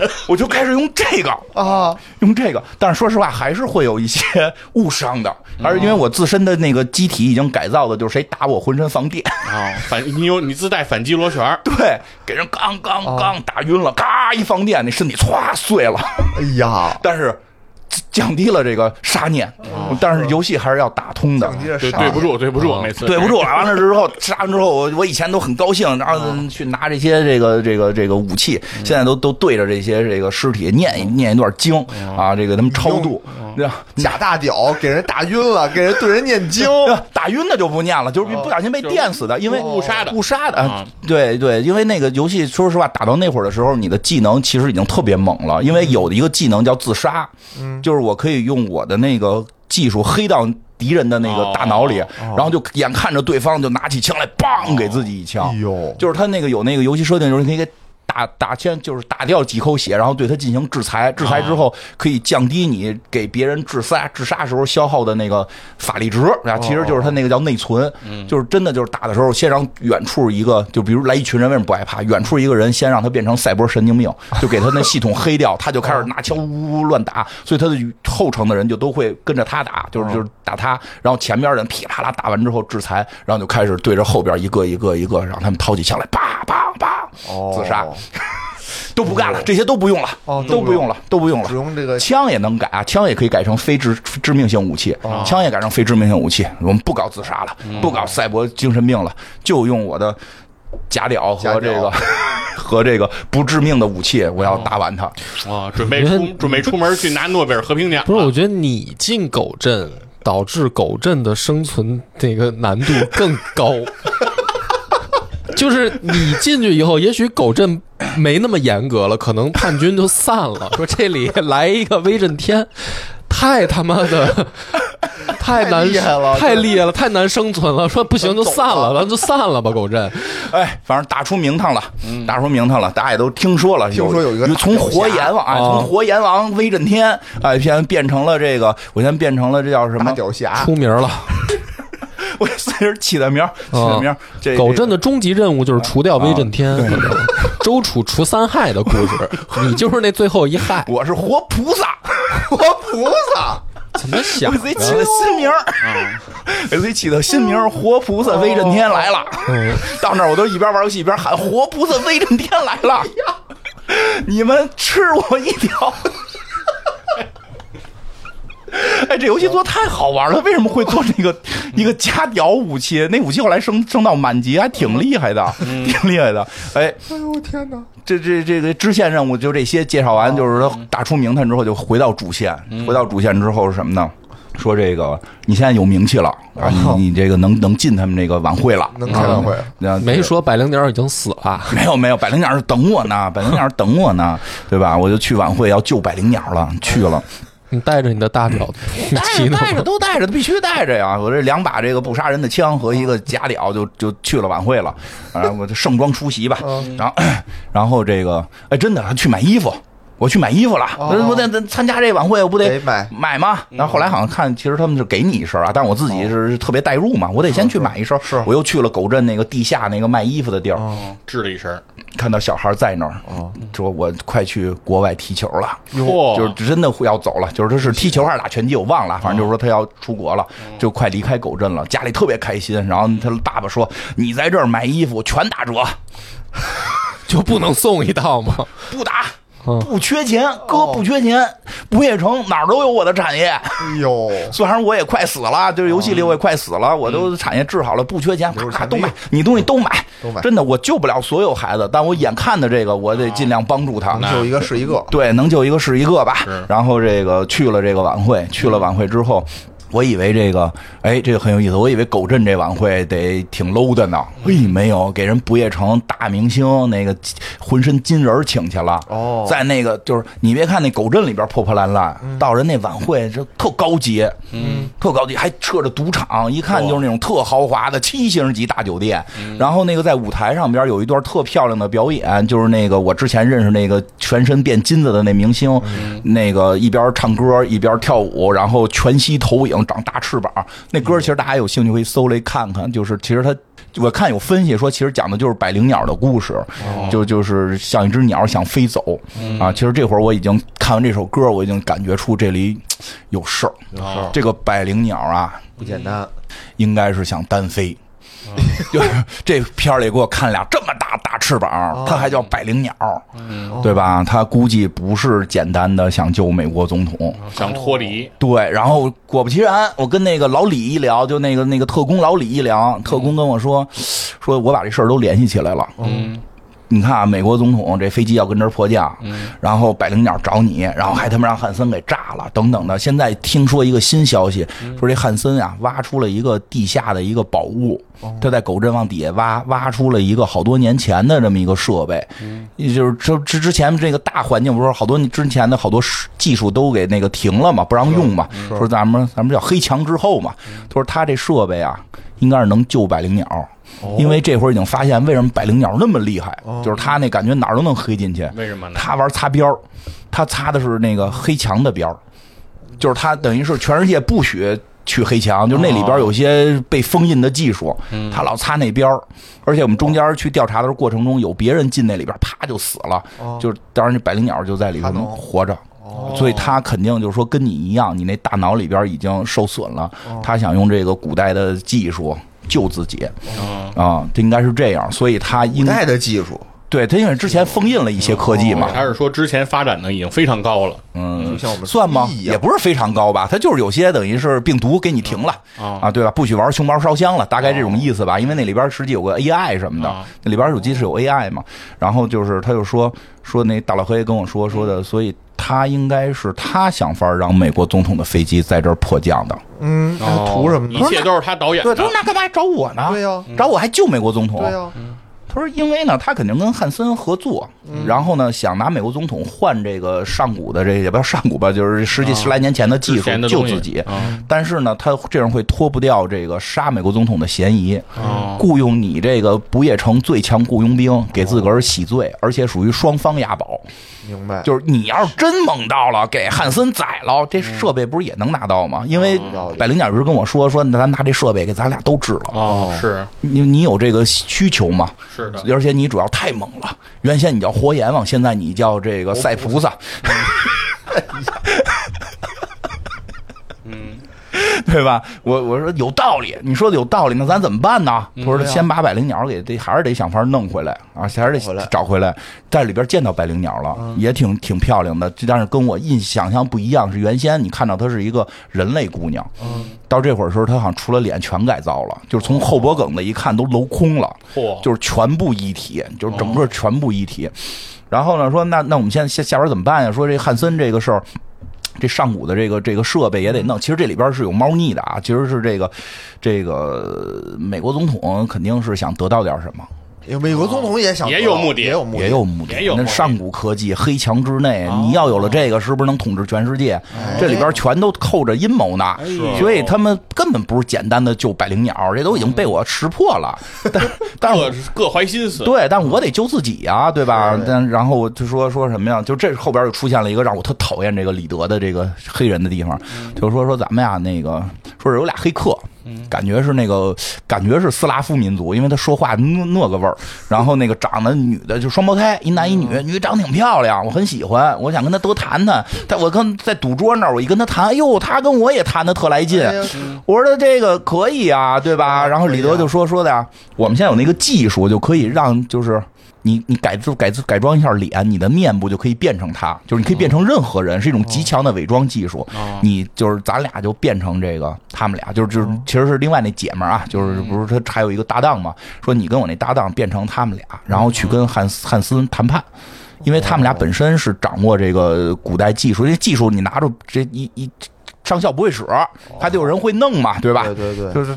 Speaker 3: 人。
Speaker 2: 我就开始用这个
Speaker 4: 啊，
Speaker 2: 用这个，但是说实话还是会有一些误伤
Speaker 4: 哦
Speaker 2: 的，而因为我自身的那个机体已经改造的，就是谁打我浑身放电，
Speaker 3: 啊，反你有你自带反击螺旋儿，
Speaker 2: 对，给人刚刚
Speaker 4: 哦
Speaker 2: 刚打晕了，咔一放电，那身体歘碎了，
Speaker 4: 哎呀，
Speaker 2: 但是降低了这个杀念，但是游戏还是要打通的
Speaker 4: 哦降。低了
Speaker 3: 对
Speaker 4: 杀
Speaker 3: 对不住，对不住，每次
Speaker 2: 啊哦对不住，完了之啊后杀完之后，我我以前都很高兴，然后
Speaker 3: 嗯
Speaker 2: 去拿这些这个这个这个武器，现在都都对着这些这个尸体念
Speaker 3: 嗯
Speaker 2: 一念一段经啊，这个他们超度，对啊吧？
Speaker 4: 假大屌给人打晕了，给人对人念经，
Speaker 2: 打晕的就不念了，就是不小心被电死的，因为
Speaker 3: 哦误杀的
Speaker 2: 误杀的。啊
Speaker 3: 啊
Speaker 2: 对对，因为那个游戏，说实话，打到那会儿的时候，你的技能其实已经特别猛了，因为有的一个技能叫自杀，
Speaker 3: 嗯
Speaker 2: 就是我可以用我的那个技术黑到。敌人的那
Speaker 3: 哦
Speaker 2: 个大脑里，然后就眼看着对方就拿起枪来，梆给自己一枪
Speaker 4: 哎。呦，
Speaker 2: 就是他那个有那个游戏设定，就是你可以给打打先就是打掉几口血，然后对他进行制裁，制裁之后可以降低你给别人制杀制杀时候消耗的那个法力值啊，其实就是他那个叫内存，就是真的就是打的时候先让远处一个，就比如来一群人，为什么不害怕？远处一个人先让他变成赛博神 经病，就给他那系统黑掉，他就开始拿枪呜呜乱打，所以他的后程的人就都会跟着他打，就是
Speaker 4: 嗯
Speaker 2: 就是打他，然后前边人噼啪啦打完之后制裁，然后就开始对着后边一个一个一个让他们掏起枪来，叭叭叭，
Speaker 4: 哦
Speaker 2: 自杀， 都不干了，这些都不用了，
Speaker 4: 哦
Speaker 2: 都不用了，都不用了
Speaker 4: 只。用这个
Speaker 2: 枪也能改啊，枪也可以改成非致致命性武器，
Speaker 4: 哦
Speaker 2: 枪也改
Speaker 4: 嗯
Speaker 2: 成非致命性武器。我们不搞自杀了，不搞赛博精神病了，就用我的假屌和
Speaker 4: 假屌
Speaker 2: 这个 和这个不致命的武器，我要打
Speaker 4: 嗯
Speaker 2: 完它。
Speaker 3: 啊，准备出准备出门去拿诺贝尔和平奖了，
Speaker 1: 不是，我觉得你进狗镇导致狗镇的生存那个难度更高。 就是你进去以后，也许狗镇没那么严格了，可能叛军就散了。说这里来一个威震天，太他妈的，太难
Speaker 4: 太厉害了
Speaker 1: 太厉害了，太难生存了。说不行就散了，咱就散了吧，狗镇。
Speaker 2: 哎，反正打出名堂了，打出名堂了，大家也都听说了。
Speaker 4: 嗯听说有一个
Speaker 2: 从活阎王啊，
Speaker 1: 哦
Speaker 2: 从活阎王威震天啊，现在变成了这个，我现在变成了这叫什
Speaker 4: 大
Speaker 2: 么？
Speaker 4: 屌侠
Speaker 1: 出名了，
Speaker 2: 我随人起的名儿，起的
Speaker 4: 哦
Speaker 2: 名儿。这啊
Speaker 1: 狗镇的终极任务就是除掉威震天， 周楚除三害的故 事。你就是那最后一害，
Speaker 2: 我是活菩萨，
Speaker 4: 活菩萨，
Speaker 1: 怎么想
Speaker 2: 我
Speaker 1: 的？
Speaker 2: 给自己起了新名儿， 给自己起的新名儿“活菩萨威震天来了”。 到那儿我都一边玩游戏一边喊“活菩萨威震天来了”， 你们吃我一条！ 哎，这游戏做得太好玩了，为什么会做这 个一个加屌武器？那武器后来升升到满级，还挺厉害的，
Speaker 4: 嗯
Speaker 2: 挺厉害的。哎，
Speaker 4: 哎呦我天哪！
Speaker 2: 这这这个支线任务就这些介绍
Speaker 4: 哦
Speaker 2: 完，就是说打出名堂之后就回到主线，
Speaker 4: 嗯
Speaker 2: 回到主线之后是什么呢？说这个你现在有名气了啊，你你这个能能进他们这个晚会了，
Speaker 4: 哦能开晚会
Speaker 2: 啊那
Speaker 1: 没说百灵鸟已经死了，
Speaker 2: 没有没有，百灵鸟是等我呢，百灵鸟是等我呢，对吧？我就去晚会要救百灵鸟了，去了，
Speaker 1: 你带着你的大屌
Speaker 2: 嗯带
Speaker 1: 骑
Speaker 2: 着
Speaker 1: 呢吗？
Speaker 2: 带着都带着，必须带着呀！我这两把这个不杀人的枪和一个假屌就就去了晚会了，啊，我就盛装出席吧。然后然后这个哎，真的还去买衣服。我去买衣服了，我我得得参加这晚会，我不
Speaker 4: 得买
Speaker 2: 买吗？然后后来好像看，其实他们是给你一身啊，但是我自己是特别代入嘛，我得先去买一身。是，我又去了狗镇那个地下那个卖衣服的地儿，
Speaker 3: 吱了一声，
Speaker 2: 看到小孩在那儿，说我快去国外踢球了。
Speaker 4: 哦
Speaker 3: 嚯，
Speaker 2: 就是真的会要走了，就是他是踢球还是打拳击，我忘了，反正就是说
Speaker 4: 哦
Speaker 2: 他要出国了，
Speaker 4: 嗯
Speaker 2: 就快离开狗镇了，家里特别开心。然后他爸爸说：“你在这儿买衣服全打折，
Speaker 1: 就不能送一套 吗？
Speaker 2: 不打。”
Speaker 1: 嗯
Speaker 2: 不缺钱，
Speaker 4: 哦
Speaker 2: 哥不缺钱，不夜城哪儿都有我的产业。
Speaker 4: 哎呦，
Speaker 2: 虽然我也快死了，就是游戏里我也快死
Speaker 4: 哦
Speaker 2: 了，我都产业治好了，不缺钱，
Speaker 4: 留着
Speaker 2: 咔
Speaker 4: 嗯产
Speaker 2: 都买
Speaker 4: 业，
Speaker 2: 你东西都买，
Speaker 4: 都买啊
Speaker 2: 真的，我救不了所有孩子，但我眼看的这个，我得尽量帮助他。
Speaker 4: 就一个是一个，
Speaker 2: 对，能救一个是一个吧
Speaker 3: 是。
Speaker 2: 然后这个去了这个晚会，去了晚会之后。我以为这个，哎，这个很有意思。我以为狗镇这晚会得挺 low 的呢，嘿，没有，给人不夜城大明星那个浑身金人儿请去了。
Speaker 4: 哦
Speaker 2: 在那个就是你别看那狗镇里边破破烂烂，到人那晚会这特高级，嗯，特高级，还设着赌场，一看就是那种特豪华的七星级大酒店。然后那个在舞台上边有一段特漂亮的表演，就是那个我之前认识那个全身变金子的那明星，那个一边唱歌一边跳舞，然后全息投影，长大翅膀。那歌其实大家有兴趣可以搜来看看，就是其实它。我看有分析说，其实讲的就是百灵鸟的故事，就就是像一只鸟想飞走啊。其实这会儿我已经看完这首歌，我已经感觉出这里嘖有事儿。
Speaker 3: 哦
Speaker 2: 这个百灵鸟啊，
Speaker 4: 不简单。
Speaker 2: 应该是想单飞。哦 就是这片儿里给我看俩这么大大翅膀，它还叫百灵鸟，对吧？它估计不是简单的想救美国总统，
Speaker 3: 想脱离，
Speaker 2: 对，然后果不其然，我跟那个老李一聊，就那个那个特工老李一聊，特工跟我说，说我把这事儿都联系起来了。嗯，你看啊，美国总统这飞机要跟这儿迫降，然后百灵鸟找你，然后还他妈让汉森给炸了，等等的。现在听说一个新消息，说这汉森啊挖出了一个地下的一个宝物，他在狗镇往底下挖，挖出了一个好多年前的这么一个设备，
Speaker 3: 嗯
Speaker 2: 也就是之之之前这个大环境不是好多之前的好多技术都给那个停了嘛，不让用嘛，说咱们咱们叫黑墙之后嘛，
Speaker 3: 嗯
Speaker 2: 他说他这设备啊应该是能救百灵鸟。
Speaker 3: 哦
Speaker 2: 因为这会儿已经发现为什么百灵鸟那么厉害，就是他那感觉哪儿都能黑进去。
Speaker 3: 为什么呢？
Speaker 2: 他玩擦边儿，他擦的是那个黑墙的边儿，就是他等于是全世界不许去黑墙，就是那里边有些被封印的技术，他老擦那边儿。而且我们中间去调查的时候过程中，有别人进那里边，啪就死了。就是当然，这百灵鸟就在里头
Speaker 4: 他能
Speaker 2: 活着。所以他肯定就是说跟你一样，你那大脑里边已经受损了。他想用这个古代的技术救自己
Speaker 3: 嗯
Speaker 2: 啊，这应该是这样。所以他应
Speaker 4: 古代的技术，
Speaker 3: 哦
Speaker 2: 对他因为之前封印了一些科技嘛，
Speaker 3: 还是说之前发展的已经非常高了，
Speaker 2: 嗯，
Speaker 4: 就像我们
Speaker 2: 算吗？
Speaker 4: 一
Speaker 2: 也
Speaker 4: 样
Speaker 2: 不是非常高吧，它就是有些等于是病毒给你停了
Speaker 4: 嗯
Speaker 3: 啊
Speaker 2: 啊，对吧？不许玩熊猫烧香了，大概这
Speaker 4: 哦
Speaker 2: 种意思吧。因为那里边实际有个 AI 什么的
Speaker 3: 啊，
Speaker 2: 那里边手机是有 AI 嘛。然后就是他就说说那大老黑跟我说说的，所以他应该是他想法让美国总统的飞机在这儿迫降的。
Speaker 4: 嗯，那个图什么
Speaker 3: 一
Speaker 4: 的，
Speaker 3: 切都是他导演
Speaker 2: 对，哦
Speaker 3: 的
Speaker 2: 他说那干嘛还找我呢？
Speaker 4: 对呀
Speaker 2: 找我还救美国总统。
Speaker 4: 对啊呀，
Speaker 2: 他说：“因为呢，他肯定跟汉森合作，
Speaker 3: 嗯
Speaker 2: 然后呢，想拿美国总统换这个上古的这也不叫上古吧，就是十几
Speaker 3: 啊
Speaker 2: 十来年前的技
Speaker 3: 之
Speaker 2: 术
Speaker 3: 前的
Speaker 2: 救
Speaker 3: 东西
Speaker 2: 自己。
Speaker 3: 啊
Speaker 2: 但是呢，他这样会脱不掉这个杀美国总统的嫌疑，
Speaker 3: 哦
Speaker 2: 雇佣你这个不夜城最强雇佣兵，给自个儿洗罪，而且属于双方押宝。
Speaker 4: 明白，
Speaker 2: 就是你要是真猛到了，给汉森宰了，这设备不是也能拿到吗？因
Speaker 3: 嗯
Speaker 2: 为
Speaker 4: 有道理
Speaker 2: 百灵鸟不是跟我说说，那咱拿这设备给咱俩都治了，
Speaker 3: 哦，是
Speaker 2: 你你有这个需求吗？
Speaker 3: 是的，
Speaker 2: 而且你主要太猛了，原先你叫活阎王，现在你叫这个赛菩萨，
Speaker 3: 嗯，
Speaker 2: 对吧？我我说有道理，你说的有道理，那咱怎么办呢？他说
Speaker 4: 对啊
Speaker 2: 先把百灵鸟给得还是得想法弄回来啊，还是
Speaker 4: 找回
Speaker 2: 得
Speaker 4: 来
Speaker 2: 找回来，在里边见到百灵鸟了，也挺挺漂亮的，但是跟我印想象不一样，是原先你看到她是一个人类姑娘，到这会儿的时候她好像除了脸全改造了，就是从后脖梗子一看都镂空了。
Speaker 3: 嚯，
Speaker 2: 就是全部一体，就是整个全部一体。然后呢，说那那我们现在下下边怎么办呀？说这汉森这个事儿。这上古的这个这个设备也得
Speaker 3: 嗯
Speaker 2: 弄，其实这里边是有猫腻的啊，其实是这个这个美国总统肯定是想得到点什么，
Speaker 4: 有美国总统也想
Speaker 3: 也
Speaker 4: 得
Speaker 3: 有
Speaker 4: 到
Speaker 3: 目的
Speaker 4: 也有目
Speaker 2: 哦也
Speaker 4: 的，
Speaker 2: 有目的
Speaker 3: 也有。目哦
Speaker 2: 那
Speaker 3: 的
Speaker 2: 上古科技黑墙之内，你要有了这个，是不是能统治全世界？这里边全都扣着阴谋呢，
Speaker 3: 哦哎呦
Speaker 2: 所以他们根本不是简单的救百灵鸟，这都已经被我识破了。但但
Speaker 3: 各
Speaker 2: 我
Speaker 3: 各怀心思，
Speaker 2: 对，但我得救自己呀、对吧？但然后我就说说什么呀？就这后边又出现了一个让我特讨厌这个李德的这个黑人的地方，就是说说咱们呀，那个说是有俩黑客，感觉是那个感觉是斯拉夫民族，因为他说话那那个味儿，然后那个长得女的就双胞胎，一男一女，女的长得挺漂亮，我很喜欢，我想跟她多谈谈。但我跟在赌桌那儿，我一跟她谈，哎呦，她跟我也谈的特来劲。
Speaker 4: 哎呀
Speaker 2: 我说这个可以啊，对吧？然后李德就说说的呀，我们现在有那个技术，就可以让就是你你改造改造改装一下脸，你的面部就可以变成他，就是你可以变成任何人，是一种极强的伪装技术。
Speaker 3: 哦
Speaker 2: 你就是咱俩就变成这个他们俩，就是就是其实是另外那姐们儿啊，就是不是他还有一个搭档嘛？说你跟我那搭档变成他们俩，然后去跟汉斯汉斯谈判。因为他们俩本身是掌握这个古代技术，这技术你拿着这一一上校不会使，还得有人会弄嘛，对吧？
Speaker 4: 对对对，
Speaker 2: 就是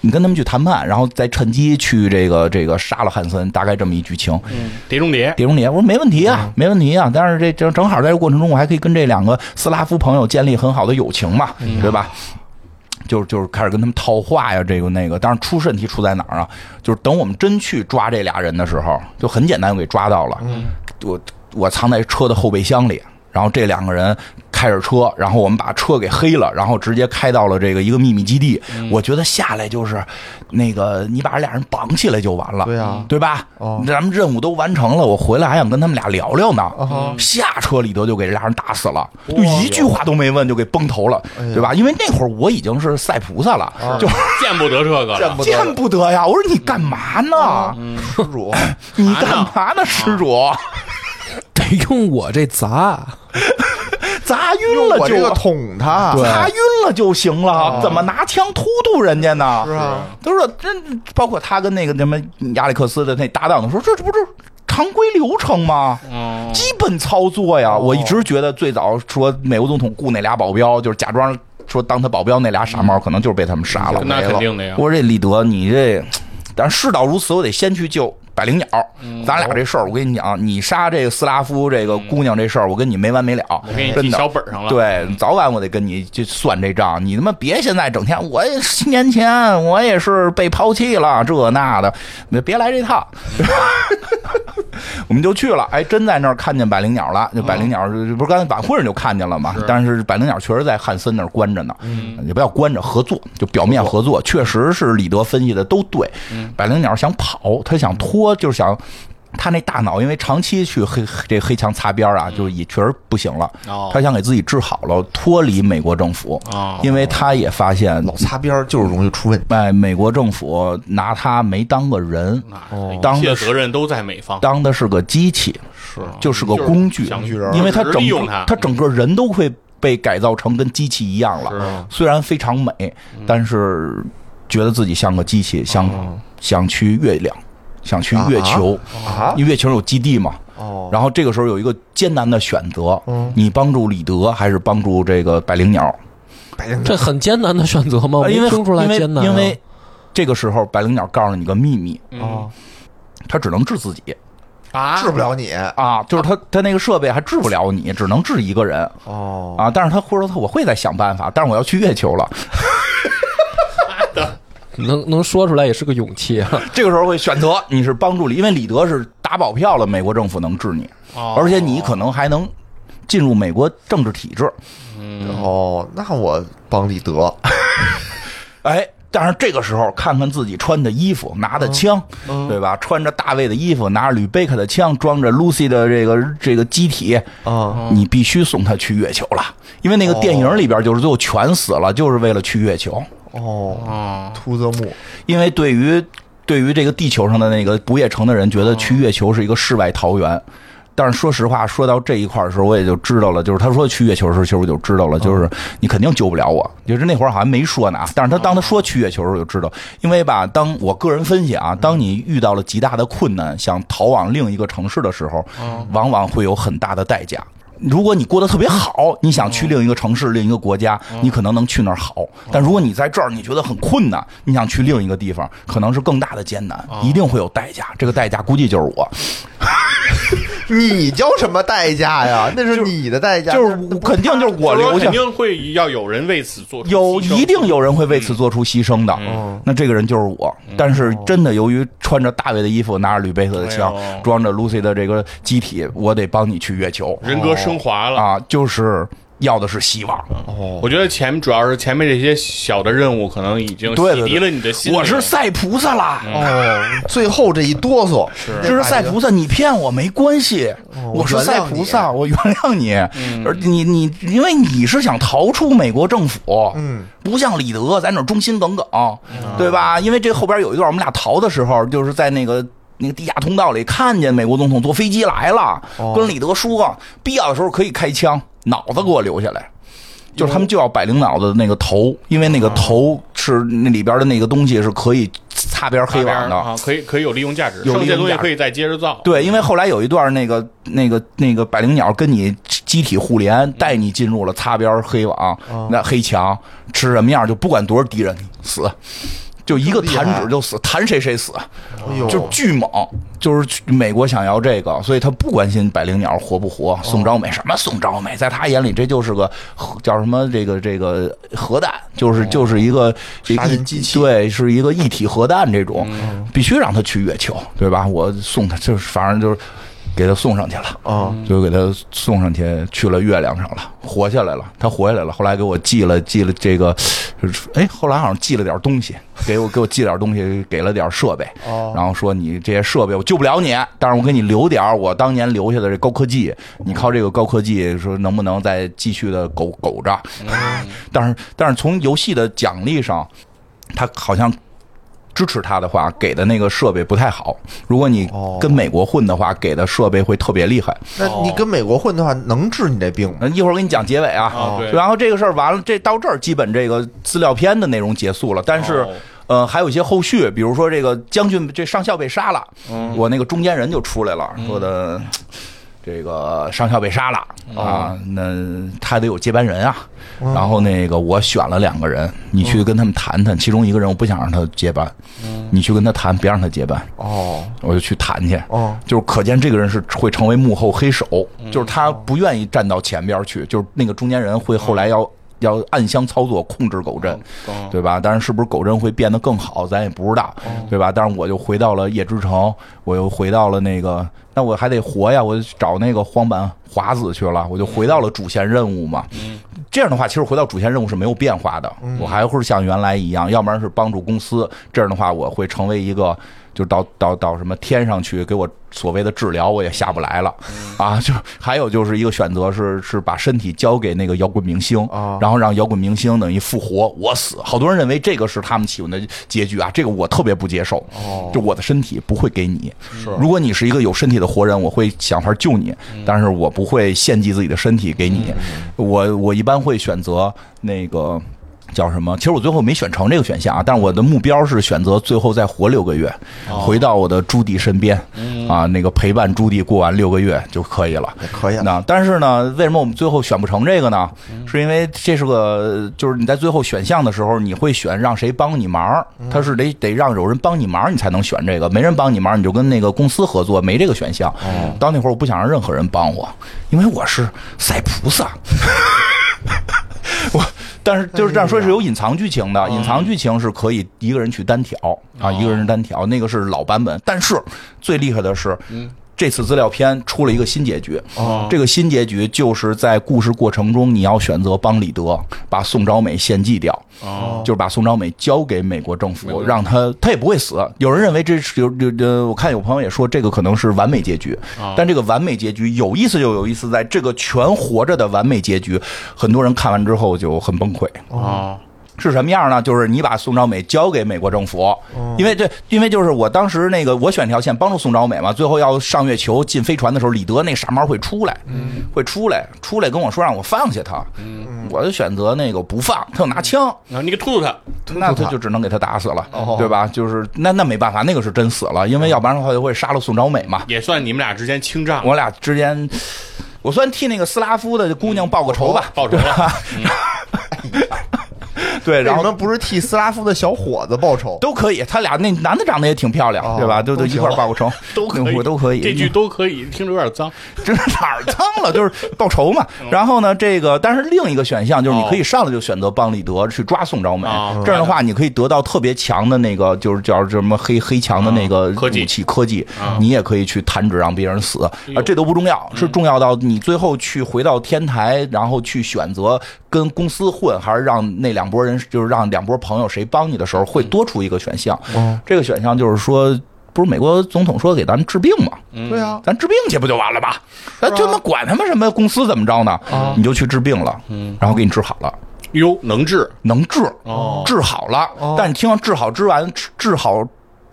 Speaker 2: 你跟他们去谈判，然后再趁机去这个这个杀了汉森，大概这么一剧情。
Speaker 3: 嗯，碟中谍，
Speaker 2: 碟中谍，我说没问题啊，没问题啊。但是这正正好在这个过程中，我还可以跟这两个斯拉夫朋友建立很好的友情嘛，对吧？就就是开始跟他们套话呀，这个那个。但是出问题出在哪儿啊？就是等我们真去抓这俩人的时候，就很简单就给抓到了。我我藏在车的后备箱里。然后这两个人开着车，然后我们把车给黑了，然后直接开到了这个一个秘密基地。我觉得下来就是，那个你把这俩人绑起来就完了。
Speaker 4: 对啊呀
Speaker 2: 对吧？
Speaker 4: 哦
Speaker 2: 咱们任务都完成了，我回来还想跟他们俩聊聊呢。
Speaker 4: 哈
Speaker 2: 下车里头就给这俩人打死了，就一句话都没问就给崩头了，
Speaker 4: 哎呀
Speaker 2: 对吧？因为那会儿我已经是赛菩萨了，就
Speaker 3: 见不得这个了，
Speaker 4: 见不得
Speaker 2: 见
Speaker 4: 了哦
Speaker 2: 不得呀！我说你干嘛呢？
Speaker 4: 施 主，
Speaker 2: 你干嘛呢，施主？
Speaker 1: 得用我这砸，
Speaker 2: 砸晕
Speaker 4: 用
Speaker 2: 了
Speaker 4: 我这
Speaker 2: 就啊
Speaker 4: 个捅他，
Speaker 2: 砸晕了就行了，怎么拿枪突突人家呢？
Speaker 4: 是啊，
Speaker 2: 都是真，包括他跟那个什么亚历克斯的那搭档的时候，这这不是常规流程
Speaker 4: 啊
Speaker 2: 吗？
Speaker 3: 嗯，
Speaker 2: 基本操作
Speaker 3: 哦
Speaker 2: 呀，我一直觉得最早说美国总统雇那俩保镖，就是假装说当他保镖那俩傻帽，可能就是被他们杀了。
Speaker 3: 嗯那肯定的呀，
Speaker 2: 我说这李德，你这，但事到如此，我得先去救百灵鸟。
Speaker 3: 嗯
Speaker 2: 咱俩这事儿，我跟你讲，你杀这个斯拉夫这个姑娘这事儿，我跟你没完没了。
Speaker 3: 我给你
Speaker 2: 真
Speaker 3: 记
Speaker 2: 的
Speaker 3: 小本上了，，
Speaker 2: 对，早晚我得跟你去算这账。你他妈别现在整天，我也七年前我也是被抛弃了，这那的，你别来这套。 我们就去了，哎，真在那儿看见百灵鸟了。那百灵鸟、不是刚才晚会上就看见了嘛？但是百灵鸟确实在汉森那儿关着呢，也不要关着，合作就表面合作，确实是李德分析的都对。百灵鸟想跑，他想脱，就是想他那大脑因为长期去黑这黑墙擦边儿啊，就是也确实不行了。
Speaker 3: 哦
Speaker 2: 他想给自己治好了，脱离美国政府，
Speaker 3: 哦
Speaker 2: 因为他也发现
Speaker 4: 老擦边儿就是容易出问题。
Speaker 2: 哎，美国政府拿他没当个人，
Speaker 3: 那一
Speaker 2: 哦当
Speaker 3: 切
Speaker 2: 的
Speaker 3: 责任都在美方，
Speaker 2: 当的是个机器，
Speaker 3: 是
Speaker 2: 就是个工具，
Speaker 3: 想人，
Speaker 2: 因为他
Speaker 3: 只是
Speaker 2: 整
Speaker 3: 利
Speaker 2: 个
Speaker 3: 用他，
Speaker 2: 他整个人都会被改造成跟机器一样了。
Speaker 3: 是嗯
Speaker 2: 虽然非常美，但是觉得自己像个机
Speaker 3: 哦
Speaker 2: 器，想想去月亮，想去月球
Speaker 4: 啊
Speaker 2: 因为月球有基地嘛。
Speaker 4: 哦，
Speaker 2: 然后这个时候有一个艰难的选择，
Speaker 3: 嗯
Speaker 2: 你帮助李德还是帮助这个百灵鸟？
Speaker 4: 白天
Speaker 1: 这很艰难的选择吗？我
Speaker 2: 呃
Speaker 1: 哦没
Speaker 2: 因为
Speaker 1: 听出来
Speaker 2: 因为
Speaker 1: 艰难啊、
Speaker 2: 因为这个时候百灵鸟告诉你个秘密，
Speaker 3: 嗯
Speaker 2: 它只能治自己
Speaker 3: 啊
Speaker 4: 治不了你
Speaker 2: 啊，就是它它那个设备还治不了你，只能治一个人
Speaker 4: 哦，
Speaker 3: 嗯
Speaker 2: 啊。但是他或者他我会再想办法，但是我要去月球了。
Speaker 1: 能能说出来也是个勇气啊！
Speaker 2: 这个时候会选择你是帮助李，因为李德是打保票了，美国政府能治你，
Speaker 3: 哦
Speaker 2: 而且你可能还能进入美国政治体制。嗯
Speaker 4: 哦，那我帮啊 李德，
Speaker 2: 哎，但是这个时候看看自己穿的衣服、拿的枪，
Speaker 3: 嗯
Speaker 2: 对吧？穿着大卫的衣服，拿着吕贝克的枪，装着 Lucy 的这个这个机体，
Speaker 4: 啊，
Speaker 2: 你必须送他去月球了，因为那个电影里边就是最后全死了，就是为了去月球，
Speaker 4: 哦，
Speaker 2: 啊
Speaker 3: 哦
Speaker 4: 秃子木
Speaker 2: 因为对于。对于这个地球上的那个不夜城的人，觉得去月球是一个世外桃源，但是说实话，说到这一块儿的时候，我也就知道了，就是他说去月球的时候，其实我就知道了，就是你肯定救不了我。就是那会儿好像没说呢啊，但是他当他说去月球的时候，我就知道，因为吧，当我个人分析啊，当你遇到了极大的困难，想逃往另一个城市的时候，往往会有很大的代价。如果你过得特别好，你想去另一个城市、另一个国家，你可能能去那儿好；但如果你在这儿，你觉得很困难，你想去另一个地方，可能是更大的艰难，一定会有代价。这个代价估计就是我。
Speaker 4: 你交什么代价呀？那是你的代价，
Speaker 2: 就是我肯定就是我留
Speaker 3: 就是说
Speaker 2: 下
Speaker 3: 肯，定会要有人为此做出
Speaker 2: 有
Speaker 3: 牺牲嗯
Speaker 2: 一定哦有人会为此做出牺牲的。那这个人就是我。但是真的，由于穿着大卫的衣服，拿着吕贝克的枪
Speaker 3: 哎呦，
Speaker 2: 装着 Lucy 的这个机体，我得帮你去月球
Speaker 3: 人格升华了。
Speaker 2: 啊！就是要的是希望。
Speaker 3: 嗯
Speaker 4: 哦，
Speaker 3: 我觉得前主要是前面这些小的任务可能已经洗
Speaker 2: 对对对
Speaker 3: 涤了你的心灵，嗯
Speaker 2: 我是赛菩萨啦。
Speaker 4: 哦，最后这一哆嗦，是
Speaker 2: 嗯就是赛菩萨，你骗我没关系，哦我是赛菩萨，我原谅你。
Speaker 3: 嗯
Speaker 2: 而你你，因为你是想逃出美国政府，
Speaker 4: 嗯，
Speaker 2: 不像李德在那儿忠心耿耿，
Speaker 3: 嗯
Speaker 2: 对吧？因为这后边有一段我们俩逃的时候，就是在那个。那个地下通道里看见美国总统坐飞机来了，
Speaker 3: 哦
Speaker 2: 跟李德说，必要的时候可以开枪，脑子给我留下来。就是他们就要百灵脑的那个头，因为那个头是那里边的那个东西是可以擦边
Speaker 3: 擦
Speaker 2: 黑
Speaker 3: 边
Speaker 2: 网
Speaker 3: 儿
Speaker 2: 的
Speaker 3: 啊，可以可以有利用价值，
Speaker 2: 有利用
Speaker 3: 剩下东西
Speaker 2: 价值
Speaker 3: 可以再接着造。
Speaker 2: 对，因为后来有一段那个那个那个百灵鸟跟你机体互
Speaker 4: 嗯
Speaker 2: 联，带你进入了擦边儿黑网，
Speaker 4: 哦
Speaker 2: 那黑墙吃什么样就不管多少敌人死，就一个
Speaker 4: 这么厉害
Speaker 2: 弹指就死，弹谁谁死，
Speaker 4: 哎呦，
Speaker 2: 就巨猛。就是美国想要这个，所以他不关心百灵鸟活不活。宋昭美什么宋昭美，在他眼里这就是个核叫什么这个这个核弹，就是就是一个一
Speaker 4: 哦杀人机器嗯
Speaker 2: 对，是一个一体核弹这种，必须让他去月球，对吧？我送他，就是反正就是给他送上去了，
Speaker 4: 啊，
Speaker 2: 就给他送上去，去了月亮上了，活下来了，他活下来了。后来给我寄了寄了这个，就是哎，后来好像寄了点东西，给我给我寄点东西，给了点设备，
Speaker 4: 哦
Speaker 2: 然后说你这些设备我救不了你，但是我给你留点儿我当年留下的这高科技，你靠这个高科技说能不能再继续的苟苟着？
Speaker 4: 嗯
Speaker 2: 但是但是从游戏的奖励上，他好像支持他的话，给的那个设备不太好。如果你
Speaker 4: 哦
Speaker 2: 跟美国混的话，给的设备会特别厉害。
Speaker 4: 那你跟美国混的话，能治你这病吗？
Speaker 2: 嗯，一会儿给你讲结尾啊。
Speaker 3: 哦对
Speaker 2: 然后这个事儿完了，这到这儿基本这个资料片的内容结束了，但是。
Speaker 3: 哦
Speaker 2: 呃，还有一些后续，比如说这个将军这上校被杀了，
Speaker 3: 嗯
Speaker 2: 我那个中间人就出来了，说的这个上校被杀了、
Speaker 3: 哦
Speaker 2: 啊，那他得有接班人啊。然后那个我选了两个人，你
Speaker 3: 哦
Speaker 2: 去跟他们谈谈，其中一个人我不想让他接班，
Speaker 3: 嗯
Speaker 2: 你去跟他谈，别让他接班。
Speaker 4: 哦，
Speaker 2: 我就去谈去。
Speaker 4: 哦
Speaker 2: 就是可见这个人是会成为幕后黑手，就是他不愿意站到前边去，就是那个中间人会后来要。要暗箱操作控制狗镇，对吧？但是是不是狗镇会变得更好，咱也不知道，对吧？但是我就回到了夜之城，我又回到了那个，那我还得活呀，我就找那个荒坂华子去了，我就回到了主线任务嘛。这样的话，其实回到主线任务是没有变化的，我还会像原来一样，要不然是帮助公司，这样的话我会成为一个。就到到到什么天上去给我所谓的治疗，我也下不来了啊！就还有就是一个选择是是把身体交给那个摇滚明星
Speaker 4: 啊
Speaker 2: 然后让摇滚明星等于复活我死。好多人认为这个是他们喜欢的结局啊，这个我特别不接受。
Speaker 4: 哦
Speaker 2: 就我的身体不会给你，
Speaker 4: 是嗯
Speaker 2: 如果你是一个有身体的活人，我会想法救你，但是我不会献祭自己的身体给你。我我一般会选择那个。叫什么？其实我最后没选成这个选项啊，但是我的目标是选择最后再活六个月，
Speaker 4: 哦
Speaker 2: 回到我的朱棣身边，
Speaker 4: 嗯
Speaker 2: 啊，那个陪伴朱棣过完六个月就可以嗯了。
Speaker 4: 可以啊了，
Speaker 2: 那但是呢，为什么我们最后选不成这个呢？是因为这是个，就是你在最后选项的时候，你会选让谁帮你忙，他是得得让有人帮你忙，你才能选这个，没人帮你忙，你就跟那个公司合作，没这个选项。到那会儿我不想让任何人帮我，因为我是赛菩 萨。我，但是就是这样说，是有嗯隐藏剧情的。隐藏剧情是可以一个人去单挑啊，一个人单挑，那个是老版本。但是最厉害的是，这次资料片出了一个新结局。
Speaker 3: 哦
Speaker 2: 这个新结局就是在故事过程中，你要选择帮李德把宋昭美献祭掉。
Speaker 3: 哦，
Speaker 2: 就是把宋昭美交给美国政
Speaker 3: 美国
Speaker 2: 府，让他他也不会死。有人认为这是有有有，我看有朋友也说这个可能是完美结局
Speaker 3: 啊，
Speaker 2: 但这个完美结局有意思就有意思在这个全活着的完美结局，很多人看完之后就很崩溃。
Speaker 3: 哦，
Speaker 2: 是什么样呢？就是你把宋昭美交给美国政府，因为这，因为就是我当时那个我选条线帮助宋昭美嘛，最后要上月球进飞船的时候，李德那傻猫会出来，会出来，出来跟我说让我放下他，我就选择那个不放，他就拿枪，
Speaker 3: 然哦后你给突突他，
Speaker 2: 那他就只能给他打死了，对吧？就是那那没办法，那个是真死了，因为要不然的话就会杀了宋昭美嘛。
Speaker 3: 也算你们俩之间清账，
Speaker 2: 我俩之间，我算替那个斯拉夫的姑娘报个仇吧，
Speaker 3: 报仇了，
Speaker 2: 对，
Speaker 4: 为
Speaker 2: 然后
Speaker 4: 什么不是替斯拉夫的小伙子 报仇？
Speaker 2: 都可以，他俩那男的长得也挺漂亮，
Speaker 4: 哦
Speaker 2: 对吧？都都
Speaker 4: 都
Speaker 2: 一
Speaker 4: 行
Speaker 2: 块儿报个仇，
Speaker 3: 都可 以，
Speaker 2: 我都可以。
Speaker 3: 这句都可以，听着有点脏，
Speaker 2: 这哪儿脏了？就是报仇嘛。
Speaker 3: 嗯
Speaker 2: 然后呢，这个但是另一个选项就是你可以上来就选择帮李德去抓宋昭美
Speaker 3: 哦，
Speaker 2: 这样的话你可以得到特别强的那个，就是叫什么黑黑强的那个
Speaker 3: 哦科技
Speaker 2: 武器科技
Speaker 3: 哦，
Speaker 2: 你也可以去弹指让别人死啊
Speaker 3: 呦，嗯
Speaker 2: 这都不重要，是重要到你最后去回到天台，然后去选择跟公司混，还是让那两拨人，就是让两拨朋友谁帮你的时候，
Speaker 3: 嗯
Speaker 2: 会多出一个选项。
Speaker 4: 哦
Speaker 2: 这个选项就是说。不是美国总统说给咱们治病吗？
Speaker 4: 对啊，
Speaker 2: 咱治病去不就完了吗？咱
Speaker 4: 啊
Speaker 2: 他妈管他妈什么公司怎么着呢？你就去治病了，
Speaker 4: 嗯
Speaker 2: 然后给你治好了，
Speaker 3: 哟，能治
Speaker 2: 能治，
Speaker 3: 哦
Speaker 2: 治好了。
Speaker 4: 哦
Speaker 2: 但你听到治好之完治治好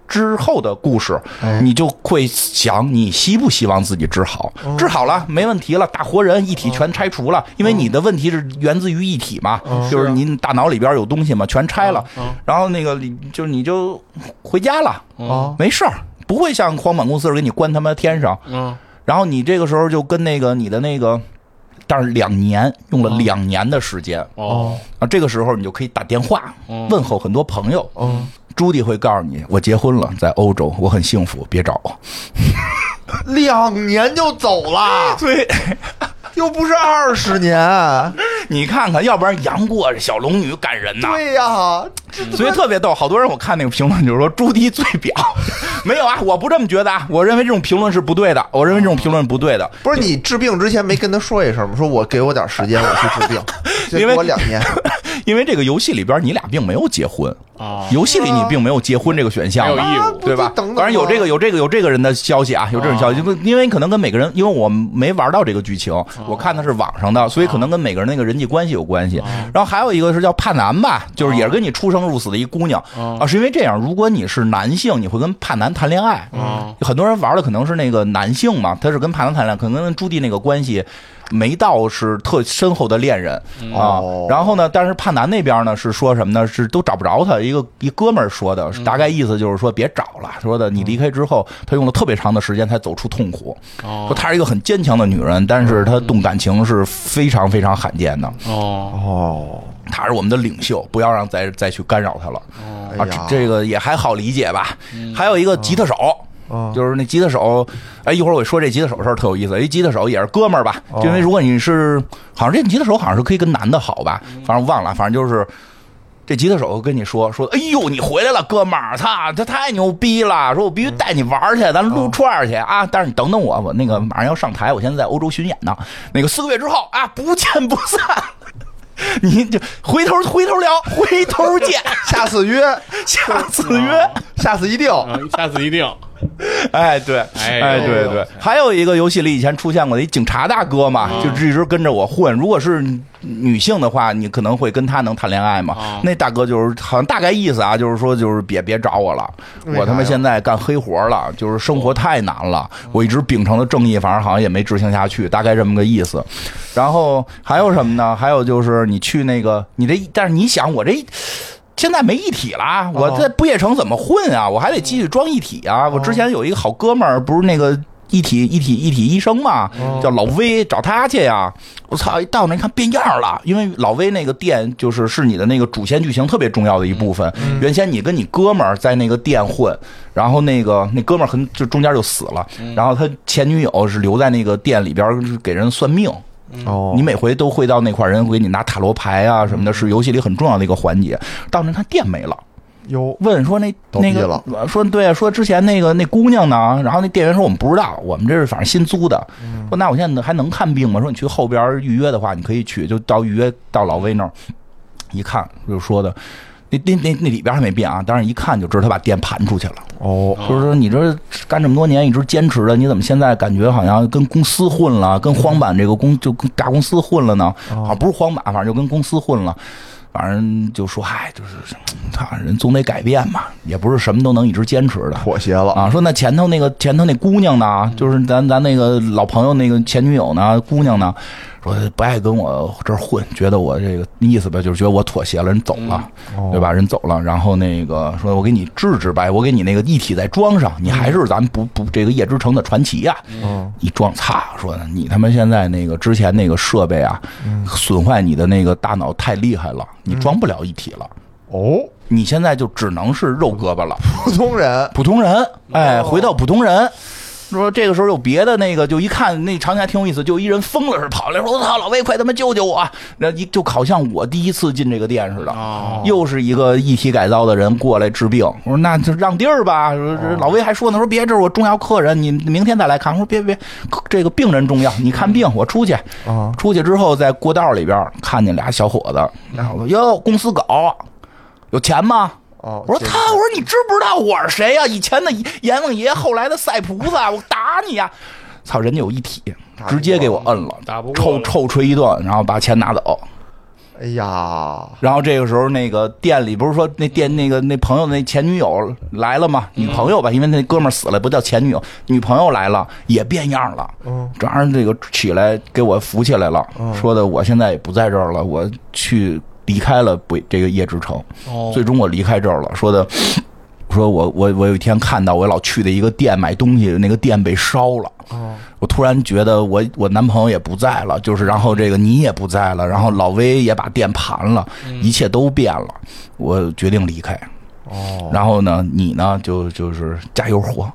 Speaker 2: 之后的故事，
Speaker 4: 哎
Speaker 2: 你就会想，你希不希望自己治好？
Speaker 4: 哦
Speaker 2: 治好了没问题了，大活人一体全拆除了，因为
Speaker 4: 哦
Speaker 2: 你的问题是源自于一体嘛，
Speaker 4: 啊
Speaker 2: 就是您大脑里边有东西嘛，全拆了，
Speaker 4: 哦
Speaker 2: 然后那个你就你就回家了，
Speaker 4: 啊，
Speaker 2: 没事儿，不会像荒坂公司给你关他妈天上。
Speaker 3: 嗯，
Speaker 2: 然后你这个时候就跟那个你的那个，但是两年用了两年的时间
Speaker 3: 哦，
Speaker 2: 啊，这个时候你就可以打电话问候很多朋友。
Speaker 4: 嗯，
Speaker 2: 朱迪会告诉你，我结婚了，在欧洲，我很幸福，别找我。
Speaker 4: 两年就走了，
Speaker 2: 对，
Speaker 4: 又不是二十年，
Speaker 2: 你看看，要不然杨过这小龙女感人呐、
Speaker 4: 对呀，
Speaker 2: 所以特别逗。好多人我看那个评论就是说朱迪最婊， 没有啊，我不这么觉得啊，我认为这种评论是不对的，我认为这种评论是不对的。
Speaker 4: 不是你治病之前没跟他说一声吗？说我给我点时间，我去治病，结
Speaker 2: 因为
Speaker 4: 果两 年，
Speaker 2: 因为这个游戏里边你俩并没有结婚，
Speaker 1: 啊
Speaker 3: 哦，
Speaker 2: 游戏里你并没有结婚这个选项
Speaker 3: 没有
Speaker 2: 嘛，
Speaker 3: 义务，
Speaker 2: 对吧？
Speaker 4: 啊不就等等
Speaker 2: 当然有
Speaker 4: 吗
Speaker 2: 这个有这个有这个人的消息啊，有这种消息，因为因为可能跟每个人，因为我没玩到这个剧情，
Speaker 3: 啊
Speaker 2: 我看的是网上的，所以可能跟每个人那个人际关系有关
Speaker 3: 啊
Speaker 2: 系。然后还有一个是叫帕南吧，就是也是跟你出生入死的一姑娘啊，是因为这样，如果你是男性，你会跟帕南谈恋爱。
Speaker 3: 哦，
Speaker 2: 很多人玩的可能是那个男性嘛，他是跟帕南谈恋爱，可能跟朱棣那个关系没到是特深厚的恋人啊
Speaker 4: 哦。
Speaker 2: 然后呢，但是帕南那边呢是说什么呢？是都找不着他，一个一哥们儿说的，大概意思就是说别找了，说的你离开之后，他用了特别长的时间才走出痛苦。说
Speaker 3: 哦，
Speaker 2: 她是一个很坚强的女人，但是她动感情是非常非常罕见的。
Speaker 3: 哦，
Speaker 4: 哦，
Speaker 2: 她是我们的领袖，不要让再再去干扰她了。
Speaker 4: 哎
Speaker 2: 啊
Speaker 4: 呀，，
Speaker 2: 这个也还好理解吧。还有一个吉他手。
Speaker 4: 哦
Speaker 2: 就是那吉他手，哎，一会儿我说这吉他手事儿特有意思。一哎吉他手也是哥们儿吧，
Speaker 4: 哦
Speaker 2: 就因为如果你是，好像这吉他手好像是可以跟男的好吧，
Speaker 4: 嗯
Speaker 2: 反正忘了，反正就是这吉他手跟你说说，哎呦，你回来了，哥们儿，他他太牛逼了，说我必须带你玩
Speaker 4: 嗯
Speaker 2: 儿去，咱
Speaker 4: 哦
Speaker 2: 撸串儿去啊！但是你等等我，我那个马上要上台，我现在在欧洲巡演呢，那个四个月之后啊，不见不散。 你就回头回头聊，回头见，
Speaker 4: 下次约，
Speaker 2: 下次
Speaker 4: 哦
Speaker 2: 约。
Speaker 4: 下次一定。
Speaker 3: 嗯下次一定。
Speaker 2: 哎，对，
Speaker 3: 哎
Speaker 2: 哎，
Speaker 3: 呦
Speaker 2: 对对，还有一个游戏里以前出现过的一警察大哥嘛，
Speaker 4: 啊
Speaker 2: 就一直跟着我混。如果是女性的话，你可能会跟他能谈恋爱嘛
Speaker 4: 啊
Speaker 3: 哦。
Speaker 2: 那大哥就是好像大概意思啊，就是说就是别别找我了，
Speaker 4: 为
Speaker 2: 我
Speaker 4: 啥
Speaker 2: 他妈
Speaker 4: 呀
Speaker 2: 现在干黑活了，就是生活太难了。
Speaker 4: 哦
Speaker 2: 我一直秉承的正义，反正好像也没执行下去，大概这么个意思。然后还有什么呢？还有就是你去那个你这，但是你想我这。现在没一体啦，我
Speaker 4: 哦
Speaker 2: 在不夜城怎么混啊？我还得继续装一体啊！我之前有一个好哥们儿，不是那个一体一体一体医生嘛，叫老威，找他去呀！我操，一到那一看变样了，因为老威那个店就是是你的那个主线剧情特别重要的一部分。原先你跟你哥们儿在那个店混，然后那个那哥们儿很就中间就死了，然后他前女友是留在那个店里边儿给人算命。
Speaker 4: 哦
Speaker 2: 你每回都会到那块儿人会给你拿塔罗牌啊什么的，是游戏里很重要的一个环节。到那他店没了，
Speaker 4: 有
Speaker 2: 问说那
Speaker 4: 倒闭
Speaker 2: 那个
Speaker 4: 了
Speaker 2: 说对啊，说之前那个那姑娘呢？然后那店员说我们不知道，我们这是反正新租的。说那我现在还能看病吗？说你去后边预约的话，你可以去，就到预约到老威那儿一看就说的。那那那那里边还没变啊，但是一看就知道他把店盘出去了。
Speaker 4: 哦，
Speaker 2: 就是说你这干这么多年一直坚持的，你怎么现在感觉好像跟公司混了，跟荒坂这个公就跟大公司混了呢？好像不是荒坂，反正就跟公司混了。反正就说，嗨，就是，操，人总得改变嘛，也不是什么都能一直坚持的。
Speaker 4: 妥协了
Speaker 2: 啊，说那前头那个前头那姑娘呢，就是咱咱那个老朋友那个前女友呢，姑娘呢，说不爱跟我这儿混，觉得我这个意思吧，就是觉得我妥协了，人走了，对吧？人走了，然后那个说我给你治治呗，我给你那个一体再装上，你还是咱不不这个叶之城的传奇呀、
Speaker 4: 嗯，
Speaker 2: 一装，擦，说你他妈现在那个之前那个设备啊，损坏你的那个大脑太厉害了，你装不了一体了，
Speaker 4: 哦，
Speaker 2: 你现在就只能是肉胳膊了。
Speaker 4: 普通人
Speaker 2: 普通人，哎，回到普通人。说这个时候有别的那个，就一看那场景还挺有意思，就一人疯了似的跑来说：“我操，老魏，快他妈救救我！”啊那一就好像我第一次进这个店似的，
Speaker 3: 哦
Speaker 2: 又是一个一体改造的人过来治病。我说：“那就让地儿吧。”说这老魏还说呢：“说别，这是我重要客人，你明天再来看。”我说：“别别，这个病人重要，你看病，我出去。”
Speaker 4: 啊，
Speaker 2: 出去之后，在过道里边看见俩小伙子，然后说：“哟，公司狗，有钱吗？”
Speaker 4: 哦，
Speaker 2: 我说
Speaker 4: 这个
Speaker 2: 他，我说你知不知道我是谁呀、啊以前的阎王爷，后来的赛菩萨，我打你呀、操，人家有一体，直接给我摁了，
Speaker 3: 打不过
Speaker 2: 臭
Speaker 3: 了
Speaker 2: 臭吹一顿，然后把钱拿走。
Speaker 4: 哎呀，
Speaker 2: 然后这个时候，那个店里不是说那店那个那朋友那前女友来了吗？
Speaker 4: 嗯
Speaker 2: 女朋友吧，因为那哥们儿死了，不叫前女友，女朋友来了也变样了。
Speaker 4: 嗯，
Speaker 2: 这让这个起来给我扶起来了，
Speaker 4: 嗯
Speaker 2: 说的我现在也不在这儿了，我去离开了北这个夜之城。
Speaker 3: 哦
Speaker 2: 最终我离开这儿了，说的。 说我我我有一天看到我老去的一个店买东西，那个店被烧了，
Speaker 4: 哦，
Speaker 2: 我突然觉得我我男朋友也不在了，就是然后这个你也不在了，然后老威也把店盘了，一切都变了，我决定离开。
Speaker 4: 哦，
Speaker 2: 然后呢，你呢就就是加油活，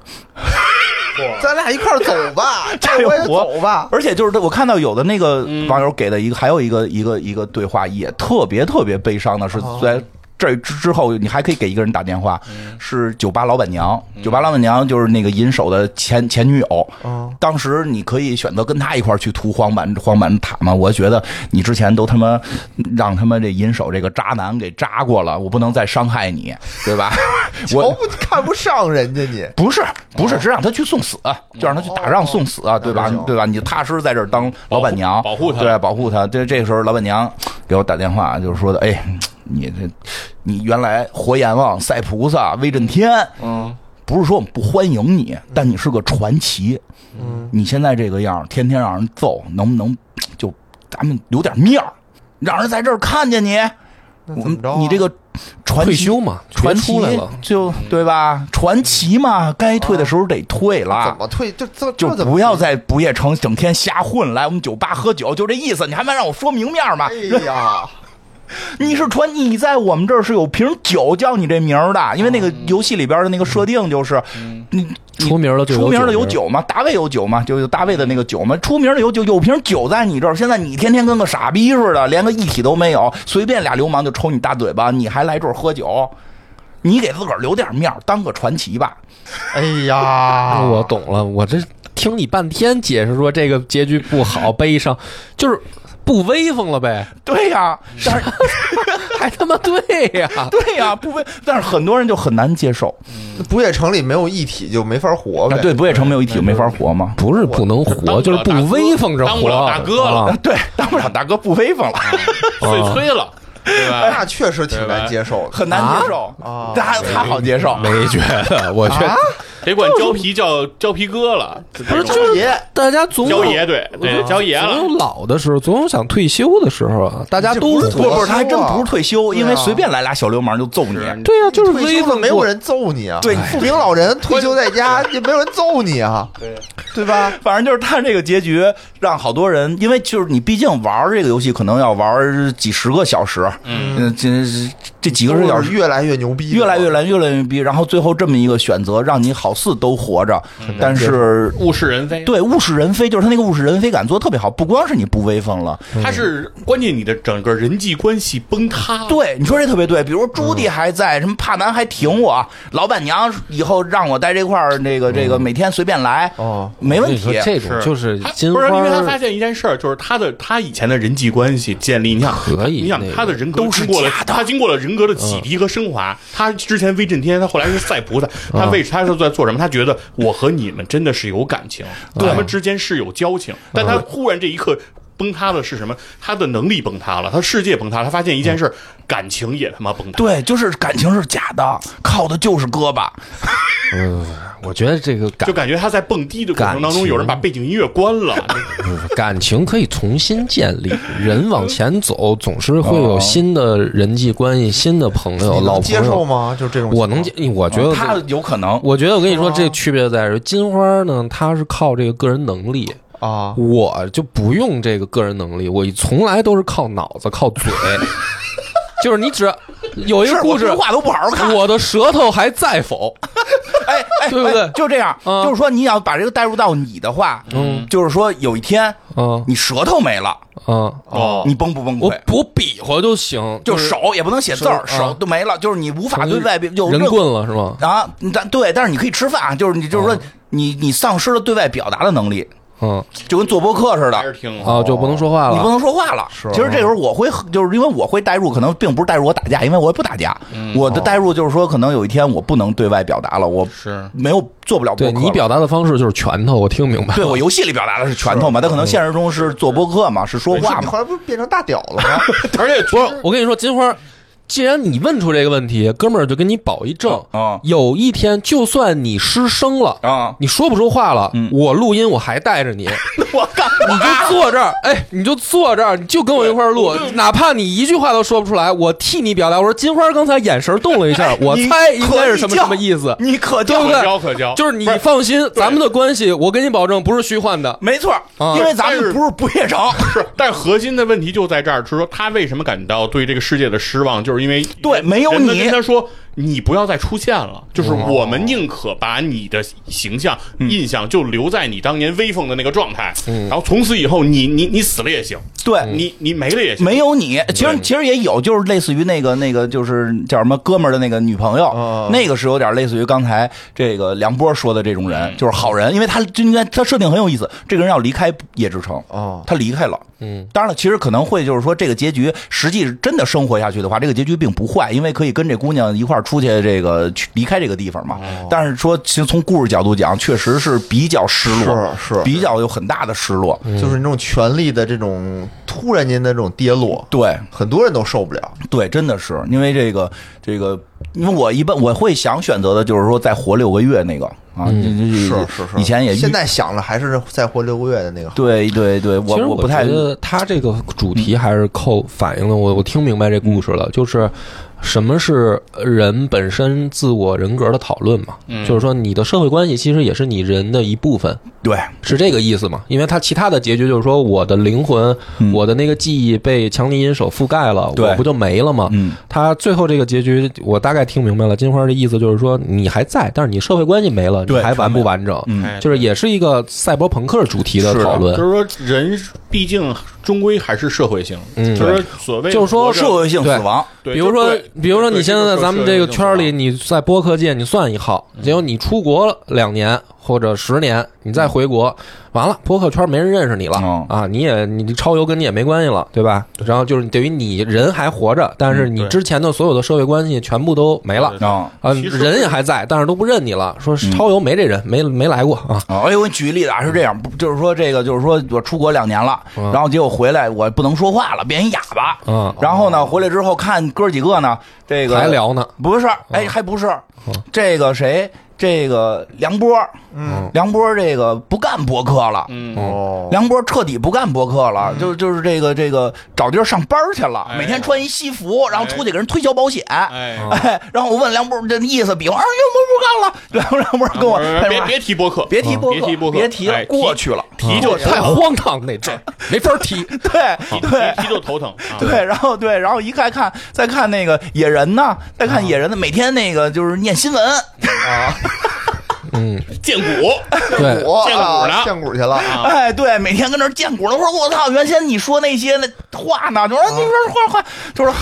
Speaker 4: 咱俩一块儿走 吧，这我也走吧。
Speaker 2: 而且就是我看到有的那个网友给的一个，还有一个一个一个对话也特别特别悲伤的是
Speaker 4: 哦
Speaker 2: 在。这之之后，你还可以给一个人打电话，是酒吧老板娘。酒吧老板娘就是那个银手的前前女友。
Speaker 4: 嗯，
Speaker 2: 当时你可以选择跟他一块儿去屠荒坂荒坂塔嘛？我觉得你之前都他妈让他妈这银手这个渣男给扎过了，我不能再伤害你，对吧？我
Speaker 4: 瞧不看不上人家你，
Speaker 2: 不是不是，只让他去送死，就让他去打仗送死，啊对吧
Speaker 4: 那就行？
Speaker 2: 对吧？你就踏实在这儿当老板娘，
Speaker 3: 保护保护他
Speaker 2: 对，保护他。这这时候老板娘给我打电话，就是说的，哎，你这你原来活阎王、赛菩萨、威震天，
Speaker 3: 嗯，
Speaker 2: 不是说我们不欢迎你，但你是个传奇，
Speaker 4: 嗯，
Speaker 2: 你现在这个样儿，天天让人揍，能不能就咱们留点面儿，让人在这儿看见你？
Speaker 4: 那
Speaker 2: 我
Speaker 4: 怎么
Speaker 2: 们
Speaker 4: 着啊？
Speaker 2: 你这个传
Speaker 1: 退
Speaker 2: 奇
Speaker 1: 休嘛，
Speaker 2: 传
Speaker 1: 传
Speaker 2: 奇
Speaker 1: 出来了，
Speaker 2: 就对吧？传奇嘛，该退的时候得退
Speaker 4: 怎
Speaker 2: 了，
Speaker 4: 么退？这这
Speaker 2: 啊就
Speaker 4: 啊这怎么
Speaker 2: 不要在不夜城整天瞎混。来我们酒吧喝酒，就这意思。你还没让我说明面吗
Speaker 4: 哎？呀，
Speaker 2: 你是传，你在我们这儿是有瓶酒叫你这名儿的，因为那个游戏里边的那个设定就是，你你
Speaker 1: 出名了就有
Speaker 2: 出名的有
Speaker 1: 酒
Speaker 2: 酒嘛，大卫有酒嘛，就有大卫的那个酒嘛，出名的有酒，有瓶酒在你这儿。现在你天天跟个傻逼似的，连个一体都没有，随便俩流氓就抽你大嘴巴，你还来这儿喝酒？你给自个儿留点面儿，当个传奇吧。
Speaker 4: 哎呀，
Speaker 1: 啊
Speaker 2: 啊
Speaker 1: 我懂了，我这听你半天解释说这个结局不好，悲伤，就是。不威风了呗？
Speaker 2: 对呀、但是
Speaker 1: 还他妈对呀、
Speaker 2: 对呀、不威，但是很多人就很难接受。
Speaker 4: 不夜城里没有一体就没法活
Speaker 2: 啊
Speaker 4: 呗。
Speaker 2: 对，不夜城没有一体没法活 嘛。
Speaker 1: 不是不能活，
Speaker 3: 当不了
Speaker 1: 就是不威风着活。
Speaker 3: 当不了大哥了
Speaker 1: 啊
Speaker 2: 对，当不了大哥不威风了，
Speaker 3: 碎催
Speaker 1: 哦
Speaker 3: 了，对 吧？
Speaker 4: 那确实挺难接受的。
Speaker 2: 很难接受。
Speaker 4: 啊
Speaker 2: 他他好接受，啊
Speaker 5: 没觉得，我觉得
Speaker 3: 得管胶皮叫胶皮哥了，
Speaker 1: 不
Speaker 3: 不
Speaker 1: 是，就是大家总有
Speaker 3: 胶爷，对对，胶爷
Speaker 1: 总
Speaker 3: 了。
Speaker 1: 有老的时候，总有想退休的时候啊。大家
Speaker 4: 这
Speaker 1: 都
Speaker 4: 不是
Speaker 1: 活
Speaker 2: 不是不是，他还真不是退休，
Speaker 4: 对啊
Speaker 2: 因为随便来俩小流氓就揍你。
Speaker 1: 对呀、就是
Speaker 4: 退
Speaker 1: 威
Speaker 4: 休了
Speaker 1: 风
Speaker 4: 没有
Speaker 1: 过
Speaker 4: 人揍你啊，
Speaker 2: 对
Speaker 4: 富平老人退休在家也没有人揍你啊，对对吧？
Speaker 2: 反正就是他这个结局，让好多人，因为就是你毕竟玩这个游戏，可能要玩几十个小时，嗯，这这几个
Speaker 4: 都是
Speaker 2: 小时
Speaker 4: 越来越牛逼，
Speaker 2: 越来越。来越来越逼，然后最后这么一个选择，让你好似都活着，但是
Speaker 3: 物是人非，，
Speaker 2: 对物是人非，就是他那个物是人非感做得特别好，不光是你不威风了，
Speaker 3: 他是关键，你的整个人际关系崩塌，
Speaker 2: 对，你说这特别对。比如朱
Speaker 1: 嗯
Speaker 2: 棣还在，什么帕南还挺我，老板娘以后让我在这块儿，这个这个每天随便来，
Speaker 4: 哦，
Speaker 2: 没
Speaker 1: 嗯我跟
Speaker 2: 问
Speaker 1: 你说
Speaker 2: 题。
Speaker 1: 这种就是
Speaker 3: 他
Speaker 1: 金
Speaker 3: 不
Speaker 1: 花
Speaker 3: 是因为他
Speaker 1: 儿
Speaker 3: 发现一件事儿，就是他的他以前的人际关系建立，你想
Speaker 1: 可以
Speaker 3: 你想
Speaker 1: 那个
Speaker 3: 他的人格
Speaker 2: 都是
Speaker 3: 经过了
Speaker 2: 假的
Speaker 3: 他经过了人格的洗涤和升华。他之前威震天，他后来是赛菩萨，他为他是在做什么？他觉得我和你们真的是有感情，咱们之间是有交情，但他忽然这一刻。崩塌的是什么？他的能力崩塌了，他世界崩塌了，他发现一件事儿，感情也他妈崩塌。
Speaker 2: 对，就是感情是假的，靠的就是胳膊。
Speaker 1: 我觉得这个感
Speaker 3: 就感觉他在蹦迪的过程当
Speaker 1: 感情
Speaker 3: 中，有人把背景音乐关了，
Speaker 1: 感情可以重新建 立，人往前走总是会
Speaker 3: 哦
Speaker 1: 有新的人际关系、新的朋友、
Speaker 4: 你
Speaker 1: 老
Speaker 4: 能
Speaker 1: 朋
Speaker 4: 接受
Speaker 1: 友。
Speaker 4: 吗？就这种情况，
Speaker 1: 我能接，我觉
Speaker 3: 哦
Speaker 1: 得
Speaker 2: 他有可 能，
Speaker 1: 我觉得我跟你说，这
Speaker 2: 哦
Speaker 1: 区别在于金花呢，她是靠这个个人能力，
Speaker 2: 哦
Speaker 4: 啊，
Speaker 1: 我就不用这个个人能力，我从来都是靠脑子、靠 嘴。就是你只有一
Speaker 2: 是
Speaker 1: 个
Speaker 2: 我
Speaker 1: 故事
Speaker 2: 说，话都不好好看。
Speaker 1: 我的舌头还在否？
Speaker 2: 哎哎，
Speaker 1: 对不对
Speaker 2: 哎就这样，
Speaker 1: 嗯
Speaker 2: 就是说你要把这个带入到你的话，嗯，就是说有一天
Speaker 1: 嗯
Speaker 2: 你舌头没了，
Speaker 1: 嗯，
Speaker 3: 哦，
Speaker 2: 你崩不崩
Speaker 1: 我
Speaker 2: 溃？
Speaker 1: 我比划就行，
Speaker 2: 就是手也不能写字儿，
Speaker 1: 是啊
Speaker 2: 手都没了，就是你无法对外边有
Speaker 1: 人
Speaker 2: 任何
Speaker 1: 棍了是吗？
Speaker 2: 啊，但对，但是你可以吃饭，啊就是你就是说
Speaker 1: 哦
Speaker 2: 你你丧失了对外表达的能力，
Speaker 1: 嗯
Speaker 2: 就跟做播客似
Speaker 3: 还是
Speaker 2: 的，
Speaker 3: 哦挺好。
Speaker 1: 啊，就啊不能说话
Speaker 2: 哦你不
Speaker 1: 了。
Speaker 2: 能说话了。其实这时候我会就是因为我会代入，可能并不是代入我打架，因为我也不打架，
Speaker 1: 嗯
Speaker 2: 我
Speaker 1: 哦
Speaker 2: 的代入就是说，可能有一天我不能对外表达了，我
Speaker 3: 是
Speaker 2: 没有做不了播
Speaker 1: 对
Speaker 2: 客了
Speaker 1: 你。表达的方式就是拳头，我听明白了。
Speaker 2: 对我游戏里表达的是拳头
Speaker 1: 啊
Speaker 2: 嘛，他可能现实中是做播客嘛，是说
Speaker 4: 你说
Speaker 2: 话
Speaker 4: 你
Speaker 2: 嘛
Speaker 4: 后。来不是变成大屌了吗？
Speaker 3: 而且
Speaker 1: 不是，哦我跟你说，金花，既然你问出这个问题，哥们儿就跟你保一证。
Speaker 2: 啊啊
Speaker 1: 有一天，就算你失声了
Speaker 2: 啊
Speaker 1: 你说不出话了，我录音我还带着你，
Speaker 2: 嗯 我靠！
Speaker 1: 你就坐这儿，哎，你就坐这儿，你就跟我一块儿录，哪怕你一句话都说不出来，我替你表达。我说金花刚才眼神动了一下，我
Speaker 2: 你
Speaker 1: 猜应该是什么
Speaker 2: 可叫
Speaker 1: 什么意思，
Speaker 2: 你可
Speaker 1: 对
Speaker 2: 叫
Speaker 1: 不
Speaker 3: 可
Speaker 1: 对？
Speaker 3: 交可交
Speaker 1: 就是你放心，咱们的关系，我跟你保证不是虚幻的。
Speaker 2: 没错，
Speaker 1: 啊
Speaker 2: 因为咱
Speaker 3: 但是
Speaker 2: 们不是不夜城，
Speaker 3: 是，但核心的问题就在这儿，就是说他为什么感到对这个世界的失望，就是因为
Speaker 2: 对没有
Speaker 3: 人们
Speaker 2: 你嗯
Speaker 3: 跟他说你不要再出现了，就是我们宁可把你的形象、印象就留在你当年威风的那个状态，
Speaker 2: 嗯
Speaker 3: 然后从此以后你你你死了也行，
Speaker 2: 对，
Speaker 4: 嗯
Speaker 3: 你你没了也行，
Speaker 2: 嗯没有你，其实其实也有，就是类似于那个那个，就是叫什么哥们儿的那个女朋友，
Speaker 4: 啊
Speaker 2: 那个是有点类似于刚才这个梁波说的这种
Speaker 4: 嗯
Speaker 2: 人，就是好人，因为他就应该他设定很有意思，这个人要离开夜之城，
Speaker 4: 哦
Speaker 2: 他离开了，嗯，当然了，其实可能会就是说这个结局，实际是真的生活下去的话，这个结局并不坏，因为可以跟这姑娘一块儿出去，这个去离开这个地方嘛。
Speaker 4: 哦
Speaker 2: 但是说，其实从故事角度讲，确实是比较失落，
Speaker 4: 是是
Speaker 2: 比较有很大的失落，
Speaker 4: 就是那种权力的这种突然间的这种跌落，
Speaker 2: 对。
Speaker 4: 很多人都受不了。
Speaker 2: 对，真的是因为这个这个，因为我一般我会想选择的就是说再活六个月那个啊，
Speaker 1: 嗯
Speaker 2: 是
Speaker 4: 是是是，
Speaker 2: 以前也遇
Speaker 4: 现在想了还是再活六个月的那个好。
Speaker 2: 对对对，
Speaker 1: 其实
Speaker 2: 我不
Speaker 1: 觉
Speaker 2: 太嗯
Speaker 1: 得他这个主题还是扣反映了我，我听明白这故事了，就是什么是人本身自我人格的讨论嘛，
Speaker 2: 嗯
Speaker 1: 就是说你的社会关系其实也是你人的一部分，
Speaker 2: 对
Speaker 1: 是这个意思嘛？因为他其他的结局就是说，我的灵魂，我的那个记忆被强尼银手覆盖了，
Speaker 2: 嗯对
Speaker 1: 我不就没了吗？
Speaker 2: 嗯
Speaker 1: 他最后这个结局，我大概听明白了。金花的意思就是说，你还在，但是你社会关系没了，你
Speaker 2: 对
Speaker 1: 还完不完整？
Speaker 2: 嗯
Speaker 3: 哎
Speaker 1: 就是也是一个赛博朋克主题的讨论
Speaker 3: 就。是说人毕竟终归还是社会性，
Speaker 1: 嗯
Speaker 3: 就是说所谓
Speaker 1: 就是说
Speaker 3: 活着
Speaker 2: 社会性死亡，
Speaker 3: 对
Speaker 1: 比如说
Speaker 3: 就对，
Speaker 1: 比如说，
Speaker 3: 对
Speaker 1: 你现在
Speaker 3: 就
Speaker 1: 在
Speaker 3: 是
Speaker 1: 咱们这个圈儿
Speaker 3: 社会
Speaker 1: 里，
Speaker 3: 性
Speaker 1: 你在播客界你算一号，结果你出国了两年，或者十年，你再回国，完了播客圈没人认识你了、
Speaker 2: 嗯
Speaker 1: 啊！你也你超游跟你也没关系了，对吧？然后就是等于你人还活着，但是你
Speaker 3: 对
Speaker 1: 之前的所有的社会关系全部都没了。
Speaker 3: 对
Speaker 2: 啊
Speaker 1: 啊，
Speaker 3: 其实
Speaker 1: 人也还在，但是都不认你了。说是超游没这人，没没来过啊。
Speaker 2: 啊！哎，我给你举个例子啊，是这样，不就是说这个，就是说我出国两年了，
Speaker 1: 嗯
Speaker 2: 然后结果回来我不能说话了，变一哑巴。
Speaker 1: 嗯
Speaker 2: 然后呢，回来之后看哥几个呢，这个
Speaker 1: 还聊呢，嗯
Speaker 2: 不是，哎，还不是，这个谁，这个梁波，
Speaker 4: 嗯，
Speaker 2: 梁波这个不干博客了，
Speaker 3: 嗯，
Speaker 4: 哦，
Speaker 2: 梁波彻底不干博客了，就就是这个这个找地儿上班去了，
Speaker 3: 哎
Speaker 2: 每天穿一西服，然后出去给人推销保险。
Speaker 3: 哎，
Speaker 2: 哎，然后我问梁波这意思，比方，哎，梁波不干了，然后梁波跟我
Speaker 3: 别嗯别别提播客，嗯
Speaker 2: 别提播客，
Speaker 3: 别提播客
Speaker 2: 别提了
Speaker 3: 哎，
Speaker 2: 过去了，嗯
Speaker 3: 提提就
Speaker 2: 过去了
Speaker 1: 太荒唐那阵儿，没法提。
Speaker 2: 对
Speaker 3: 提
Speaker 2: 对
Speaker 3: 提提就头疼啊。
Speaker 2: 对，然后对，然后一看看，再看那个野人呢，再
Speaker 3: 啊
Speaker 2: 看野人呢，每天那个就是念新闻，
Speaker 1: 嗯，
Speaker 3: 剑骨，
Speaker 1: 对，
Speaker 4: 我
Speaker 3: 见过了
Speaker 4: 啊见股去 了，
Speaker 3: 啊
Speaker 2: 哎，对，每天跟那儿见骨头。我说我操，原先你说那些那话呢？就说
Speaker 1: 啊
Speaker 2: 你说话话，就说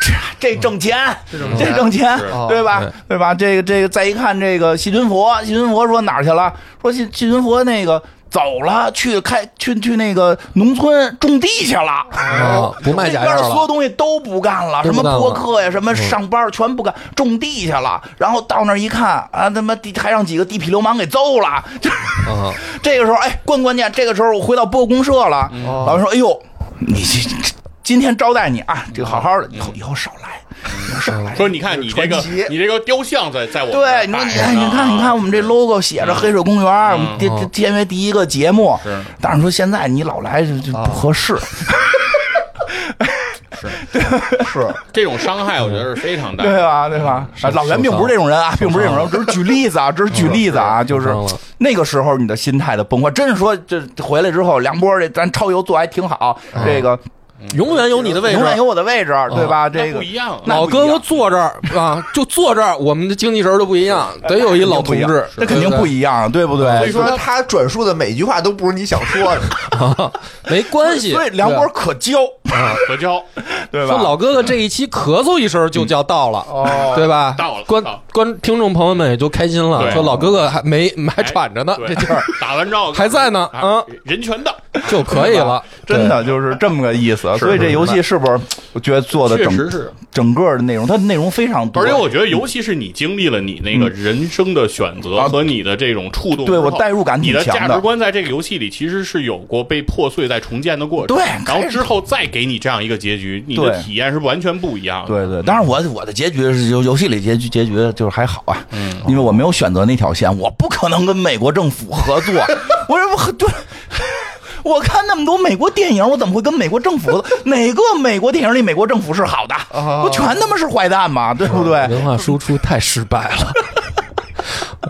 Speaker 2: 这这挣钱，
Speaker 1: 嗯
Speaker 2: 这挣钱
Speaker 3: 是，
Speaker 2: 对吧
Speaker 1: 对？
Speaker 2: 对吧？这个这个，再一看这个细菌佛，细菌佛说哪儿去了？说细细菌佛那个走了，去开去去那个农村种地去了。
Speaker 1: 啊，不卖假
Speaker 2: 那边
Speaker 1: 药
Speaker 2: 儿所有
Speaker 1: 了。
Speaker 2: 东西都不干了，
Speaker 1: 都
Speaker 2: 什
Speaker 1: 不
Speaker 2: 么
Speaker 1: 干了
Speaker 2: 播客呀，什么上班儿全不干，种地去了。然后到那儿一看，啊，他妈地还让几个地痞流氓给揍了。就是
Speaker 1: 啊，
Speaker 2: 这个时候，哎，关关键，这个时候我回到播公社了，老师说，哎呦，你这这今天招待你啊，这个好好的，以后以后少来，以后少来。
Speaker 3: 说你看你这个
Speaker 4: 传奇
Speaker 3: 你这个雕像在在我们这
Speaker 2: 对，
Speaker 3: 儿
Speaker 2: 你说你
Speaker 3: 摆着啊
Speaker 2: 哎，
Speaker 3: 呢
Speaker 2: 你看，你看，我们这 logo 写着黑水公园，我们这这签约第一个节目。
Speaker 3: 是
Speaker 2: 但是说现在你老来就就不合适。
Speaker 4: 是
Speaker 3: 这种伤害，我觉得是非常大。
Speaker 2: 对吧？对吧？啊，老袁并不是这种人啊，并不是这种人，只是举例子啊，只是举例子啊，就是
Speaker 1: 受伤了
Speaker 2: 那个时候你的心态的崩溃。真是说，这回来之后，梁波这咱超游做得还挺好，这个
Speaker 1: 永远有你的位置
Speaker 2: 永。远有我的位置，对吧？这
Speaker 3: 那
Speaker 2: 个
Speaker 3: 不一样啊。
Speaker 2: 那
Speaker 1: 老
Speaker 2: 不一样
Speaker 1: 哥哥坐这儿啊，就坐这儿，我们的精气神儿都不一样，得有一老同志，
Speaker 2: 这哎肯定不
Speaker 1: 一
Speaker 2: 一样，对不
Speaker 4: 所
Speaker 2: 对？
Speaker 4: 以说他转述的每一句话都不是你想说的，
Speaker 1: 样，没关系。
Speaker 2: 所以梁波可交，
Speaker 3: 何娇
Speaker 2: 对
Speaker 1: 说
Speaker 2: 吧？嗯
Speaker 1: 老哥哥这一期咳嗽一声就叫到了，
Speaker 4: 哦
Speaker 1: 对吧？
Speaker 3: 到了
Speaker 1: 观
Speaker 3: 到了
Speaker 1: 观听众朋友们也就开心了，
Speaker 3: 对哎
Speaker 1: 说老哥哥还没还喘着呢，这
Speaker 3: 对
Speaker 1: 劲儿
Speaker 3: 打完仗
Speaker 1: 还在呢
Speaker 3: 啊
Speaker 1: 啊，
Speaker 3: 人权的，
Speaker 1: 就可以了。
Speaker 2: 真的就是这么个意思。所以这游戏是不是我觉得做的
Speaker 3: 确
Speaker 2: 整
Speaker 3: 实是。
Speaker 2: 整个的内容，它内容非常多，
Speaker 3: 而且我觉得，尤其是你经历了你那个人生的选择
Speaker 2: 嗯啊
Speaker 3: 和你的这种触动之
Speaker 2: 对
Speaker 3: 后，
Speaker 2: 我代入感
Speaker 3: 你
Speaker 2: 挺
Speaker 3: 的
Speaker 2: 强
Speaker 3: 价
Speaker 2: 的
Speaker 3: 值观在这个游戏里其实是有过被破碎、再重建的过程。
Speaker 2: 对
Speaker 3: 然
Speaker 2: 开
Speaker 3: 后
Speaker 2: 始
Speaker 3: 之后再给你这样一个结局，你的
Speaker 2: 对
Speaker 3: 体验是完全不一样的。
Speaker 2: 对对，当然我我的结局是游游戏里结局结局就是还好啊，因为我没有选择那条线，我不可能跟美国政府合作，我这不对。我看那么多美国电影，我怎么会跟美国政府合作？哪个美国电影里美国政府是好的？不全他妈是坏蛋吗？对不对？
Speaker 1: 文化输出太失败了。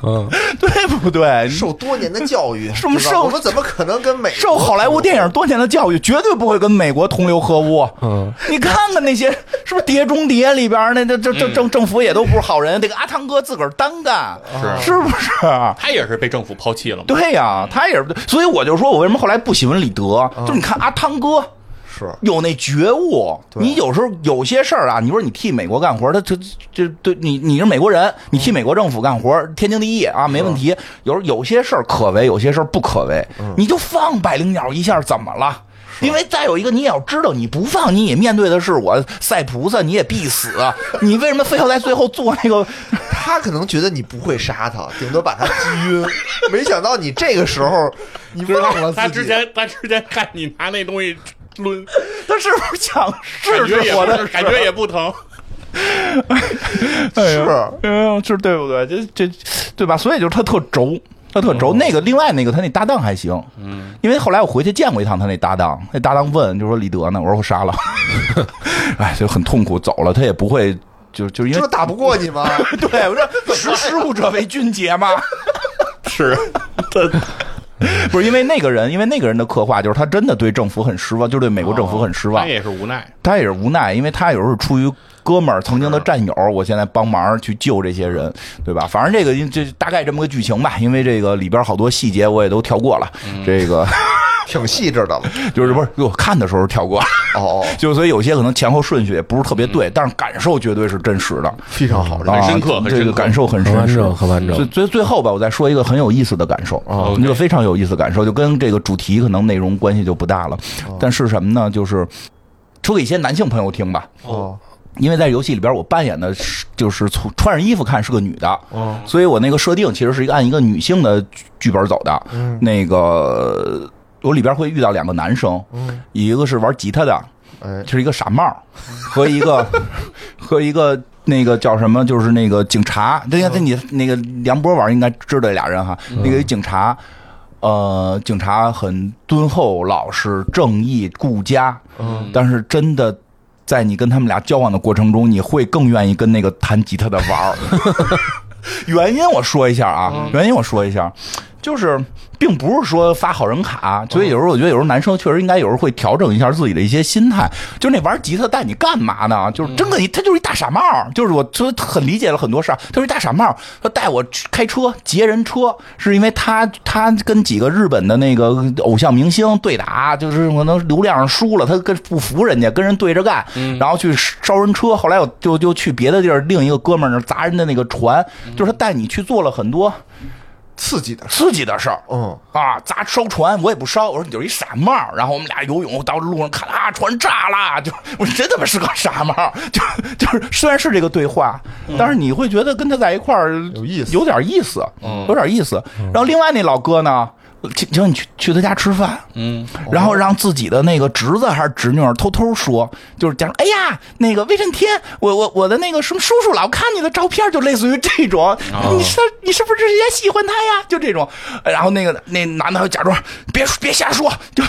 Speaker 1: 嗯，
Speaker 2: 对不对？
Speaker 4: 受多年的教育，
Speaker 2: 受
Speaker 4: 知道
Speaker 2: 受
Speaker 4: 我们怎么可能跟美国
Speaker 2: 受好莱坞电影多年的教育，绝对不会跟美国同流合污。
Speaker 1: 嗯，
Speaker 2: 你看看那些是不是《碟中谍》里边儿那这这这政政府也都不是好人，这个阿汤哥自个儿单干，
Speaker 3: 是
Speaker 2: 是不是？啊
Speaker 3: 他也是被政府抛弃了嘛？
Speaker 2: 对呀、他也是，所以我就说我为什么后来不喜欢李德，就是你看阿汤哥。
Speaker 4: 是
Speaker 2: 有那觉悟，你有时候有些事儿啊，你说你替美国干活，他他这对你你是美国人，你替美国政府干活，天经地义啊，没问题。有时候有些事儿可为，有些事儿不可为，你就放百灵鸟一下，怎么了？因为再有一个，你也要知道，你不放，你也面对的是我赛菩萨，你也必死。啊你为什么非要在最后做那个？
Speaker 4: 他可能觉得你不会杀他，顶多把他击晕，没想到你这个时候你忘了自己。
Speaker 3: 他之前他之前看你拿那东西抡，
Speaker 2: 他是 不是想试
Speaker 3: 感觉
Speaker 2: 试
Speaker 3: 也
Speaker 2: 我的
Speaker 3: 不？感觉也 不疼。
Speaker 4: 哎是
Speaker 2: 嗯，是对不对？这这对吧？所以就是他特轴，他特轴。那个另外那个他那搭档还行，哦嗯，因为后来我回去见过一趟他那搭档，那搭档问就说李德呢，我说我杀了， 哎，就很痛苦，走了，他也不会就就因为
Speaker 4: 这打不过你吗？
Speaker 2: 对，我说 识时务者为俊杰嘛，
Speaker 3: 是，
Speaker 2: 不是因为那个人，因为那个人的刻画就是他真的对政府很失望，就是对美国政府很失望
Speaker 3: 他，也是无奈。
Speaker 2: 他也是无奈，因为他有时候出于哥们儿曾经的战友，
Speaker 3: 啊
Speaker 2: 我现在帮忙去救这些人，对吧？反正这
Speaker 3: 嗯
Speaker 2: 个这大概这么个剧情吧，因为这个里边好多细节我也都跳过了，这个
Speaker 4: 挺细致的了。
Speaker 2: 就是不是我看的时候跳过，
Speaker 4: 哦，
Speaker 2: 就所以有些可能前后顺序也不是特别对，但是感受绝对是真实的，
Speaker 4: 非常好，
Speaker 2: 啊
Speaker 3: 深刻嗯很深
Speaker 2: 这
Speaker 3: 刻
Speaker 2: 个感受很
Speaker 1: 很
Speaker 2: 深
Speaker 1: 完
Speaker 2: 实
Speaker 1: 整，。很完
Speaker 2: 最
Speaker 1: 整。
Speaker 2: 最最后吧，我再说一个很有意思的感受啊
Speaker 3: 哦 OK
Speaker 2: 一个非常有意思的感受，就跟这个主题可能内容关系就不大了，
Speaker 3: 哦
Speaker 2: 但是什么呢？就是说给一些男性朋友听吧，
Speaker 4: 哦，
Speaker 2: 因为在游戏里边我扮演的是就是从穿上衣服看是个女的，
Speaker 4: 哦，
Speaker 2: 所以我那个设定其实是一个按一个女性的剧剧本走的。
Speaker 4: 嗯
Speaker 2: 那个我里边会遇到两个男生，
Speaker 4: 嗯，
Speaker 2: 一个是玩吉他的，
Speaker 4: 哎，
Speaker 2: 就是一个傻帽儿，和一个和一个那个叫什么，就是那个警察。对呀，对你那个梁博玩儿应该知道这俩人哈，那个警察。呃，警察很敦厚、老实、正义、顾家，
Speaker 4: 嗯，
Speaker 2: 但是真的在你跟他们俩交往的过程中，你会更愿意跟那个弹吉他的玩儿。原因我说一下啊，原因我说一下，就是并不是说发好人卡，所以有时候我觉得有时候男生确实应该有时候会调整一下自己的一些心态。就是那玩吉他带你干嘛呢？就是真跟你，他就是一大傻帽儿，就是我就很理解了很多事儿，他就是一大傻帽儿，他带我去开车劫人车，是因为他他跟几个日本的那个偶像明星对打，就是可能流量上输了，他跟不服人家，跟人对着干，然后去烧人车。后来我就就去别的地儿，另一个哥们儿那儿砸人的那个船，就是他带你去做了很多
Speaker 4: 刺激的，
Speaker 2: 刺激的事儿。
Speaker 4: 嗯，
Speaker 2: 啊，砸烧船我也不烧，我说你就是一傻帽儿。然后我们俩游泳到路上看啊，船炸了，就我说真他妈是个傻帽儿，就就是虽然是这个对话，但是你会觉得跟他在一块儿
Speaker 4: 嗯有意思嗯
Speaker 2: 有点意思，有点意思。然后另外那老哥呢，请请你去去他家吃饭，
Speaker 3: 嗯，
Speaker 2: 然后让自己的那个侄子还是侄女儿偷偷说，就是假如哎呀，那个魏震天，我我我的那个什么叔叔老看你的照片，就类似于这种，你是你是不是也喜欢他呀？就这种，然后那个那男的还假装别别瞎说，就。
Speaker 1: 嗯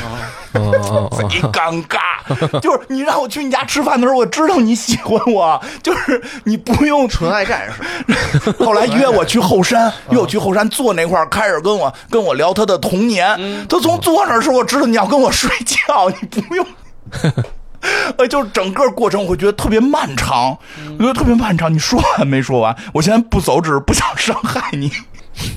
Speaker 1: 嗯嗯
Speaker 2: 贼尴尬， 就是你让我去你家吃饭的时候，我知道你喜欢我， 就是你不用
Speaker 4: 纯爱战士， 嗯
Speaker 2: 后来约我去后山，约我去后山坐那块儿，开始跟我跟我聊他的童年。
Speaker 4: 嗯
Speaker 2: 他从坐那儿的时候，我知道你要跟我睡觉，你不用。 呃，就是整个过程，我会觉得特别漫长，
Speaker 4: 嗯
Speaker 2: 我觉得特别漫长。你说完没说完？我现在不走，只是不想伤害你。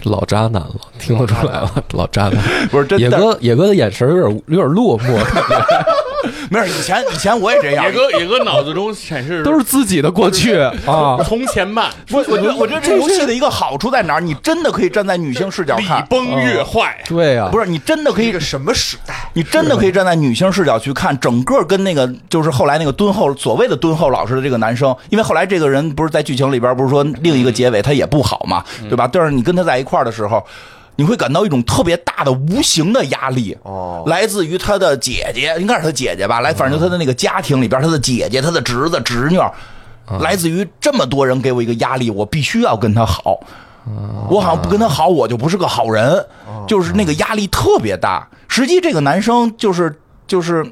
Speaker 1: 老渣男了，听得出来了，老渣男。
Speaker 2: 不是真
Speaker 1: 野
Speaker 2: 的，
Speaker 1: 哥，野哥的眼神有点有点落寞，
Speaker 2: 没事。以前以前我也这样
Speaker 3: 野。哥野哥脑子中显示
Speaker 1: 都是自己的过去 啊。
Speaker 3: 从 前慢，
Speaker 2: 我我觉得我觉得这游戏的一个好处在哪儿？你真的可以站在女性视角
Speaker 3: 礼
Speaker 2: 看，
Speaker 3: 崩乐坏，
Speaker 1: 对呀、
Speaker 2: 不啊哦是你啊真的可以
Speaker 4: 这个什么时代？
Speaker 2: 你真的可以站在女性视角去看整个跟那个就是后来那个敦厚所谓的敦厚老师的这个男生，因为后来这个人不是在剧情里边不是说另一个结尾他也不好嘛，
Speaker 4: 嗯
Speaker 2: 对吧？但是你跟他在一块儿的时候。你会感到一种特别大的无形的压力，
Speaker 4: 哦
Speaker 2: 来自于他的姐姐，应该是他姐姐吧，来，反正就他的那个家庭里边，他的姐姐、他的侄子、侄女，
Speaker 4: 嗯
Speaker 2: 来自于这么多人给我一个压力，我必须要跟他好，我好像不跟他好，我就不是个好人，就是那个压力特别大。实际这个男生就是就是。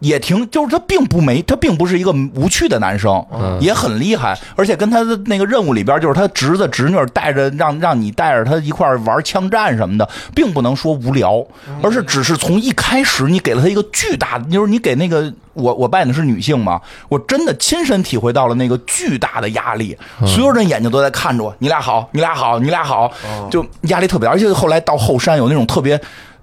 Speaker 2: 也挺，就是他并不没，他并不是一个无趣的男生，也很厉害，而且跟他的那个任务里边，就是他侄子侄女带着让让你带着他一块儿玩枪战什么的，并不能说无聊，而是只是从一开始你给了他一个巨大的，就是你给那个我我扮演的是女性嘛，我真的亲身体会到了那个巨大的压力，所有人眼睛都在看着我，你俩好，你俩好，你俩好，就压力特别大，而且后来到后山有那种特别。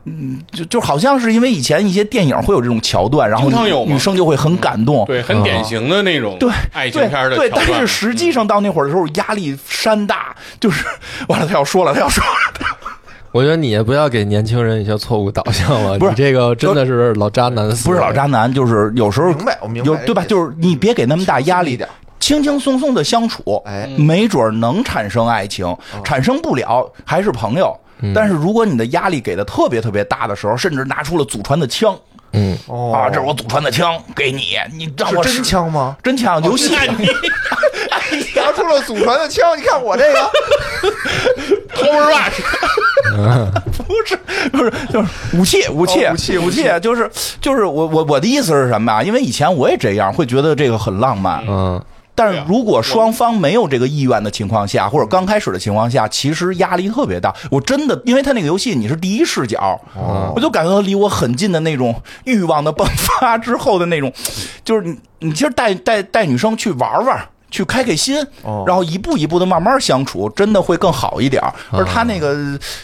Speaker 2: 嗯，就就好像是因为以前一些电影会有这种桥段，然后
Speaker 3: 经常有
Speaker 2: 女
Speaker 3: 嘛
Speaker 2: 女生就会很感动。
Speaker 3: 对，很典型的那种
Speaker 2: 哦对，
Speaker 3: 爱情片的
Speaker 2: 对，
Speaker 3: 桥
Speaker 2: 对但
Speaker 3: 段
Speaker 2: 是。实 际上到那会儿的时候，压力山大，就是完了，他要说了，他要说了，
Speaker 1: 我觉得你也不要给年轻人一些错误导向了，
Speaker 2: 不是
Speaker 1: 你这个真的是老渣男思维，
Speaker 2: 不是老渣男，就是有时候
Speaker 4: 明白我明白
Speaker 2: 有
Speaker 4: 这个
Speaker 2: 对吧？
Speaker 4: 意思
Speaker 2: 就是你别给那么大压
Speaker 4: 轻松
Speaker 2: 力
Speaker 4: 一点，
Speaker 2: 轻轻松松的相处，
Speaker 4: 哎嗯
Speaker 2: 没准儿能产生爱情，产生不了还是朋友。但是如果你的压力给的特别特别大的时候，甚至拿出了祖传的枪
Speaker 1: 嗯，
Speaker 4: 哦
Speaker 2: 啊，这是我祖传的枪给你，你让
Speaker 4: 是
Speaker 2: 我
Speaker 4: 真
Speaker 2: 试
Speaker 4: 枪哦吗？
Speaker 2: 真枪，游戏
Speaker 3: 那你
Speaker 4: 拿出了祖传的枪，你看我这个，
Speaker 3: Power Rush
Speaker 2: 不是不是就是武器武器、
Speaker 4: 哦武器
Speaker 2: 武
Speaker 4: 武器
Speaker 2: 器就是就是我我我的意思是什么啊？因为以前我也这样，会觉得这个很浪漫，
Speaker 1: 嗯，
Speaker 2: 但是如果双方没有这个意愿的情况下，或者刚开始的情况下，其实压力特别大。我真的，因为他那个游戏你是第一视角，我就感觉到离我很近的那种欲望的迸发之后的那种，就是你你其实带带带女生去玩玩。去开开心，然后一步一步的慢慢相处，真的会更好一点儿。而他那个，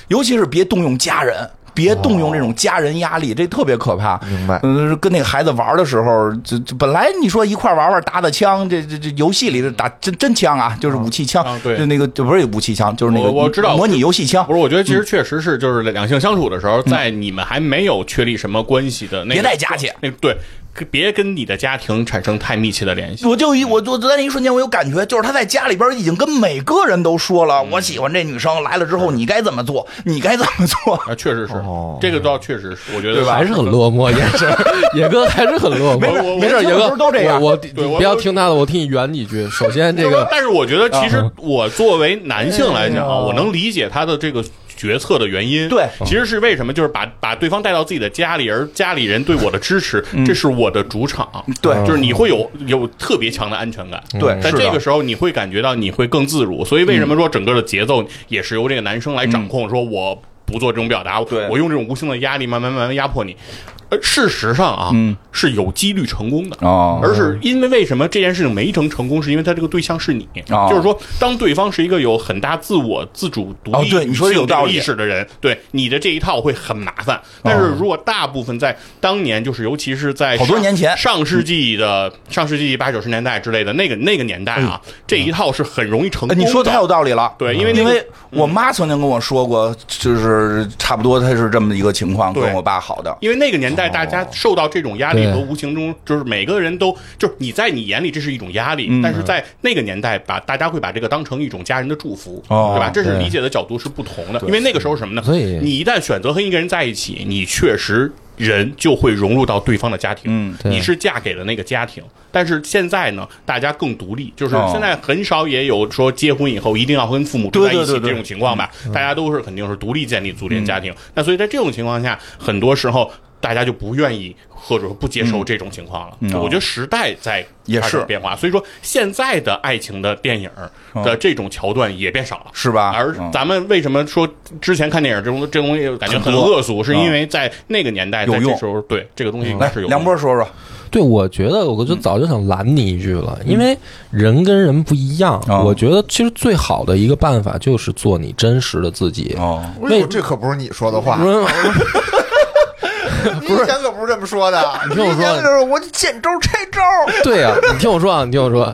Speaker 2: 尤其是别动用家人，别动用这种家人压力，这特别可怕。
Speaker 4: 明白
Speaker 2: 嗯，跟那个孩子玩的时候，这这本来你说一块玩玩打打枪，这这这游戏里的打真真枪啊，就是武器枪
Speaker 3: 啊，对
Speaker 2: 就那个就不是武器枪，就是那个
Speaker 3: 我我知道
Speaker 2: 模拟游戏枪
Speaker 3: 不，是，我觉得其实确实是，就是两性相处的时候，在你们还没有确立什么关系的那
Speaker 2: 别
Speaker 3: 个，
Speaker 2: 带家去
Speaker 3: 那对，可别跟你的家庭产生太密切的联系。
Speaker 2: 我就一我就在那一瞬间，我有感觉，就是他在家里边已经跟每个人都说了，
Speaker 3: 嗯
Speaker 2: 我喜欢这女生，来了之后你该怎么做，你该怎么做。
Speaker 3: 啊，确实是，
Speaker 2: 哦
Speaker 3: 这个倒确实是，我觉得
Speaker 1: 还是很落 寞，也是野哥还是很落寞。
Speaker 2: 没
Speaker 3: 事
Speaker 1: 没事，
Speaker 2: 年轻
Speaker 1: 野
Speaker 2: 的时
Speaker 1: 哥
Speaker 2: 候都这样
Speaker 1: 我我
Speaker 3: 对我
Speaker 1: 你不要听他的，我替你圆几 句。首先，这个
Speaker 3: 但是我觉得，其实我作为男性来讲啊，我能理解他的这个决策的原因。
Speaker 2: 对
Speaker 3: 其实是为什么？就是把把对方带到自己的家里，而家里人对我的支持，这是我的主场。
Speaker 2: 对
Speaker 3: 就是你会有有特别强的安全感。
Speaker 2: 对
Speaker 3: 但
Speaker 2: 是的
Speaker 3: 这个时候你会感觉到你会更自如。所以为什么说整个的节奏也是由这个男生来掌控？说我不做这种表达，
Speaker 2: 对
Speaker 3: 我用这种无形的压力慢慢慢慢压迫你。呃，事实上啊，是有几率成功的。
Speaker 2: 哦
Speaker 3: 而是因为为什么这件事情没成成功，是因为他这个对象是你，
Speaker 2: 哦
Speaker 3: 就是说，当对方是一个有很大自我自主独立、
Speaker 2: 哦对你说的有道理
Speaker 3: 意识的人，对你的这一套会很麻烦。但是如果大部分在当年，就是尤其是在
Speaker 2: 嗯好多
Speaker 3: 上
Speaker 2: 年前
Speaker 3: 上世纪的上世纪八九十年代之类的那个那个年代啊，这一套是很容易成功的。
Speaker 2: 嗯哎呃你说太有道理了，
Speaker 3: 对因为那
Speaker 2: 因
Speaker 3: 个嗯
Speaker 2: 为我妈曾经跟我说过，就是差不多她是这么一个情况，
Speaker 3: 对
Speaker 2: 跟我爸好的，哦
Speaker 3: 因为那个年代，大家受到这种压力
Speaker 1: 对
Speaker 3: 和无形中，就是每个人都就是你在你眼里这是一种压力，
Speaker 2: 嗯
Speaker 3: 但是在那个年代把，大家会把这个当成一种家人的祝福，
Speaker 2: 哦
Speaker 3: 对吧？这是
Speaker 1: 对
Speaker 3: 理解的角度是不同的，因为那个时候是什么呢？
Speaker 1: 所以
Speaker 3: 你一旦选择和一个人在一起，你确实。人就会融入到对方的家庭，
Speaker 2: 嗯
Speaker 1: 对
Speaker 3: 你是嫁给了那个家庭。但是现在呢，大家更独立，就是
Speaker 2: 哦
Speaker 3: 现在很少也有说结婚以后一定要跟父母住在一
Speaker 2: 对对
Speaker 3: 起
Speaker 2: 对对
Speaker 3: 这种情况吧，
Speaker 2: 嗯
Speaker 3: 大家都是肯定是独立建立组建家庭。那所以在这种情况下，很多时候大家就不愿意或者说不接受这种情况了。
Speaker 2: 嗯
Speaker 3: 我觉得时代在
Speaker 2: 也
Speaker 3: 发生
Speaker 2: 是
Speaker 3: 变化，所以说现在的爱情的电影的这种桥段也变少了。
Speaker 2: 是吧？
Speaker 3: 而
Speaker 2: 嗯
Speaker 3: 咱们为什么说之前看电影这种这东西感觉很恶俗，是因为在那个年代，
Speaker 2: 有
Speaker 3: 在
Speaker 2: 嗯
Speaker 3: 这
Speaker 2: 用
Speaker 3: 时候对这个东西应该
Speaker 2: 来
Speaker 3: 是有
Speaker 2: 梁波说说，
Speaker 1: 对，我觉得我就早就想拦你一句了，因为人跟人不一样。
Speaker 2: 嗯哦
Speaker 1: 我觉得其实最好的一个办法就是做你真实的自己。嗯
Speaker 2: 哦，
Speaker 4: 哎呦，这可不是你说的话，
Speaker 1: 不是
Speaker 4: 你以前可不是这么说的。你
Speaker 1: 听我说
Speaker 4: 以前就是我见招拆招。
Speaker 1: 对啊，你听我说啊，你听我说，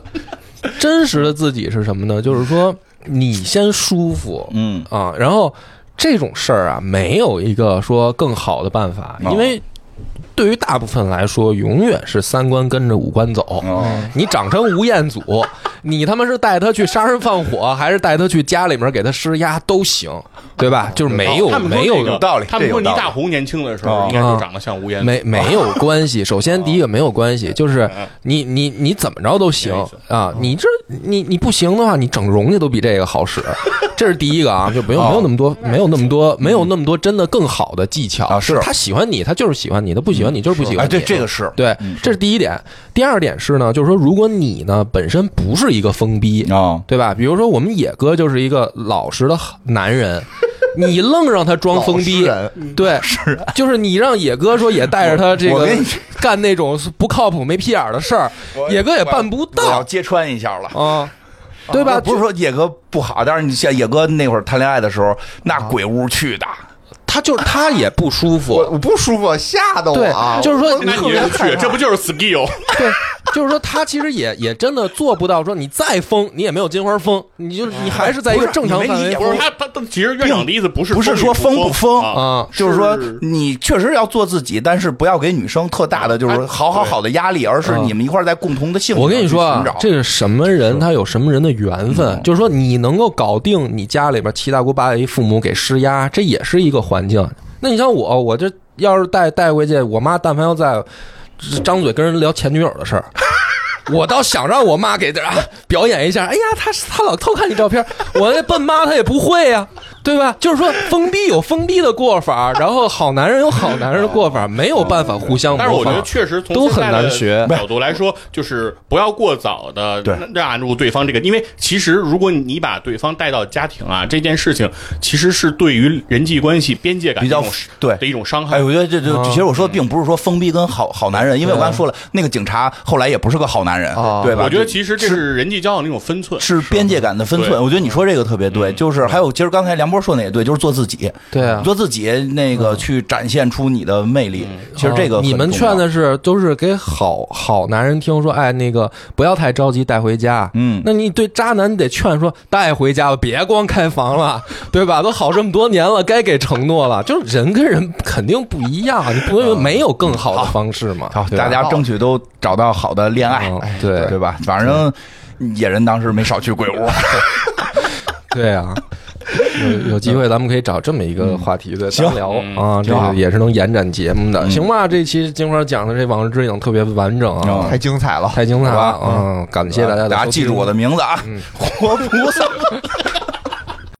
Speaker 1: 真实的自己是什么呢？就是说你先舒服，
Speaker 2: 嗯
Speaker 1: 啊，然后这种事儿啊，没有一个说更好的办法，
Speaker 2: 哦
Speaker 1: 因为对于大部分来说，永远是三观跟着五官走。
Speaker 2: 哦，
Speaker 1: 你长成吴彦祖，你他妈是带他去杀人放火，还是带他去家里面给他施压都行，对吧？就是没有、
Speaker 3: 哦他们说
Speaker 1: 没
Speaker 3: 这个
Speaker 1: 有
Speaker 2: 道理
Speaker 3: 他们
Speaker 2: 这有
Speaker 3: 说倪
Speaker 2: 道理
Speaker 3: 大红年轻的时
Speaker 2: 哦
Speaker 3: 候应该就长得像吴彦祖，
Speaker 1: 没没有关系。首先，第一个没有关系，就是
Speaker 2: 嗯
Speaker 1: 你你你怎么着都行
Speaker 3: 有意思
Speaker 1: 啊。你这你你不行的话，你整容去都比这个好使，这是第一个啊，就没有
Speaker 2: 哦
Speaker 1: 没有那么多没有那么多没有那么多真的更好的技巧
Speaker 2: 嗯啊是
Speaker 1: 他喜欢你，他就是喜欢你；他不喜欢你，就是不喜欢
Speaker 2: 哎，
Speaker 1: 你。
Speaker 2: 对，这个是嗯
Speaker 1: 对，这是第一点。第二点是呢，就是说，如果你呢本身不是一个疯逼，
Speaker 2: 哦，
Speaker 1: 对吧？比如说我们野哥就是一个老实的男人，你愣让他装疯逼
Speaker 4: 老实，
Speaker 1: 对，是就是你让野哥说也带着他这
Speaker 2: 我
Speaker 1: 个
Speaker 2: 跟你
Speaker 1: 干那种不靠谱、没屁眼儿的事儿
Speaker 2: 我，
Speaker 1: 野哥也办不
Speaker 2: 我要
Speaker 1: 到
Speaker 2: 揭穿一下了。
Speaker 1: 啊，对吧？
Speaker 2: 不是说野哥不好，但是你像野哥那会儿谈恋爱的时候，那鬼屋去的，
Speaker 1: 他就是他也不舒
Speaker 4: 我
Speaker 1: 服，
Speaker 4: 我不舒服，吓得我啊。
Speaker 1: 对就是说
Speaker 4: 我
Speaker 3: 那
Speaker 4: 特
Speaker 3: 你
Speaker 4: 别
Speaker 2: 嗯
Speaker 3: 就
Speaker 4: 害
Speaker 3: 去，
Speaker 4: 怕
Speaker 3: 这不就是 skill？
Speaker 1: 对，就是说他其实也也真的做不到，说你再疯，你也没有金花疯，你就你还是在一个正常
Speaker 2: 你没
Speaker 1: 范
Speaker 2: 理
Speaker 1: 围
Speaker 2: 解
Speaker 1: 疯
Speaker 3: 不是他他他其实院长的意思不是
Speaker 2: 不是
Speaker 3: 与
Speaker 2: 说疯不疯
Speaker 1: 啊，
Speaker 2: 就是说你确实要做自己，但是不要给女生特大的就是
Speaker 3: 哎嗯
Speaker 2: 好好好的压力，而是你们一块儿在共同的兴趣
Speaker 1: 我跟你说啊
Speaker 2: 上去寻，找嗯
Speaker 1: 这个什么人他有什么人的缘分，就是说你能够搞定你家里边七大姑八大姨父母给施压，这也是一个环境。那你像我，我这要是带带回去，我妈但凡要在张嘴跟人聊前女友的事儿。 我倒想让我妈给她啊表演一下，哎呀，她她老偷看你照片，我那笨妈她也不会呀、对吧？就是说，封闭有封闭的过法，然后好男人有好男人的过法，没有办法互相模仿。
Speaker 3: 但是我觉得确实从
Speaker 1: 都
Speaker 3: 现在
Speaker 1: 很难
Speaker 3: 的
Speaker 1: 学
Speaker 3: 角度来说，就是不要过早的
Speaker 2: 对
Speaker 3: 纳入对方这个，因为其实如果你把对方带到家庭啊，这件事情其实是对于人际关系边界感
Speaker 2: 比较
Speaker 3: 一种是
Speaker 2: 对
Speaker 3: 的一种伤害
Speaker 2: 哎，。
Speaker 1: 嗯
Speaker 2: 我觉得这这，其实我说的并不是说封闭跟好好男人，因为我刚才说了，那个警察后来也不是个好男骂人
Speaker 4: 哦，
Speaker 2: 对吧？
Speaker 3: 我觉得
Speaker 2: 就
Speaker 3: 其实这是人际交往的一种分寸，
Speaker 2: 是边界感的嗯分寸。
Speaker 3: 对
Speaker 2: 我觉得你说这个特别对，就是还有，其实刚才梁波说那也对，就是做自己，
Speaker 1: 对啊
Speaker 2: 做自己那个去展现出你的魅力。其实这个
Speaker 1: 哦
Speaker 2: 很
Speaker 1: 你们
Speaker 2: 重要
Speaker 1: 劝的是都是给好好男人听说，哎，那个不要太着急带回家。
Speaker 2: 嗯
Speaker 1: 那你对渣男你得劝说带回家吧，别光开房了，对吧？都好这么多年了，该给承诺了。就是人跟人肯定不一样，啊你不能没有更好的方式嘛？
Speaker 2: 啊好，
Speaker 1: 哦对吧
Speaker 2: 大家争取都找到好的恋爱
Speaker 1: 嗯，
Speaker 2: 哎
Speaker 1: 对
Speaker 2: 对吧？反正野人当时没少去鬼屋。
Speaker 1: 对啊。有有机会，咱们可以找这么一个话题的
Speaker 2: 嗯行
Speaker 1: 单聊啊，这
Speaker 2: 挺好
Speaker 1: 个
Speaker 2: 嗯
Speaker 1: 也是能延展节目的，行吧？这期金花讲的这《往日之影》特别完整啊，
Speaker 2: 嗯
Speaker 4: 太精彩了。
Speaker 1: 太精彩
Speaker 2: 好
Speaker 1: 了啊
Speaker 2: 吧，
Speaker 1: 嗯，感谢大家，
Speaker 2: 大家记住我的。名字啊，活菩萨。